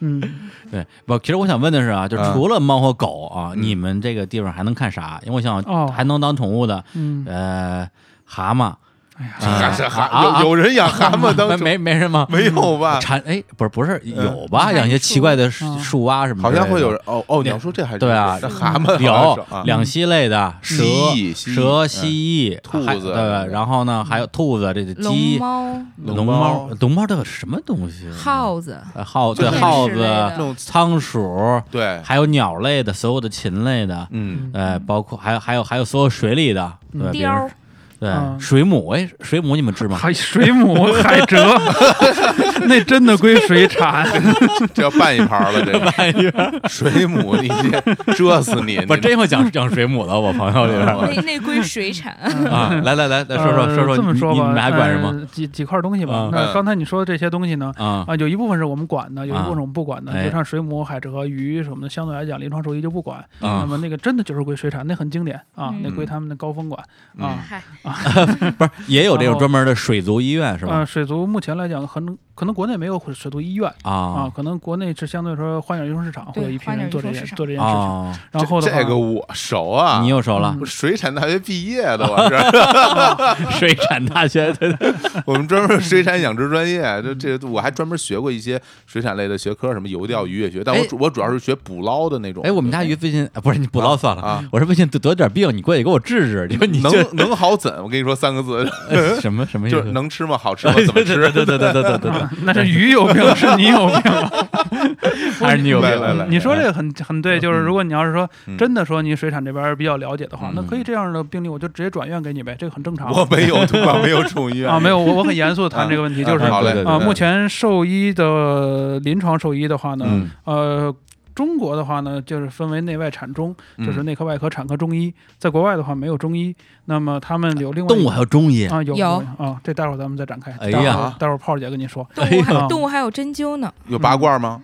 S3: 嗯，
S1: 对，不，其实我想问的是啊，就
S2: 嗯
S1: 除了猫和狗啊，
S2: 嗯
S1: 你们这个地方还能看啥？因为我想
S3: 哦
S1: 还能当宠物的，
S3: 嗯，
S1: 呃，蛤蟆，
S3: 哎呀，
S1: 啊
S2: 这
S1: 啊
S2: 蛤
S1: 啊
S2: 有有人养 *laughs* 蛤蟆当
S1: *laughs* 没没没什么，
S2: 没有吧？
S1: 蝉哎，不是不是有吧？
S4: 嗯
S1: 养一些奇怪的
S3: 嗯
S1: 树啊什么之
S2: 好
S1: 类的，
S2: 像会有人哦哦，你要
S1: 那
S2: 说这还是
S1: 对啊
S2: 那 *laughs* 蛤蟆好像是啊
S1: 有两栖类的蛇
S2: 蜥、蜴蜥蜴
S1: 蛇、
S2: 嗯
S1: 蜥蜴、
S2: 兔
S1: 还
S2: 子啊
S1: 对，然后呢还有兔子，这个
S4: 龙
S1: 鸡、
S4: 猫、
S1: 龙猫、龙猫都有什么东西？
S3: *laughs*
S4: 耗子，
S1: 呃耗
S2: 就
S1: 对
S2: 是
S1: 耗
S4: 电视类的
S1: 子、
S2: 那种
S1: 仓鼠，
S2: 对，
S1: 还有鸟类的，所有的禽类的，
S2: 嗯
S1: 呃，包括还有还有还有所有水里的，对，比如
S4: 貂儿，
S1: 对
S3: 嗯
S1: 水母，哎，水母你们
S2: *laughs*
S1: 知吗？
S3: 海水母、海蜇，
S1: *laughs*
S3: 那真的归水产。嗯
S2: 这要拌一盘了，这个
S1: *laughs*
S2: 水母，你这蛰死你！
S1: 不是
S2: 你
S1: 真有讲讲水母的，我朋友里边儿
S4: 那那归
S3: *laughs*
S4: 水
S3: 哎
S4: 产。
S1: 啊，来来来，来说说
S3: 呃
S1: 说说，
S3: 这么
S1: 你
S3: 说吧，
S1: 你们还管什么
S3: 呃？几几块东西吧
S1: 嗯。
S3: 那刚才你说的这些东西呢，
S1: 啊？
S3: 啊，有一部分是我们管的，有一部分
S1: 啊
S3: 是我们不管的。
S1: 哎
S3: 就像水母、海蜇、鱼什么的，相对来讲，临床兽医就不管。
S1: 啊
S3: 那么那个真的就是归水产，那很经典啊，
S4: 嗯
S3: 那归他们的高峰管
S2: 嗯
S3: 啊。
S4: 嗨，
S1: 不是也有这
S3: 呃然
S1: 种
S3: 后
S1: 专门的水族医院是吧
S3: 呃，？水族目前来讲，很可能国内没有水族医院啊
S1: 啊，
S3: 可能国内是相对来说花鸟鱼虫市场会
S4: 对
S3: 有一批
S4: 花鸟
S3: 人
S4: 鱼
S3: 做这
S4: 虫
S3: 件
S4: 市场
S3: 做这件事情。
S1: 啊，
S3: 然后的
S2: 这
S3: 话，
S2: 个我熟啊，
S1: 你又熟了
S3: 嗯，
S2: 水产大学毕业的，我是
S1: 水产大
S3: *laughs*
S1: 学对对
S2: *laughs* 我们专门水产养殖专业，
S3: 嗯
S2: 这这我还专门学过一些水产类的学科，什么游钓、渔业学，但我
S1: 哎
S2: 主我主要是学捕捞的那种。
S1: 哎，我们家鱼最近啊不是你不捞算了
S2: 啊，
S1: 我说最近得得点病，你过去给我治治。你说你
S2: 能
S1: 这
S2: 能好怎？我跟你说三个字，
S1: 哎 *laughs* 什么什么意
S2: 就
S1: 思
S2: 是？能吃吗？好吃吗
S1: 对？
S2: 怎么
S1: 对对对
S2: 吃？
S1: 对对对对对对，
S3: *laughs* 那是鱼有病，是你有病。
S1: *laughs*
S3: 嗯
S1: 还是你有病
S2: 来来来
S3: 你说这个很很对，就是如果你要是说
S2: 嗯
S3: 真的说你水产这边儿比较了解的话
S1: 嗯，
S3: 那可以这样的病例我就直接转院给你呗，这个很正常。
S2: 我没有，我没有宠物医院
S3: 啊，没有，我我很严肃地谈这个问题，就是
S2: 啊好嘞
S1: 对对
S3: 啊，
S2: 对
S3: 目前兽医的临床兽医的话呢，
S1: 嗯
S3: 呃，中国的话呢，就是分为内外产中，就是
S2: 嗯
S3: 内科、外科、产科、中医。在国外的话没有中医，那么他们有另外一
S1: 动物还有中医，
S3: 啊有
S4: 有
S3: 啊，这待会儿咱们再展开。
S1: 哎
S3: 待会儿
S2: 呀
S3: 待会儿炮儿姐跟你说，
S4: 动物
S3: 哎呦
S4: 还动物还有针灸呢，
S2: 有拔罐吗？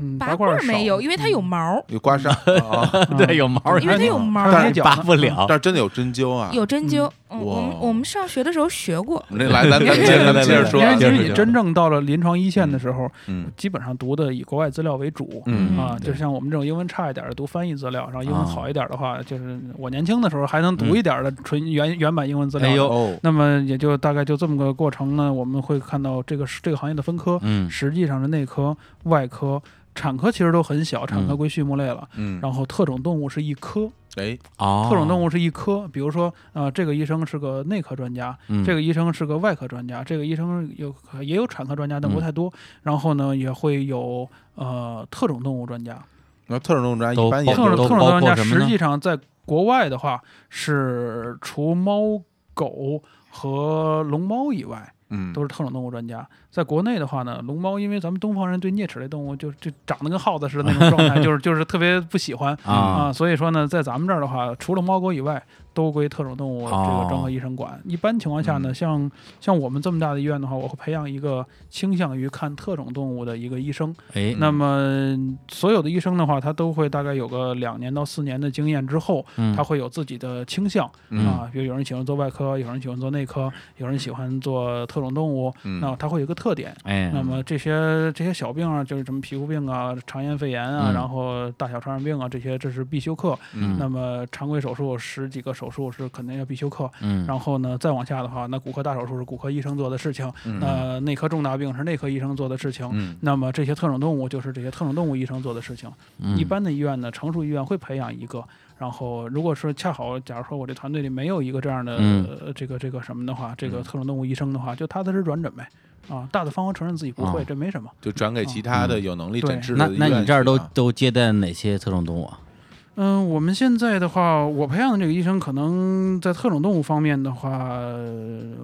S3: 嗯，
S4: 拔
S3: 罐
S4: 罐
S3: 儿
S4: 儿没
S3: 少
S4: 有，因为它有毛儿，
S2: 有
S3: *laughs*
S2: 刮痧啊？
S3: 嗯
S1: 对，有毛儿，
S4: 因为它有
S3: 嗯
S4: 毛
S3: 但
S4: 儿，
S1: 但是拔不
S2: *laughs*
S1: 了。
S2: 但是真的有针灸啊？
S4: 有针灸。嗯，
S2: 哇
S4: 我们我们上学的时候学过，
S2: 那来，咱咱接着咱们接着说
S3: 因
S2: 啊，
S3: 为其
S2: 接着
S3: 实 *laughs* 你
S2: 说
S3: 真正到了临床一线的时候，
S2: 嗯
S3: 基本上读的以国外资料为主。
S2: 嗯
S3: 啊，
S1: 对
S3: 就像我们这种英文差一点的读翻译资料，然后英文
S1: 啊
S3: 好一点的话，就是我年轻的时候还能
S2: 嗯
S3: 读一点的纯原原版英文资料。
S1: 哎呦
S2: 哦，
S3: 那么也就大概就这么个过程呢，我们会看到这个这个行业的分科，
S1: 嗯
S3: 实际上是内科、外科、产科其实都很小，产科归畜牧类了。
S2: 嗯，
S3: 然后特种动物是一科，
S2: 哎，
S1: 哦，
S3: 特种动
S1: 物
S3: 物是一科。比如说，呃，这个医生是个内科专家，
S1: 嗯
S3: 这个医生是个外科专家，这个医生有也有产科专家，
S1: 嗯
S3: 但不太多。然后呢，也会有呃特种动物专家，
S2: 那特种动物专家
S1: 都
S2: 一般
S3: 特
S2: 也
S3: 种
S1: 都
S3: 特
S2: 就
S3: 种
S1: 包
S3: 动物专家
S1: 括什么呢
S3: 实际上在国外的话是除猫狗和龙猫以外。
S2: 嗯
S3: 都是特种动物专家。在国内的话呢，龙猫因为咱们东方人对啮齿类动物就是就长得跟耗子似的那种状态， *laughs* 就是就是特别不喜欢
S1: 啊
S3: 啊、所以说呢，在咱们这儿的话，除了猫狗以外，都归特种动物这
S1: 哦
S3: 个专科医生管。一般情况下呢，
S2: 嗯
S3: 像像我们这么大的医院的话，我会培养一个倾向于看特种动物的一个医生。
S1: 哎，
S3: 那么所有的医生的话，他都会大概有个两年到四年的经验之后，
S1: 嗯
S3: 他会有自己的倾向。
S1: 嗯
S3: 啊，比如有人喜欢做外科，有人喜欢做内科，有人喜欢做特种动物，
S2: 嗯
S3: 那它会有一个特点。
S1: 哎，
S3: 那么这些这些小病啊，就是什么皮肤病啊、肠炎、肺炎啊，
S1: 嗯
S3: 然后大小传染病啊，这些这是必修课。
S1: 嗯
S3: 那么常规手术十几个手术是肯定要必修课。
S1: 嗯，
S3: 然后呢，再往下的话，那骨科大手术是骨科医生做的事情，
S2: 嗯
S3: 那内科重大病是内科医生做的事情。
S2: 嗯
S3: 那么这些特种动物就是这些特种动物医生做的事情。
S1: 嗯
S3: 一般的医院呢，成熟医院会培养一个。然后，如果说恰好，假如说我这团队里没有一个这样的、
S1: 嗯
S3: 呃、这个这个什么的话，这
S2: 嗯
S3: 个特种动物医生的话，就踏踏实实转诊呗。啊，大的方我承认自己不会，
S1: 哦
S3: 这没什么。
S2: 就转给其他
S3: 嗯
S2: 的有能力诊治
S1: 那
S2: 的医院去
S1: 那
S2: 啊。
S1: 你这儿都都接待哪些特种动物啊？
S3: 嗯，我们现在的话，我培养的这个医生，可能在特种动物方面的话，呃、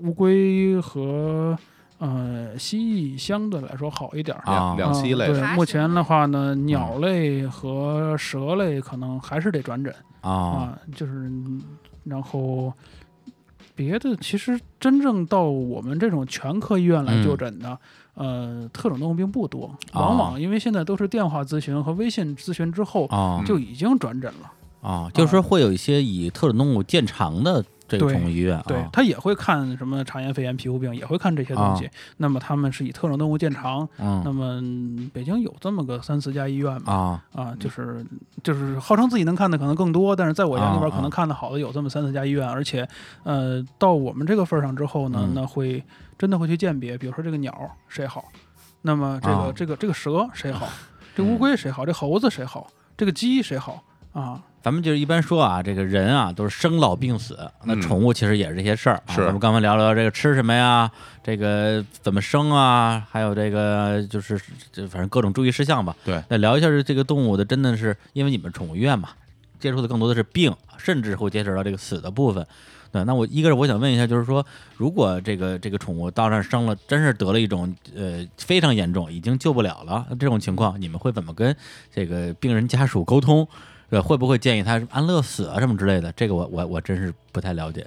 S3: 乌龟和呃蜥蜴相对来说好一点儿。
S1: 啊
S2: 两两栖类
S3: 嗯
S2: 的
S3: 对，目前的话呢，鸟类和蛇类可能还是得转诊。
S1: 哦，
S3: 啊，就是嗯然后别的其实真正到我们这种全科医院来就
S1: 嗯
S3: 诊的，呃，特种动物并不多，
S1: 啊
S3: 往往因为现在都是电话咨询和微信咨询之后
S1: 哦
S3: 啊就已经转诊了。
S1: 哦，就是说会有一些以特种动物见长的这个
S3: 对
S1: 宠物医院啊，
S3: 对他也会看什么肠炎、肺炎、皮肤病，也会看这些东西。那么他们是以特种动物见长。那
S1: 啊嗯
S3: 么嗯北京有这么个三四家医院吧？
S1: 啊
S3: 啊，就是就是号称自己能看的可能更多，但是在我眼里
S1: 啊
S3: 边可
S1: 啊
S3: 能看的好的有这么三四家医院，而且，呃，到我们这个份儿上之后呢
S1: 嗯，
S3: 那会真的会去鉴别，比如说这个鸟儿谁好，那么这
S1: 啊嗯
S3: 个这个这个蛇谁好，这乌龟谁好，这猴子谁好，这个鸡谁好啊？
S1: 咱们就是一般说啊，这个人啊都是生老病死，那
S2: 嗯
S1: 宠物其实也是这些事儿、啊。
S2: 是
S1: 咱们刚才聊聊这个吃什么呀，这个怎么生啊，还有这个就是这反正各种注意事项吧。
S2: 对，
S1: 那聊一下这个动物的，真的是因为你们宠物医院嘛，接触的更多的是病，甚至会接触到这个死的部分。对，那我一个是我想问一下，就是说，如果这个这个宠物到那儿生了，真是得了一种呃非常严重，已经救不了了这种情况，你们会怎么跟这个病人家属沟通？对，会不会建议他安乐死啊什么之类的？这个我我我真是不太了解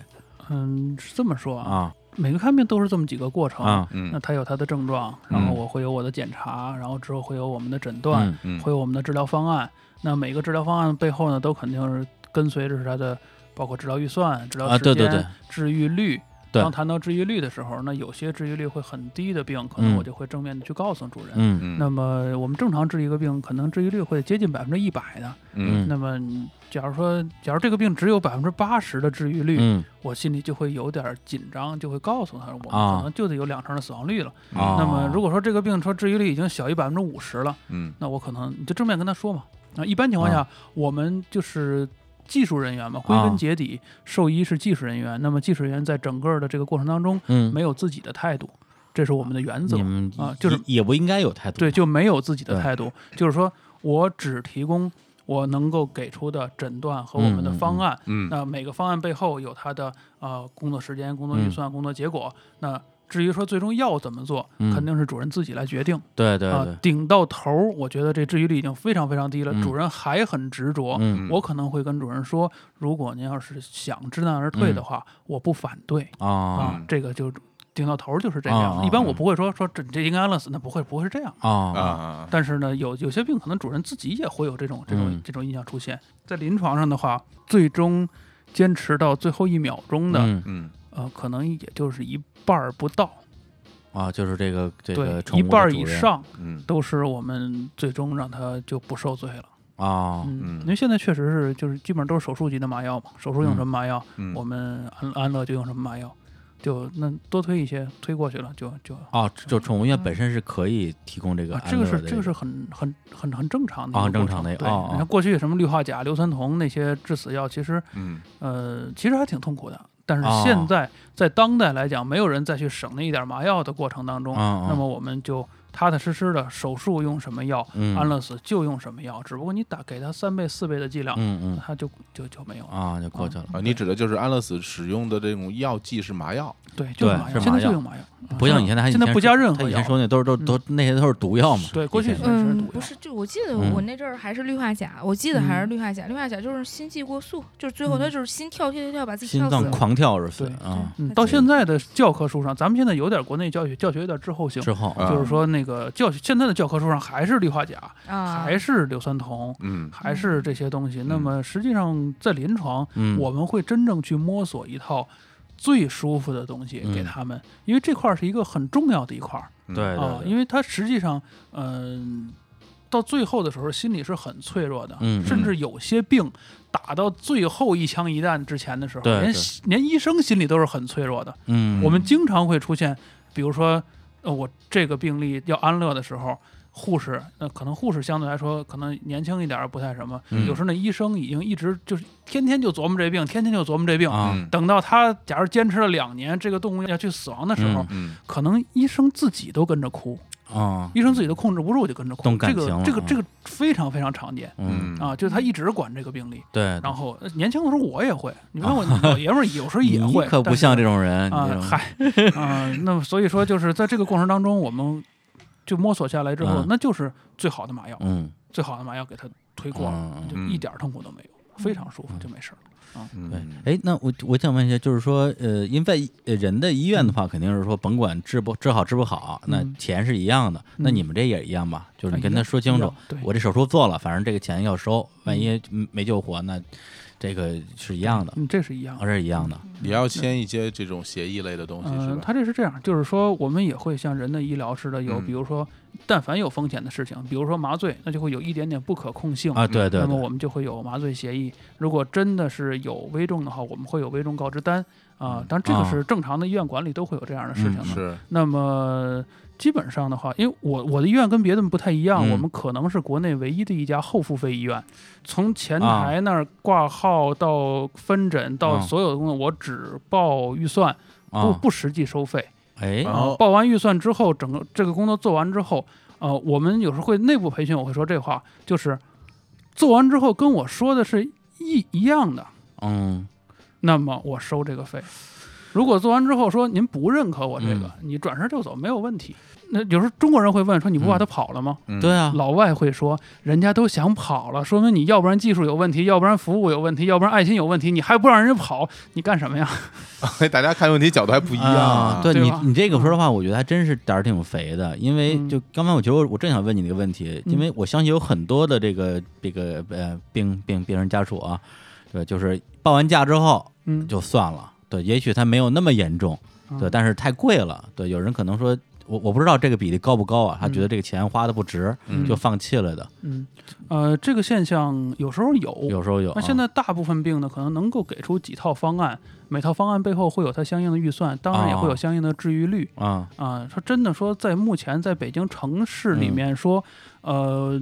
S3: 嗯，是这么说啊，
S1: 啊
S3: 每个看病都是这么几个过程。
S1: 啊，
S2: 嗯
S3: 那它有它的症状，然后
S1: 嗯
S3: 我会有我的检查，然后之后会有我们的诊断，
S1: 嗯
S2: 嗯
S3: 会有我们的治疗方案。那每个治疗方案背后呢，都肯定是跟随着是它的，包括治疗预算、治疗
S1: 啊，
S3: 时间、
S1: 对对对，
S3: 治愈率。
S1: 对
S3: 当谈到治愈率的时候，那有些治愈率会很低的病，可能
S1: 嗯
S3: 我就会正面的去告诉主任。
S1: 嗯
S2: 嗯
S3: 那么我们正常治一个病，可能治愈率会接近百分之一百的。
S2: 嗯
S3: 那么你，假如说，假如这个病只有百分之八十的治愈率，
S1: 嗯
S3: 我心里就会有点紧张，就会告诉他，我们
S1: 啊
S3: 可能就得有两成的死亡率了。
S1: 啊，
S3: 那么，如果说这个病说治愈率已经小于百分之五十了，
S2: 嗯
S3: 那我可能你就正面跟他说嘛。那一般情况下，我们就是技术人员嘛，归
S1: 啊
S3: 根结底，兽医是技术人员。那么技术人员在整个的这个过程当中，
S1: 嗯，
S3: 没有自己的态度，这是我们的原则
S1: 你。们
S3: 啊就是
S1: 也也不应该有态度，
S3: 对，就没有自己
S1: 对
S3: 的态度，就是说我只提供我能够给出的诊断和我们的
S1: 嗯嗯
S3: 方案。
S1: 嗯
S2: 嗯
S3: 那每个方案背后有它的呃工作时间、工作预算、工作结果。那至于说最终要怎么做，
S1: 嗯
S3: 肯定是主人自己来决定
S1: 对对
S3: 啊
S1: 对。，
S3: 顶到头儿，我觉得这治愈率已经非常非常低了。
S1: 嗯
S3: 主人还很执着，
S1: 嗯
S3: 我可能会跟主人说，如果您要是想知难而退的话，我不反对
S1: 嗯啊
S3: 啊。这个就顶到头儿就是这样
S1: 啊
S3: 的。
S1: 啊
S3: 一般我不会说说这这应该安乐死，那不会不会是这样。
S1: 啊啊
S2: 啊，
S3: 但是呢，有有些病可能主人自己也会有这种这种
S1: 嗯
S3: 这种印象出现。在临床上的话，最终坚持到最后一秒钟的，
S1: 嗯
S2: 嗯
S3: 呃，可能也就是一半儿不到，
S1: 啊，就是这个这个
S3: 对，
S1: 宠
S3: 一
S1: 物的
S3: 半儿
S1: 主
S3: 以
S1: 人
S3: 上
S2: 嗯
S3: 都是我们最终让它就不受罪了。
S1: 啊，
S3: 嗯
S2: 嗯，
S3: 因为现在确实是就是基本上都是手术级的麻药嘛，手术用什么麻药，
S2: 嗯，
S3: 我们安安乐就用什么麻药，就那多推一些推过去了，就就啊，
S1: 哦，就宠物医院本身是可以提供这个安
S3: 这
S1: 乐
S3: 个
S1: 的
S3: 是这个是很很很很正常的
S1: 啊
S3: 一个
S1: 很正
S3: 过程
S1: 常的
S3: 对，
S1: 哦哦
S3: 你看过去什么氯化钾、硫酸铜那些致死药，其实
S2: 嗯
S3: 呃其实还挺痛苦的，但是
S1: 哦
S3: 现在在当代来讲，没有人再去省那一点麻药的过程当中，
S1: 啊，
S3: 那么我们就踏踏实实的手术用什么药，
S1: 嗯
S3: 安乐死就用什么药，只不过你打给它三倍四倍的剂量，
S1: 嗯嗯
S3: 它就就就没有了。
S1: 啊就过去了，
S2: 啊，你指的就是安乐死使用的这种药剂是麻药，
S3: 对，就是麻
S1: 是
S3: 药，现在
S1: 麻药
S3: 就用麻药，啊
S1: 不像以前他
S3: 现在不加任何
S1: 他以
S3: 药嗯
S1: 前，说那都是都是都那些都是毒药嘛，
S3: 对过去
S1: 以前
S3: 是
S4: 嗯，
S3: 毒药
S4: 不是，就我记得
S1: 嗯
S4: 我那阵儿还是氯化钾，我记得还是
S3: 嗯
S4: 氯化钾，氯化钾就是心悸过速，就是最后他
S3: 嗯
S4: 就是心跳跳跳跳把自己
S1: 心
S4: 跳死
S1: 脏
S4: 了。
S1: 狂跳而死
S3: 对
S1: 啊，
S3: 嗯，到现在的教科书上，咱们现在有点国内教学教学有点滞后性，
S1: 之后
S2: 啊
S3: 就是说那个教学现在的教科书上还是氯化钾，
S4: 啊，
S3: 还是硫酸铜，
S2: 嗯
S3: 还是这些东西。那么实际上在临床，
S1: 嗯
S3: 我们会真正去摸索一套最舒服的东西
S1: 嗯
S3: 给他们，因为这块儿是一个很重要的一块儿
S2: 嗯
S1: 对
S3: 啊，因为它实际上，嗯。到最后的时候，心里是很脆弱的，
S1: 嗯
S3: 甚至有些病打到最后一枪一弹之前的时候，
S1: 对
S3: 连
S1: 对
S3: 连医生心里都是很脆弱的。
S1: 嗯
S3: 我们经常会出现，比如说，呃，我这个病例要安乐的时候，护士，那、可能护士相对来说可能年轻一点，儿，不太什么。
S1: 嗯
S3: 有时候那医生已经一直就是天天就琢磨这病，天天就琢磨这病。
S1: 啊
S3: 等到他假如坚持了两年，这个动物要去死亡的时候，
S1: 嗯
S2: 嗯
S3: 可能医生自己都跟着哭，
S1: 啊
S3: 医生自己都控制不住就跟着哭。
S1: 动感
S3: 这个
S1: 情了
S3: 这个
S1: 啊
S3: 这个非常非常常见
S1: 嗯
S3: 啊，就是他一直管这个病例。
S1: 对，
S3: 然后呃年轻的时候我也会，你问我老爷们儿有时候也
S1: 啊 *laughs* 你
S3: 会，
S1: 可
S3: 但
S1: 不
S3: 是
S1: 像这种人，你这
S3: 啊，
S1: 种
S3: 嗨，啊，那么所以说就是在这个过程当中，我们就摸索下来之后
S1: 嗯，
S3: 那就是最好的麻药，
S1: 嗯
S3: 最好的麻药给它推过了，
S1: 嗯
S3: 就
S2: 嗯
S3: 一点痛苦都没有，非常舒服，就没事了。
S1: 对
S2: 嗯，
S1: 哎，那我我想问一下，就是说，呃，因为在医呃人的医院的话，肯定是说，甭管治不治好治不好，那
S3: 嗯
S1: 钱是一样的。那
S3: 嗯
S1: 你们这也一样吧？就是你
S3: 啊
S1: 跟
S3: 一
S1: 他
S3: 样
S1: 说清
S3: 一
S1: 楚
S3: 样对，
S1: 我这手术做了，反正这个钱要收，万一嗯没救活，那这个是一样的，
S3: 嗯，这是一样
S1: 而
S3: 的。
S1: 是一样的。
S2: 也要签一些这种协议类的东西是
S3: 嗯，
S2: 吧？
S3: 它这是这样，就是说我们也会像人的医疗似的，有
S2: 嗯
S3: 比如说，但凡有风险的事情，比如说麻醉，那就会有一点点不可控性
S1: 啊，对对
S3: 那么
S1: 对，
S3: 我们就会有麻醉协议。如果真的是有危重的话，我们会有危重告知单啊
S2: 嗯。
S3: 当然，这个
S1: 啊
S3: 是正常的医院管理都会有这样的事
S1: 嗯
S3: 情的。
S2: 是
S3: 那么基本上的话，因为我我的医院跟别的不太一样，
S1: 嗯
S3: 我们可能是国内唯一的一家后付费医院，从前
S2: 啊
S3: 台那儿挂号到分诊到
S2: 嗯
S1: 啊
S3: 所有的工作，我只报预算，不
S1: 啊，
S3: 不实际收费。
S1: 哎
S2: 啊
S3: 啊
S2: 哦，
S3: 报完预算之后，整个这个工作做完之后，呃，我们有时候会内部培训，我会说这话，就是做完之后跟我说的是一一样的，
S1: 嗯
S3: 那么我收这个费。如果做完之后说您不认可我这个，你转身就走没有问题。那有时候中国人会问说你不怕他跑了吗？
S2: 嗯 *laughs*
S1: 对啊，
S3: 老外会说人家都想跑了，说明你要不然技术有问题，要不然服务有问题，要不然爱心有问题，你还不让人家跑，你干什么呀？
S2: 大家看问题角度还不一样
S1: 啊
S2: 啊，
S1: 对
S3: 对
S1: 你
S3: 吧
S1: 你这个说的话，我觉得还真是胆儿挺肥的，因为
S3: 嗯
S1: 就刚才我觉得我我正想问你这个问题，因为我相信有很多的这个这个呃病病病人家属啊，对吧，就是报完价之后
S3: 嗯，
S1: 就算了，对，也许他没有那么严重，
S3: 嗯
S1: 对，但是太贵了，对，有人可能说。我我不知道这个比例高不高啊，他
S3: 嗯
S1: 觉得这个钱花的不值，
S2: 嗯
S1: 就放弃了的，
S3: 嗯，呃，这个现象有时候有，
S1: 有时候有啊。
S3: 那现在大部分病呢，可能能够给出几套方案，每套方案背后会有它相应的预算，当然也会有相应的治愈率
S1: 啊，
S3: 啊。说真的，说在目前在北京城市里面说，呃，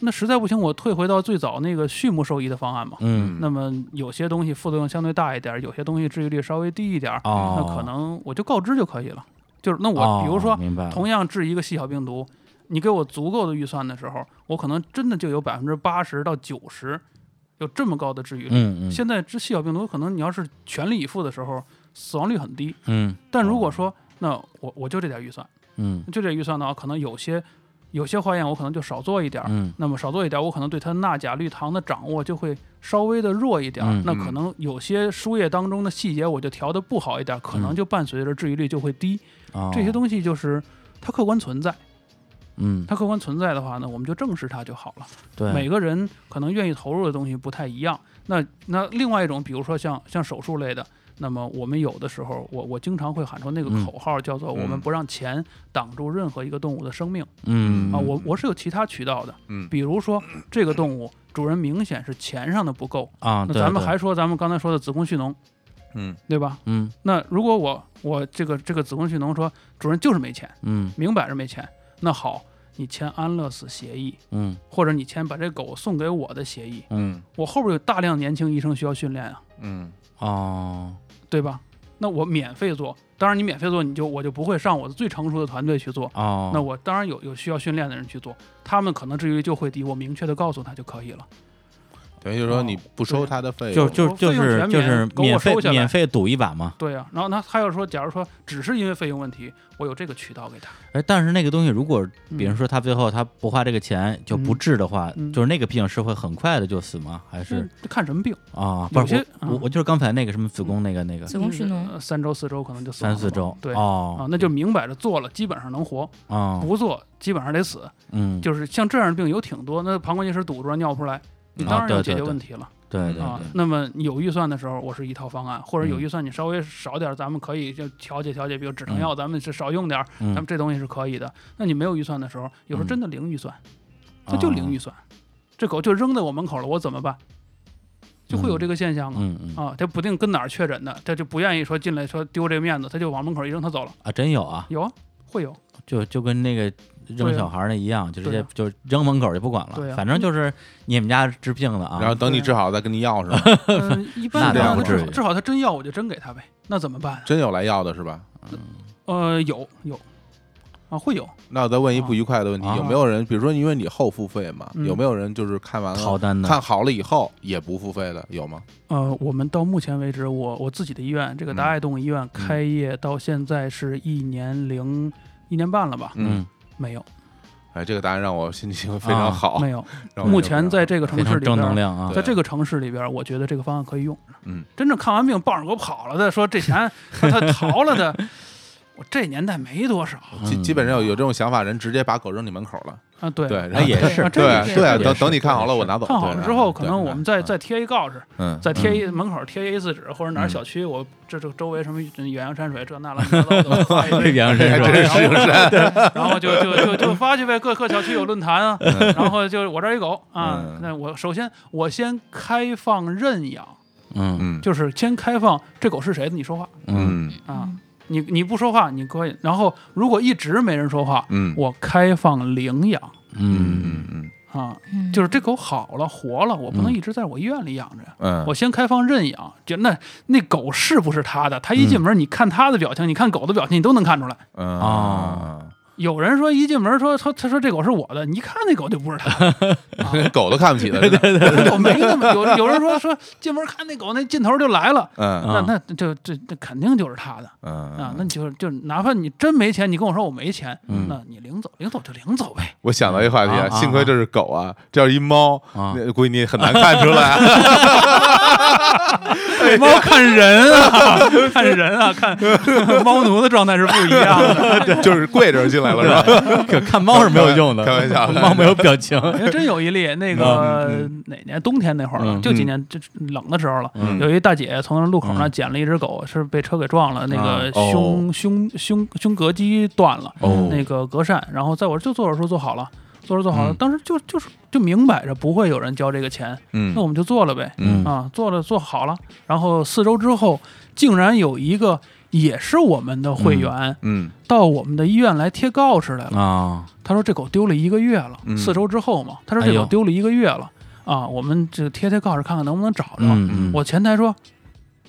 S3: 那实在不行，我退回到最早那个畜牧兽医的方案嘛。
S1: 嗯，
S3: 那么有些东西副作用相对大一点，有些东西治愈率稍微低一点，
S1: 哦，
S3: 那可能我就告知就可以了。就是那
S1: 哦
S3: 我比如说，
S1: 明白了
S3: 同样治一个细小病毒，你给我足够的预算的时候，我可能真的就有百分之八十到九十有这么高的治愈率。
S1: 嗯嗯
S3: 现在治细小病毒，可能你要是全力以赴的时候，死亡率很低。
S1: 嗯，
S3: 但如果说，那我我就这点预算，
S1: 嗯
S3: 就这预算的话，可能有些有些花样我可能就少做一点儿，
S1: 嗯
S3: 那么少做一点，我可能对它钠钾氯糖的掌握就会稍微的弱一点儿。
S1: 嗯
S3: 那可能有些输液当中的细节，我就调的不好一点儿，可能就伴随着治愈率就会低。
S1: 嗯哦
S3: 这些东西就是它客观存在，
S1: 嗯
S3: 它客观存在的话呢，我们就正视它就好了。
S1: 对
S3: 每个人可能愿意投入的东西不太一样。那那另外一种，比如说像像手术类的。那么我们有的时候，我我经常会喊出那个
S1: 嗯
S3: 口号，叫做“我们
S2: 嗯
S3: 不让钱挡住任何一个动物的生命”
S1: 嗯
S3: 啊，我我是有其他渠道的，
S2: 嗯
S3: 比如说这个动物主人明显是钱上的不够，
S1: 啊，
S3: 那
S1: 对
S3: 咱们
S1: 对
S3: 还说咱们刚才说的子宫蓄脓，
S2: 嗯
S3: 对吧？
S1: 嗯
S3: 那如果我我这个这个子宫蓄脓说主人就是没钱，
S1: 嗯
S3: 明摆着没钱，那好，你签安乐死协议，
S1: 嗯
S3: 或者你签把这狗送给我的协议，
S1: 嗯
S3: 我后边有大量年轻医生需要训练啊，
S2: 嗯
S1: 哦
S3: 对吧？那我免费做，当然你免费做，你就我就不会上我的最成熟的团队去做，
S1: 哦，
S3: 那我当然有有需要训练的人去做，他们可能至于就会低，我明确的告诉他就可以了。
S2: 等于就是
S3: 哦
S2: 说你不收他的费
S1: 就
S2: 用，
S1: 就
S3: 我
S1: 就
S3: 费用
S1: 是
S3: 全
S1: 就
S3: 免
S1: 是
S3: 给我
S1: 免费
S3: 收下来
S1: 免费赌一把嘛。
S3: 对呀、啊然后那他要说，假如说只是因为费用问题，我有这个渠道给他，
S1: 哎，但是那个东西，如果
S3: 嗯
S1: 比如说他最后他不花这个钱就不
S3: 嗯
S1: 治的话，
S3: 嗯
S1: 就是那个病是会很快的就死吗？还是
S3: 嗯看什么病，
S1: 啊？
S3: 有
S1: 不是
S3: 些
S1: 我我
S3: 嗯
S1: 我就是刚才那个什么子宫那个那个
S4: 子宫蓄脓
S3: 呃三周四周可能就死
S1: 三
S3: 亡
S1: 四
S3: 了
S1: 周
S3: 对啊
S1: 哦，
S3: 那就明摆着做了，基本上能活；
S1: 啊
S3: 不做，基本上得死。
S1: 嗯
S3: 就是像这样的病有挺多，那膀胱结石堵住了尿不出来，你
S1: 啊
S3: 当然
S1: 对
S3: 要
S1: 对
S3: 解决
S1: 对
S3: 问题了
S1: 对对
S3: 啊
S1: 对。
S3: 那么有预算的时候，我是一套方案，或者有
S1: 嗯
S3: 预算你稍微少点儿，咱们可以就调节调节，比如止疼
S1: 嗯
S3: 药，咱们是少用点儿，咱们
S1: 嗯
S3: 这东西是可以的。那你没有预算的时候，有时候
S1: 嗯
S3: 真的零预算。它就零
S1: 哦
S3: 预算，这狗就扔在我门口了，我怎么办？就会有这个现象啊、
S1: 嗯嗯
S3: 啊，它不定跟哪儿确诊的，它就不愿意说进来说丢这个面子，它就往门口一扔，它走了。
S1: 啊，真有啊，
S3: 有啊，会
S1: *laughs*
S3: 有，
S1: 就就跟那个扔
S3: 对啊
S1: 小孩儿那一样，就直接
S3: 对啊
S1: 就扔门口儿就不管
S3: 对
S1: 了，
S3: 啊
S1: 反正就是你们家治病的啊，
S2: 然后等你治好再跟你要是
S3: *laughs*
S2: 吧？
S3: 嗯，一般
S1: 那
S3: 的
S2: 倒
S3: 话
S2: 不
S3: 至
S1: 至
S3: 少
S1: 于
S3: 至少它真要我就真给它呗，那怎么办啊？
S2: 真有来要的是吧？
S3: 呃，有有啊，会有，
S2: 那我再问一不愉快的问题，
S1: 啊
S2: 有没有人，比如说因为你后付费嘛，
S3: 哦嗯
S2: 有没有人就是看完
S1: 逃
S2: 了
S1: 单的
S2: 看好了以后也不付费的，有吗？
S3: 呃，我们到目前为止，我我自己的医院这个
S2: 嗯
S3: 达爱动物医院开业到现在是一年零一年半了吧？
S1: 嗯，
S3: 没有
S2: 哎，这个答案让我心情非常好。
S3: 哦没有，
S2: 哦让我
S3: 目
S2: 非常
S3: 前在这个
S1: 非
S3: 城
S1: 常
S3: 市里
S1: 正
S3: 边
S1: 能
S3: 儿，
S1: 量啊
S2: 对，
S3: 在这个城市里边儿，我觉得这个方案可以用。
S2: 嗯，
S3: 真正看完病抱着狗跑了的，说这钱说他逃
S2: *laughs*
S3: 了的，我这年代没多少
S2: 基
S1: 嗯
S2: 基本上有有这种想法人，直接把狗扔你门口了。
S3: 啊。对，
S2: 对，然
S1: 哎
S2: 后
S1: 也
S3: 对
S1: 是
S3: *laughs* 啊这也
S2: 对
S3: 是
S2: 对，
S1: 也
S2: 等
S1: 是
S2: 等你看好了，
S1: 也
S2: 我
S1: 是
S2: 拿走。
S3: 看好了
S2: 对
S3: 之后，
S2: 对
S3: 可能我们再
S2: 对
S3: 再贴一告示，
S2: 嗯，
S3: 再贴一门口贴一 A 四纸，或者哪儿小区，我这这周围什么远洋山水这那乱七八糟
S2: *laughs*
S3: 的，我发一堆
S1: 远
S3: *laughs*
S1: 洋山水
S3: 然后
S2: 这是
S3: *laughs* 然后就就就就发去呗，各各小区有论坛啊，然后就我这儿有狗啊
S2: 嗯，
S3: 那我首先我先开放认养，
S1: 嗯
S2: 嗯
S3: 就是先开放这狗是谁的，你说话
S1: 嗯
S2: 嗯
S3: 啊，你你不说话你可以，然后如果一直没人说话，
S2: 嗯
S3: 我开放领养
S1: 嗯
S2: 嗯嗯
S3: 啊，
S4: 嗯
S3: 就是这狗好了活了，我不能
S1: 嗯
S3: 一直在我医院里养着呀。
S2: 嗯，
S3: 我先开放认养，就那那狗是不是他的？他一进门，你看他的表情，你看狗的表情，你都能看出来。
S2: 嗯
S1: 哦
S3: 有人说一进门说说他说这狗是我的，你一看那狗就不是他，
S2: 连 *laughs* 狗都看不起的，真的
S3: 那狗没那么 *laughs* 有有人说说进门看那狗那劲头就来了，
S2: 嗯
S3: 那
S1: 啊
S3: 那这这这肯定就是他的
S2: 嗯
S3: 啊，那就就哪怕你真没钱，你跟我说我没钱，
S1: 嗯
S3: 那你领走领走就领走呗。
S2: 我想到一个话题
S1: 啊啊
S2: 幸亏这是狗啊，这要是一猫，
S1: 啊
S2: 那估计你很难看出来。啊
S3: *laughs*
S2: *laughs*
S3: 哎猫看人啊， *laughs* 看人啊，看猫奴的状态是不一样的。
S2: 就是跪着进来了是吧？
S1: 可看猫是没有用 *laughs* 的，
S2: 开玩笑
S1: 猫没有表
S3: *laughs*
S1: 情。
S3: 因为真有一例，那个、哪年冬天那会儿了，
S1: 嗯
S3: 就今年这冷的时候了，
S2: 嗯
S3: 有一大姐从路口那
S1: 嗯
S3: 捡了一只狗，是被车给撞了，那
S1: 啊
S3: 个
S1: 哦
S3: 胸、胸胸胸膈肌断了，
S1: 哦
S3: 那个隔扇，然后在我这就做手术做好了。做手术做好了，
S1: 嗯
S3: 当时就就是就明摆着不会有人交这个钱，
S2: 嗯
S3: 那我们就做了呗，
S1: 嗯
S3: 啊，做了做好了，然后四周之后，竟然有一个也是我们的会员、
S2: 嗯
S3: 到我们的医院来贴告示来了，
S1: 啊，
S3: 他说这狗丢了一个月了，
S2: 嗯
S3: 四周之后嘛。他说
S1: 哎
S3: 这
S1: 呦
S3: 狗丢了一个月了、啊，我们这贴贴告示看看能不能找着。
S1: 嗯嗯
S3: 我前台说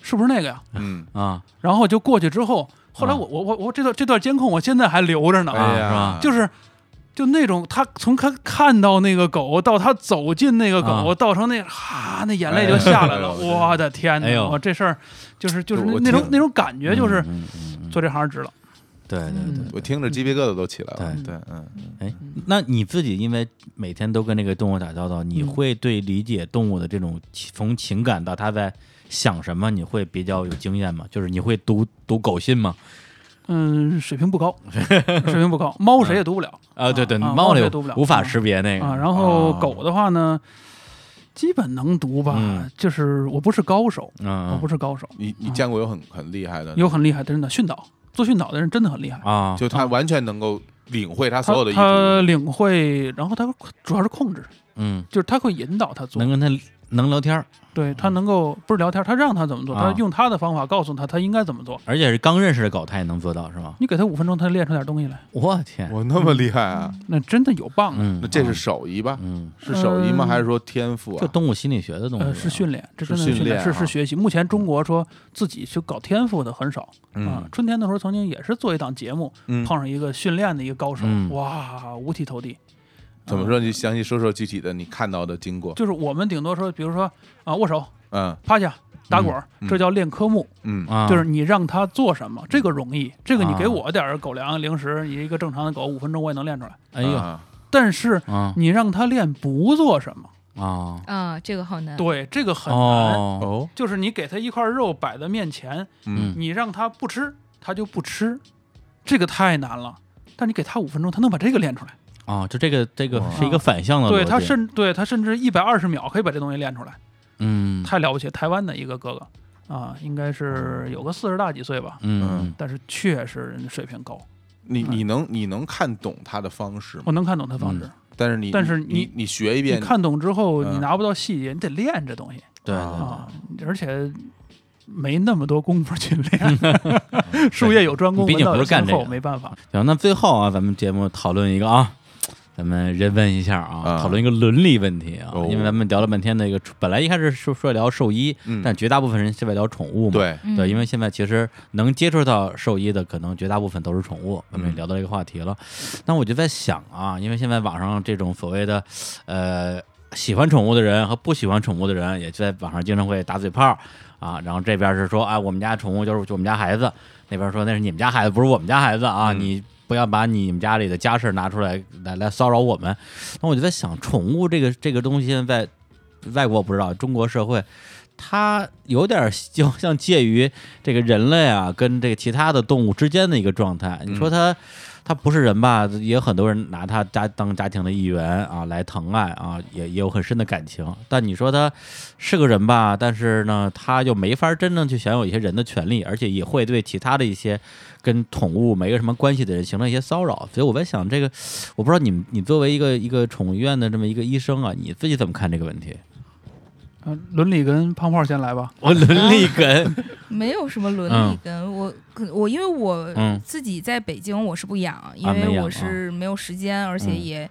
S3: 是不是那个呀？
S2: 嗯，
S1: 啊
S3: 然后就过去之后，后来
S1: 啊
S3: 我、我我我这段这段监控我现在还留着呢，
S1: 哎
S2: 哎
S1: 是吧
S2: 呀，
S3: 啊就是。就那种他从他看到那个狗到他走进那个狗，
S1: 啊
S3: 到成那哈、那眼泪就下来了，
S2: 哎呦
S3: 我的天哪！
S1: 哎呦
S3: 我这事儿就是就是
S2: 我
S3: 那
S2: 听
S3: 那种那种感觉，就是嗯
S1: 嗯嗯嗯嗯
S3: 做这行值了。
S1: 对对对。
S2: 我听着鸡皮疙瘩都起来了。
S1: 对
S2: 对，嗯，
S1: 哎，那你自己因为每天都跟这个动物打交道，
S3: 嗯
S1: 你会对理解动物的这种情从情感到它在想什么，你会比较有经验吗？就是你会读读狗信吗？
S3: 嗯，水平不高，水平不高，猫谁也读不了
S1: 啊，对对，
S3: 啊
S1: 猫
S3: 猫
S1: 类
S3: 也读不了
S1: 无法识别
S2: 哎
S1: 那个
S3: 啊。然后
S1: 啊
S3: 狗的话呢，基本能读吧
S1: 嗯，
S3: 就是我不是高手，我
S1: 嗯
S3: 不是高手，
S2: 你你见过有很很厉害的，
S3: 有很厉害的，真的训导做训导的人真的很厉害，
S1: 啊，
S2: 就他完全能够领会他
S3: 他
S2: 所有的意
S3: 他
S2: 图，
S3: 领会，然后他主要是控制，
S1: 嗯，
S3: 就是他会引导他做
S1: 能，跟它能聊天儿，
S3: 对
S2: 嗯
S3: 他能够不是聊天，他让他怎么做，
S1: 啊
S3: 他用他的方法告诉他他应该怎么做。
S1: 而且是刚认识的狗，它也能做到是吗？
S3: 你给他五分钟，他练出点东西来，
S1: 我天，
S2: 我那么厉害啊！
S3: 那真的有棒啊的。
S1: 嗯，
S2: 那这是手艺吧？
S1: 嗯，
S2: 是手艺吗？
S3: 嗯
S2: 还是说天赋
S1: 这
S2: 啊？
S1: 动物心理学的东西啊
S3: 呃，是训练，这
S2: 是
S3: 真的
S2: 训
S3: 训
S2: 练
S3: 是
S2: 啊
S3: 是学习。目前中国说自己去搞天赋的很少啊
S2: 嗯。
S3: 春天的时候曾经也是做一档节目，
S2: 嗯，
S3: 碰上一个训练的一个高手
S1: 嗯，
S3: 哇，五体投地。
S2: 怎么
S3: 啊
S2: 说？你详细说说具体的你看到的经过。
S3: 就是我们顶多说，比如说啊，握手、
S2: 嗯
S3: 趴下、打滚儿
S2: 嗯，
S3: 这叫练科目。
S2: 嗯
S1: 啊，
S3: 就是你让他做什么，这个容易，这个你给
S1: 啊
S3: 我点儿狗粮、零食，你一个正常的狗五分钟我也能练出来。
S1: 哎呦啊
S2: 啊
S3: 但是你让他练不做什么，
S1: 啊
S6: 啊，这个好
S4: 嗯
S6: 难。
S3: 对，这个很难。
S1: 哦，
S2: 哦，
S3: 就是你给他一块肉摆在面前，
S1: 嗯
S3: 你让他不吃，他就不吃，这个太难了。但你给他五分钟，他能把这个练出来。
S1: 哦，就这个这个
S2: 哇
S1: 是一个反向的逻辑，
S3: 对他甚对他甚至一百二十秒可以把这东西练出来，
S1: 嗯
S3: 太了不起！台湾的一个哥哥啊，应该是有个四十大几岁吧，
S1: 嗯
S3: 但是确实人家水平高，
S2: 你你能你能看懂他的方式吗？
S3: 我能看懂他方
S1: 嗯
S3: 式。
S2: 但是你
S3: 但是
S2: 你
S3: 你
S2: 你学一
S3: 你
S2: 遍，
S3: 看懂之后，
S2: 嗯
S3: 你拿不到细节，你得练这东西
S1: 对对对
S3: 啊，而且没那么多功夫
S1: *laughs*
S3: 去练。术业有专攻，
S1: 毕竟
S3: 门道有
S1: 不是干
S3: 先
S1: 这个
S3: 后没办法。
S1: 行，那最后啊，咱们节目讨论一个啊，咱们人问一下啊，
S2: 啊
S1: 讨论一个伦理问题啊，
S2: 哦
S1: 因为咱们聊了半天那个，本来一开始说说聊兽医，
S2: 嗯
S1: 但绝大部分人现在聊宠物嘛，
S2: 对，
S6: 嗯
S1: 对，因为现在其实能接触到兽医的，可能绝大部分都是宠物。咱们也
S2: 嗯
S1: 聊到这个话题了，那我就在想啊，因为现在网上这种所谓的，呃，喜欢宠物的人和不喜欢宠物的人，也在网上经常会打嘴炮啊。然后这边是说啊，我们家宠物就是我们家孩子，那边说那是你们家孩子，不是我们家孩子啊，
S2: 嗯
S1: 你。不要把你们家里的家事拿出来来来骚扰我们，那我就在想，宠物这个这个东西现在外国我不知道，中国社会它有点儿就像介于这个人类啊跟这个其他的动物之间的一个状态。你说它。它不是人吧？也有很多人拿它家当家庭的一员啊，来疼爱啊，也也有很深的感情。但你说它是个人吧，但是呢，它又没法真正去享有一些人的权利，而且也会对其他的一些跟宠物没有什么关系的人形成一些骚扰。所以我在想，这个我不知道你们，你作为一个一个宠物医院的这么一个医生啊，你自己怎么看这个问题？
S3: 嗯，伦理跟胖胖先来吧。
S1: 我伦理梗，
S4: 没有什么伦理跟、我可我因为我
S1: 嗯
S4: 自己在北京我是不养，因
S1: 没
S4: 为
S1: 养
S4: 我是没有时间，而且也、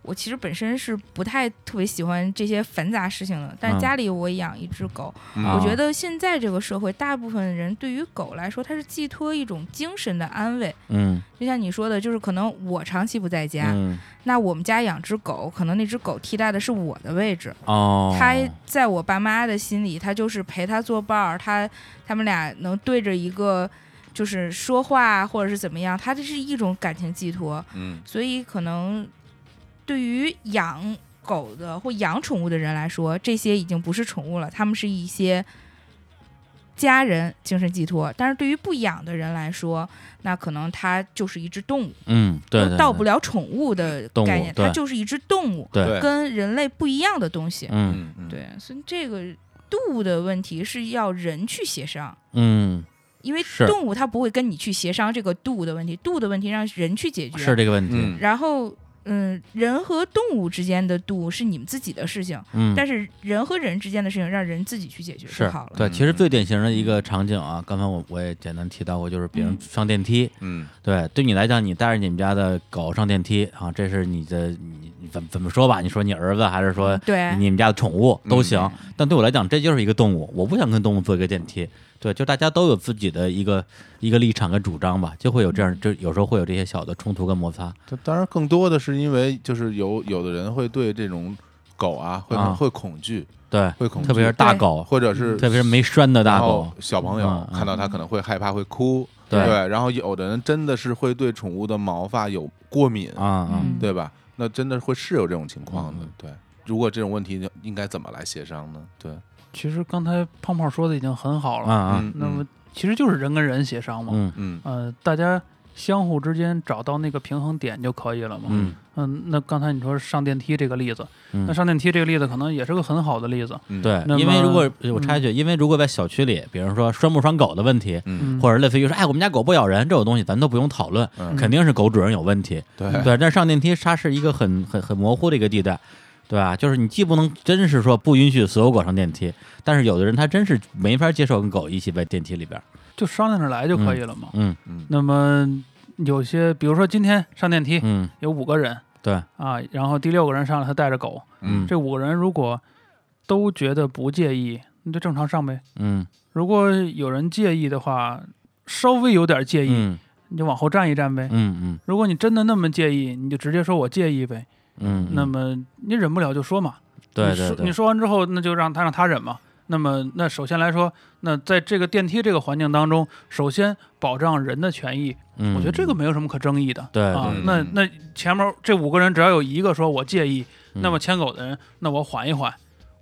S4: 我其实本身是不太特别喜欢这些繁杂事情的。
S1: 嗯
S4: 但是家里我养一只狗，
S2: 嗯
S1: 啊
S4: 我觉得现在这个社会，大部分人对于狗来说，它是寄托一种精神的安慰。
S1: 嗯
S4: 就像你说的，就是可能我长期不在家，
S1: 嗯
S4: 那我们家养只狗，可能那只狗替代的是我的位置。
S1: 哦，
S4: 他在我爸妈的心里，他就是陪他作伴儿，他他们俩能对着一个就是说话或者是怎么样，他这是一种感情寄托，
S2: 嗯
S4: 所以可能对于养狗的或养宠物的人来说，这些已经不是宠物了，他们是一些。家人精神寄托，但是对于不养的人来说，那可能它就是一只动物，
S1: 嗯对对
S4: 都
S1: 对
S4: 到不了宠物的
S1: 动物
S4: 概念，
S1: 对
S4: 它就是一只动物，
S1: 对
S2: 对
S4: 跟人类不一样的东西。
S1: 嗯
S2: 嗯嗯，
S4: 对，所以这个度的问题是要人去协商，
S1: 嗯
S4: 因为
S1: 是
S4: 动物它不会跟你去协商这个度的问题，度的问题让人去解决。
S1: 是这个问题，
S2: 嗯
S4: 然后，嗯，人和动物之间的度是你们自己的事情，
S1: 嗯，
S4: 但是人和人之间的事情让人自己去解决就是好了。
S1: 对，
S2: 嗯
S1: 其实最典型的一个场景啊，刚才我我也简单提到过，就是别人上电梯，
S2: 嗯
S1: 对，对你来讲，你带着你们家的狗上电梯啊，这是你的，你你怎么怎么说吧？你说你儿子还是说
S4: 嗯对
S1: 你们家的宠物都行，
S4: 嗯
S1: 但对我来讲，这就是一个动物，我不想跟动物坐一个电梯。对，就大家都有自己的一个一个立场跟主张吧，就会有这
S4: 嗯
S1: 样，就有时候会有这些小的冲突跟摩擦。
S2: 它当然更多的是因为就是有有的人会对这种狗啊，会
S1: 啊
S2: 会恐惧，
S1: 对，
S2: 会恐惧，
S1: 特别是大狗，
S2: 或者是
S1: 特别是没拴的大
S2: 然后
S1: 狗，
S2: 小朋
S1: 嗯
S2: 友
S1: 嗯
S2: 看到它可能会害怕，会哭，
S1: 对
S2: 然后有的人真的是会对宠物的毛发有过敏，
S1: 啊啊，
S4: 嗯
S2: 对吧？那真的会是有这种情况的
S1: 嗯，
S2: 对。如果这种问题应该怎么来协商呢？对，
S3: 其实刚才胖胖说的已经很好
S1: 啊
S3: 了，
S1: 啊，
S3: 那么其实就是人跟人协商嘛，
S1: 嗯
S2: 嗯
S3: 呃，大家相互之间找到那个平衡点就可以了嘛。
S1: 嗯
S3: 嗯那刚才你说上电梯这个例子，那
S1: 嗯，
S3: 上电梯这个例子可能也是个很好的例子，
S2: 嗯，
S1: 对
S3: 那，
S1: 因为
S3: 么
S1: 如果我插一句，因为如果在小区里，比如说拴不拴狗的问题，
S2: 嗯
S3: 嗯，
S1: 或者类似于说，哎，我们家狗不咬人这种东西，咱都不用讨论，
S2: 嗯
S1: 肯定是狗主人有问题。
S2: 对
S1: 对，但是上电梯它是一个很很很模糊的一个地带，对吧？就是你既不能真是说不允许所有狗上电梯，但是有的人他真是没法接受跟狗一起在电梯里边儿。
S3: 就商量着来就可以了嘛。
S1: 嗯
S2: 嗯
S3: 那么有些，比如说今天上电梯
S1: 嗯，
S3: 有五个人
S1: 对，
S2: 嗯
S3: 啊，然后第六个人上来，他带着狗，
S1: 嗯
S3: 这五个人如果都觉得不介意，那就正常上呗。
S1: 嗯
S3: 如果有人介意的话，稍微有点介意，
S1: 嗯
S3: 你就往后站一站呗。
S1: 嗯嗯
S3: 如果你真的那么介意，你就直接说我介意呗。
S1: 嗯，
S3: 那么你忍不了就说嘛。
S1: 对
S3: 你
S1: 对
S3: 说你
S1: 对，
S3: 说完之后，那就让他让他忍嘛。那么，那首先来说，那在这个电梯这个环境当中，首先保障人的权益，
S1: 嗯
S3: 我觉得这个没有什么可争议的。
S1: 对
S3: 啊
S1: 对，
S3: 那
S2: 嗯
S3: 那前面这五个人只要有一个说我介意，
S1: 嗯
S3: 那么牵狗的人，那我缓一缓，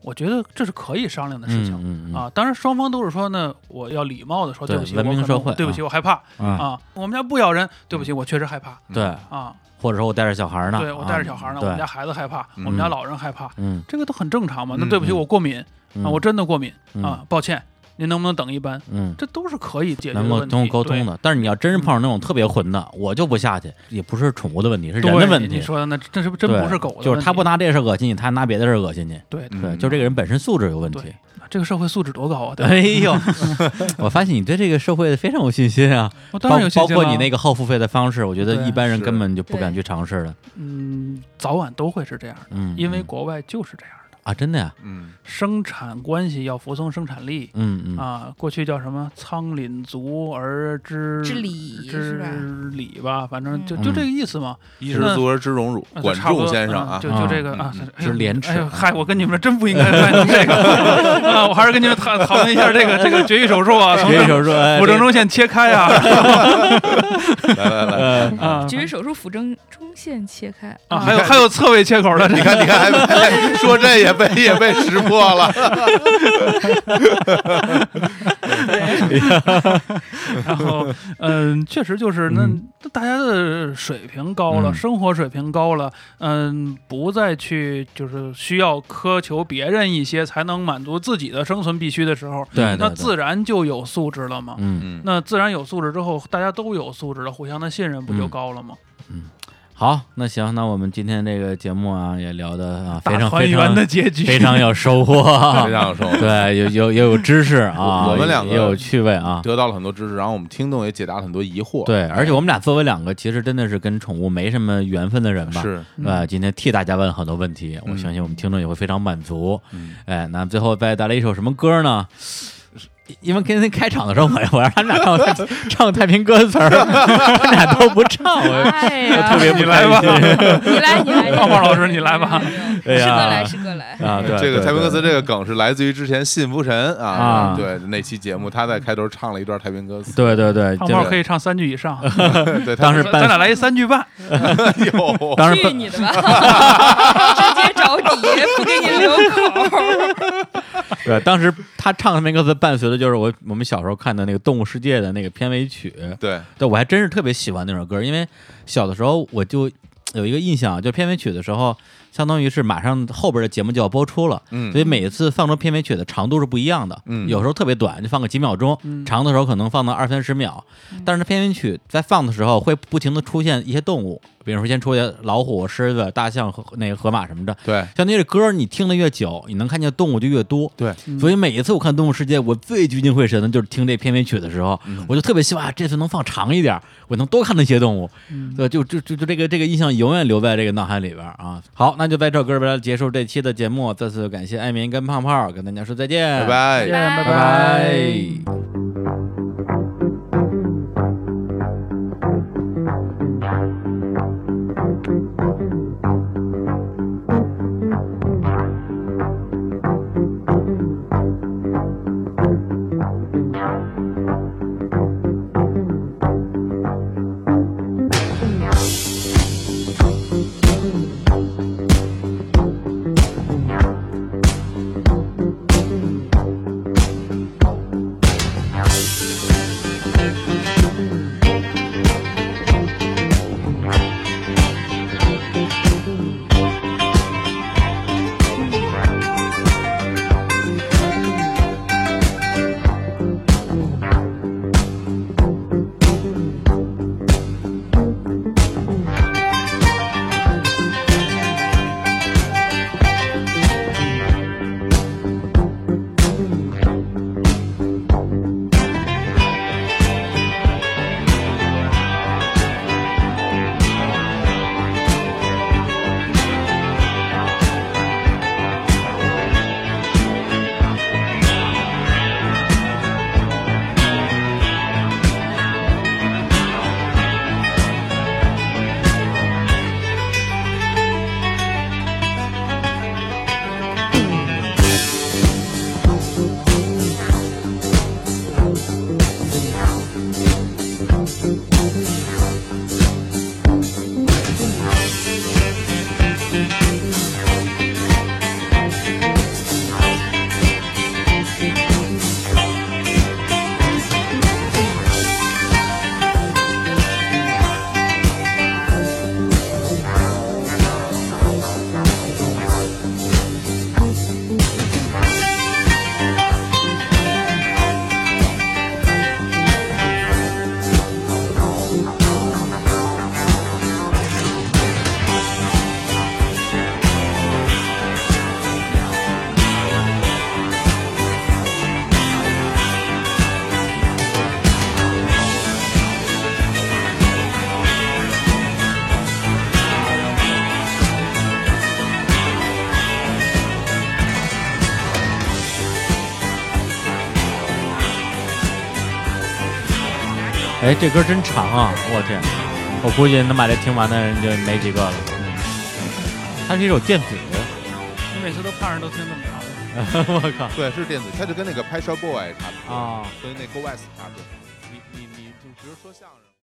S3: 我觉得这是可以商量的事情。
S1: 嗯嗯嗯
S3: 啊，当然双方都是说呢，我要礼貌的说
S1: 对
S3: 对不起，
S1: 文明
S3: 我可能
S1: 社会
S3: 对不起，我害怕
S1: 啊，
S3: 啊，我们家不咬人，对不起，我确实害怕
S1: 对，
S3: 啊，
S1: 或者说我带着小孩呢，
S3: 对我带着小孩呢，
S1: 啊
S3: 我们
S1: 对
S3: 家孩子害怕，我
S2: 嗯
S3: 们家老人害怕，
S1: 嗯
S3: 这个都很正常嘛。那
S2: 嗯
S3: 对不起，
S1: 嗯
S3: 我过敏
S1: 嗯
S3: 啊，我真的过敏
S1: 嗯
S3: 啊，抱歉，您能不能等一班？
S1: 嗯。
S3: 这都是可以解决的
S1: 能够
S3: 问
S1: 通
S3: 题，嗯
S1: 过沟通
S3: 的
S1: 的，但是你要真是碰上那种特别混的，我就不下去，也不是宠物的问题，是
S3: 对
S1: 人的问
S3: 你
S1: 题。
S3: 说的那真是真
S1: 对
S3: 不是狗的，
S1: 就是他不拿这事儿恶心你，他拿别的事儿恶心你。
S3: 对
S2: 嗯
S1: 对，就这个人本身素质有问题
S3: 对。这个社会素质多高啊！对吧，
S1: 哎
S3: *laughs*
S1: 呦，我发现你对这个社会非常有信心啊！
S3: 我当
S1: 包
S3: 然有信
S1: 包
S3: 心
S1: 括你
S3: 了
S1: 那个后付费的方式，我觉得
S3: 对
S1: 一般人
S2: 是
S1: 根本就不敢去尝试的。
S3: 嗯，早晚都会是这样的，
S1: 嗯，
S3: 因为
S1: 嗯
S3: 国外就是这样的，
S1: 啊，真的呀，
S2: 嗯
S3: 生产关系要服从生产力。
S1: 嗯嗯
S3: 啊，过去叫什么“仓廪足而知
S4: 知礼是吧
S3: 知礼”吧，反正就
S1: 嗯
S3: 就这个意思嘛。
S2: 衣食足而知荣辱
S3: 啊，就
S2: 管
S3: 差不
S2: 仲
S3: 多
S2: 先生
S3: 嗯
S2: 啊，
S3: 就
S1: 啊
S3: 就这个
S2: 嗯
S3: 啊
S2: 嗯，
S3: 哎呦
S1: 知廉耻
S3: 哎呦，嗨，我跟你们真不应该谈论这个 *laughs* 啊，我还是跟你们讨讨论一下这个这个绝育手
S1: *laughs*
S3: 术啊，从
S1: 学一
S3: *laughs*
S1: 手说，哎
S3: 腹正中线切开啊
S2: 来来来，
S3: 啊
S4: 绝育嗯手术腹正中线切开
S3: 啊，还有还有侧位切口的，这
S2: 你
S3: 个
S2: 看你看，还被说这也被也被识破了，
S3: 然后，嗯，确实就是那
S1: 嗯
S3: 大家的水平高了，
S1: 嗯
S3: 生活水平高了，嗯，不再去就是需要苛求别人一些才能满足自己的生存必须的时候，
S1: 对对对
S3: 那自然就有素质了嘛。
S1: 嗯，*laughs*
S2: *laughs* 嗯，
S3: 那自然有素质之后，大家都有素质了，互相的信任不
S1: 嗯
S3: 就高了吗？
S1: 好，那行，那我们今天这个节目啊，也聊的啊非
S3: 大
S1: 常
S3: 团
S1: 非
S3: 圆
S1: 常
S3: 的结局，
S1: 非常
S3: *laughs*
S1: 有收获，
S2: 非常有收获
S1: 啊 *laughs* 对，有有也有知识啊，
S2: 我我们两个
S1: 也有趣味啊，
S2: 得到了很多知识，然后我们听众也解答了很多疑惑，
S1: 对，而且我们俩作为两个其实真的是跟宠物没什么缘分的人吧，
S2: 是，
S3: 嗯
S1: 呃，今天替大家问很多问题，我
S2: 嗯
S1: 相信我们听众也会非常满足。
S2: 嗯
S1: 哎，那最后再带来一首什么歌呢？因为今天开场的时候，我我让他们俩唱唱唱太平歌词儿， *laughs* 他们俩都不唱，我
S4: 哎呀，
S1: 特别不开 *laughs* 心。
S4: 你来，你来，
S3: 胖胖老师你来吧
S1: 哎呀
S4: 师哥来，师哥来，
S1: 啊，对，
S2: 这个
S1: 对
S2: 蔡明克斯
S1: 对
S2: 这个梗是来自于之前信福神
S1: 啊
S2: 啊，对那期节目，他在开头唱了一段太平歌词，
S1: 对对对，
S3: 胖
S1: 就
S3: 胖
S1: 是
S3: 可以唱三句
S1: *laughs*
S3: 以上，
S2: *laughs* 对，哎
S1: 当时
S3: 咱咱俩来一三句半，
S2: 有，
S1: 当时
S4: 去
S1: 本
S4: 你的吧！ *laughs* 直接找底，不给你留口。
S1: *laughs* 对，当时他唱的那个词伴随的就是我我们小时候看的那个《动物世界》的那个片尾曲。
S2: 对，
S1: 对，我还真是特别喜欢那首歌，因为小的时候我就有一个印象，就片尾曲的时候，相当于是马上后边的节目就要播出了，
S2: 嗯
S1: 所以每一次放出片尾曲的长度是不一样的，
S2: 嗯
S1: 有时候特别短，就放个几秒钟，长的时候可能放到二三十秒，但是片尾曲在放的时候会不停的出现一些动物，比如说先出现老虎、狮子、大象和那个河马什么的。
S2: 对，
S1: 相当于这歌儿你听的越久，你能看见动物就越多。
S2: 对，
S1: 所以每一次我看《动物世界》，我最聚精会神的就是听这片尾曲的时候，
S2: 嗯
S1: 我就特别希望啊这次能放长一点儿，我能多看那些动物。对，就就就就这个这个印象永远留在这个脑海里边儿啊。好，那就在这首歌边结束这期的节目，再次感谢艾民跟胖胖，跟大家说再见，
S2: 拜。拜。
S3: 拜
S1: *laughs* 拜拜。
S8: Thank
S1: 哎，这歌真长啊！我天，
S8: 我估计能把这听完的人就没几个了。
S1: 嗯它是一首电子乐。
S3: 你每次都看着都听这么
S1: *laughs*
S3: 着，
S1: 我靠
S2: 对，是电子，它就跟那个拍摄 boy 差不多，
S1: 啊！
S2: 跟那 Go West 差不多。你你你，就比如说相声。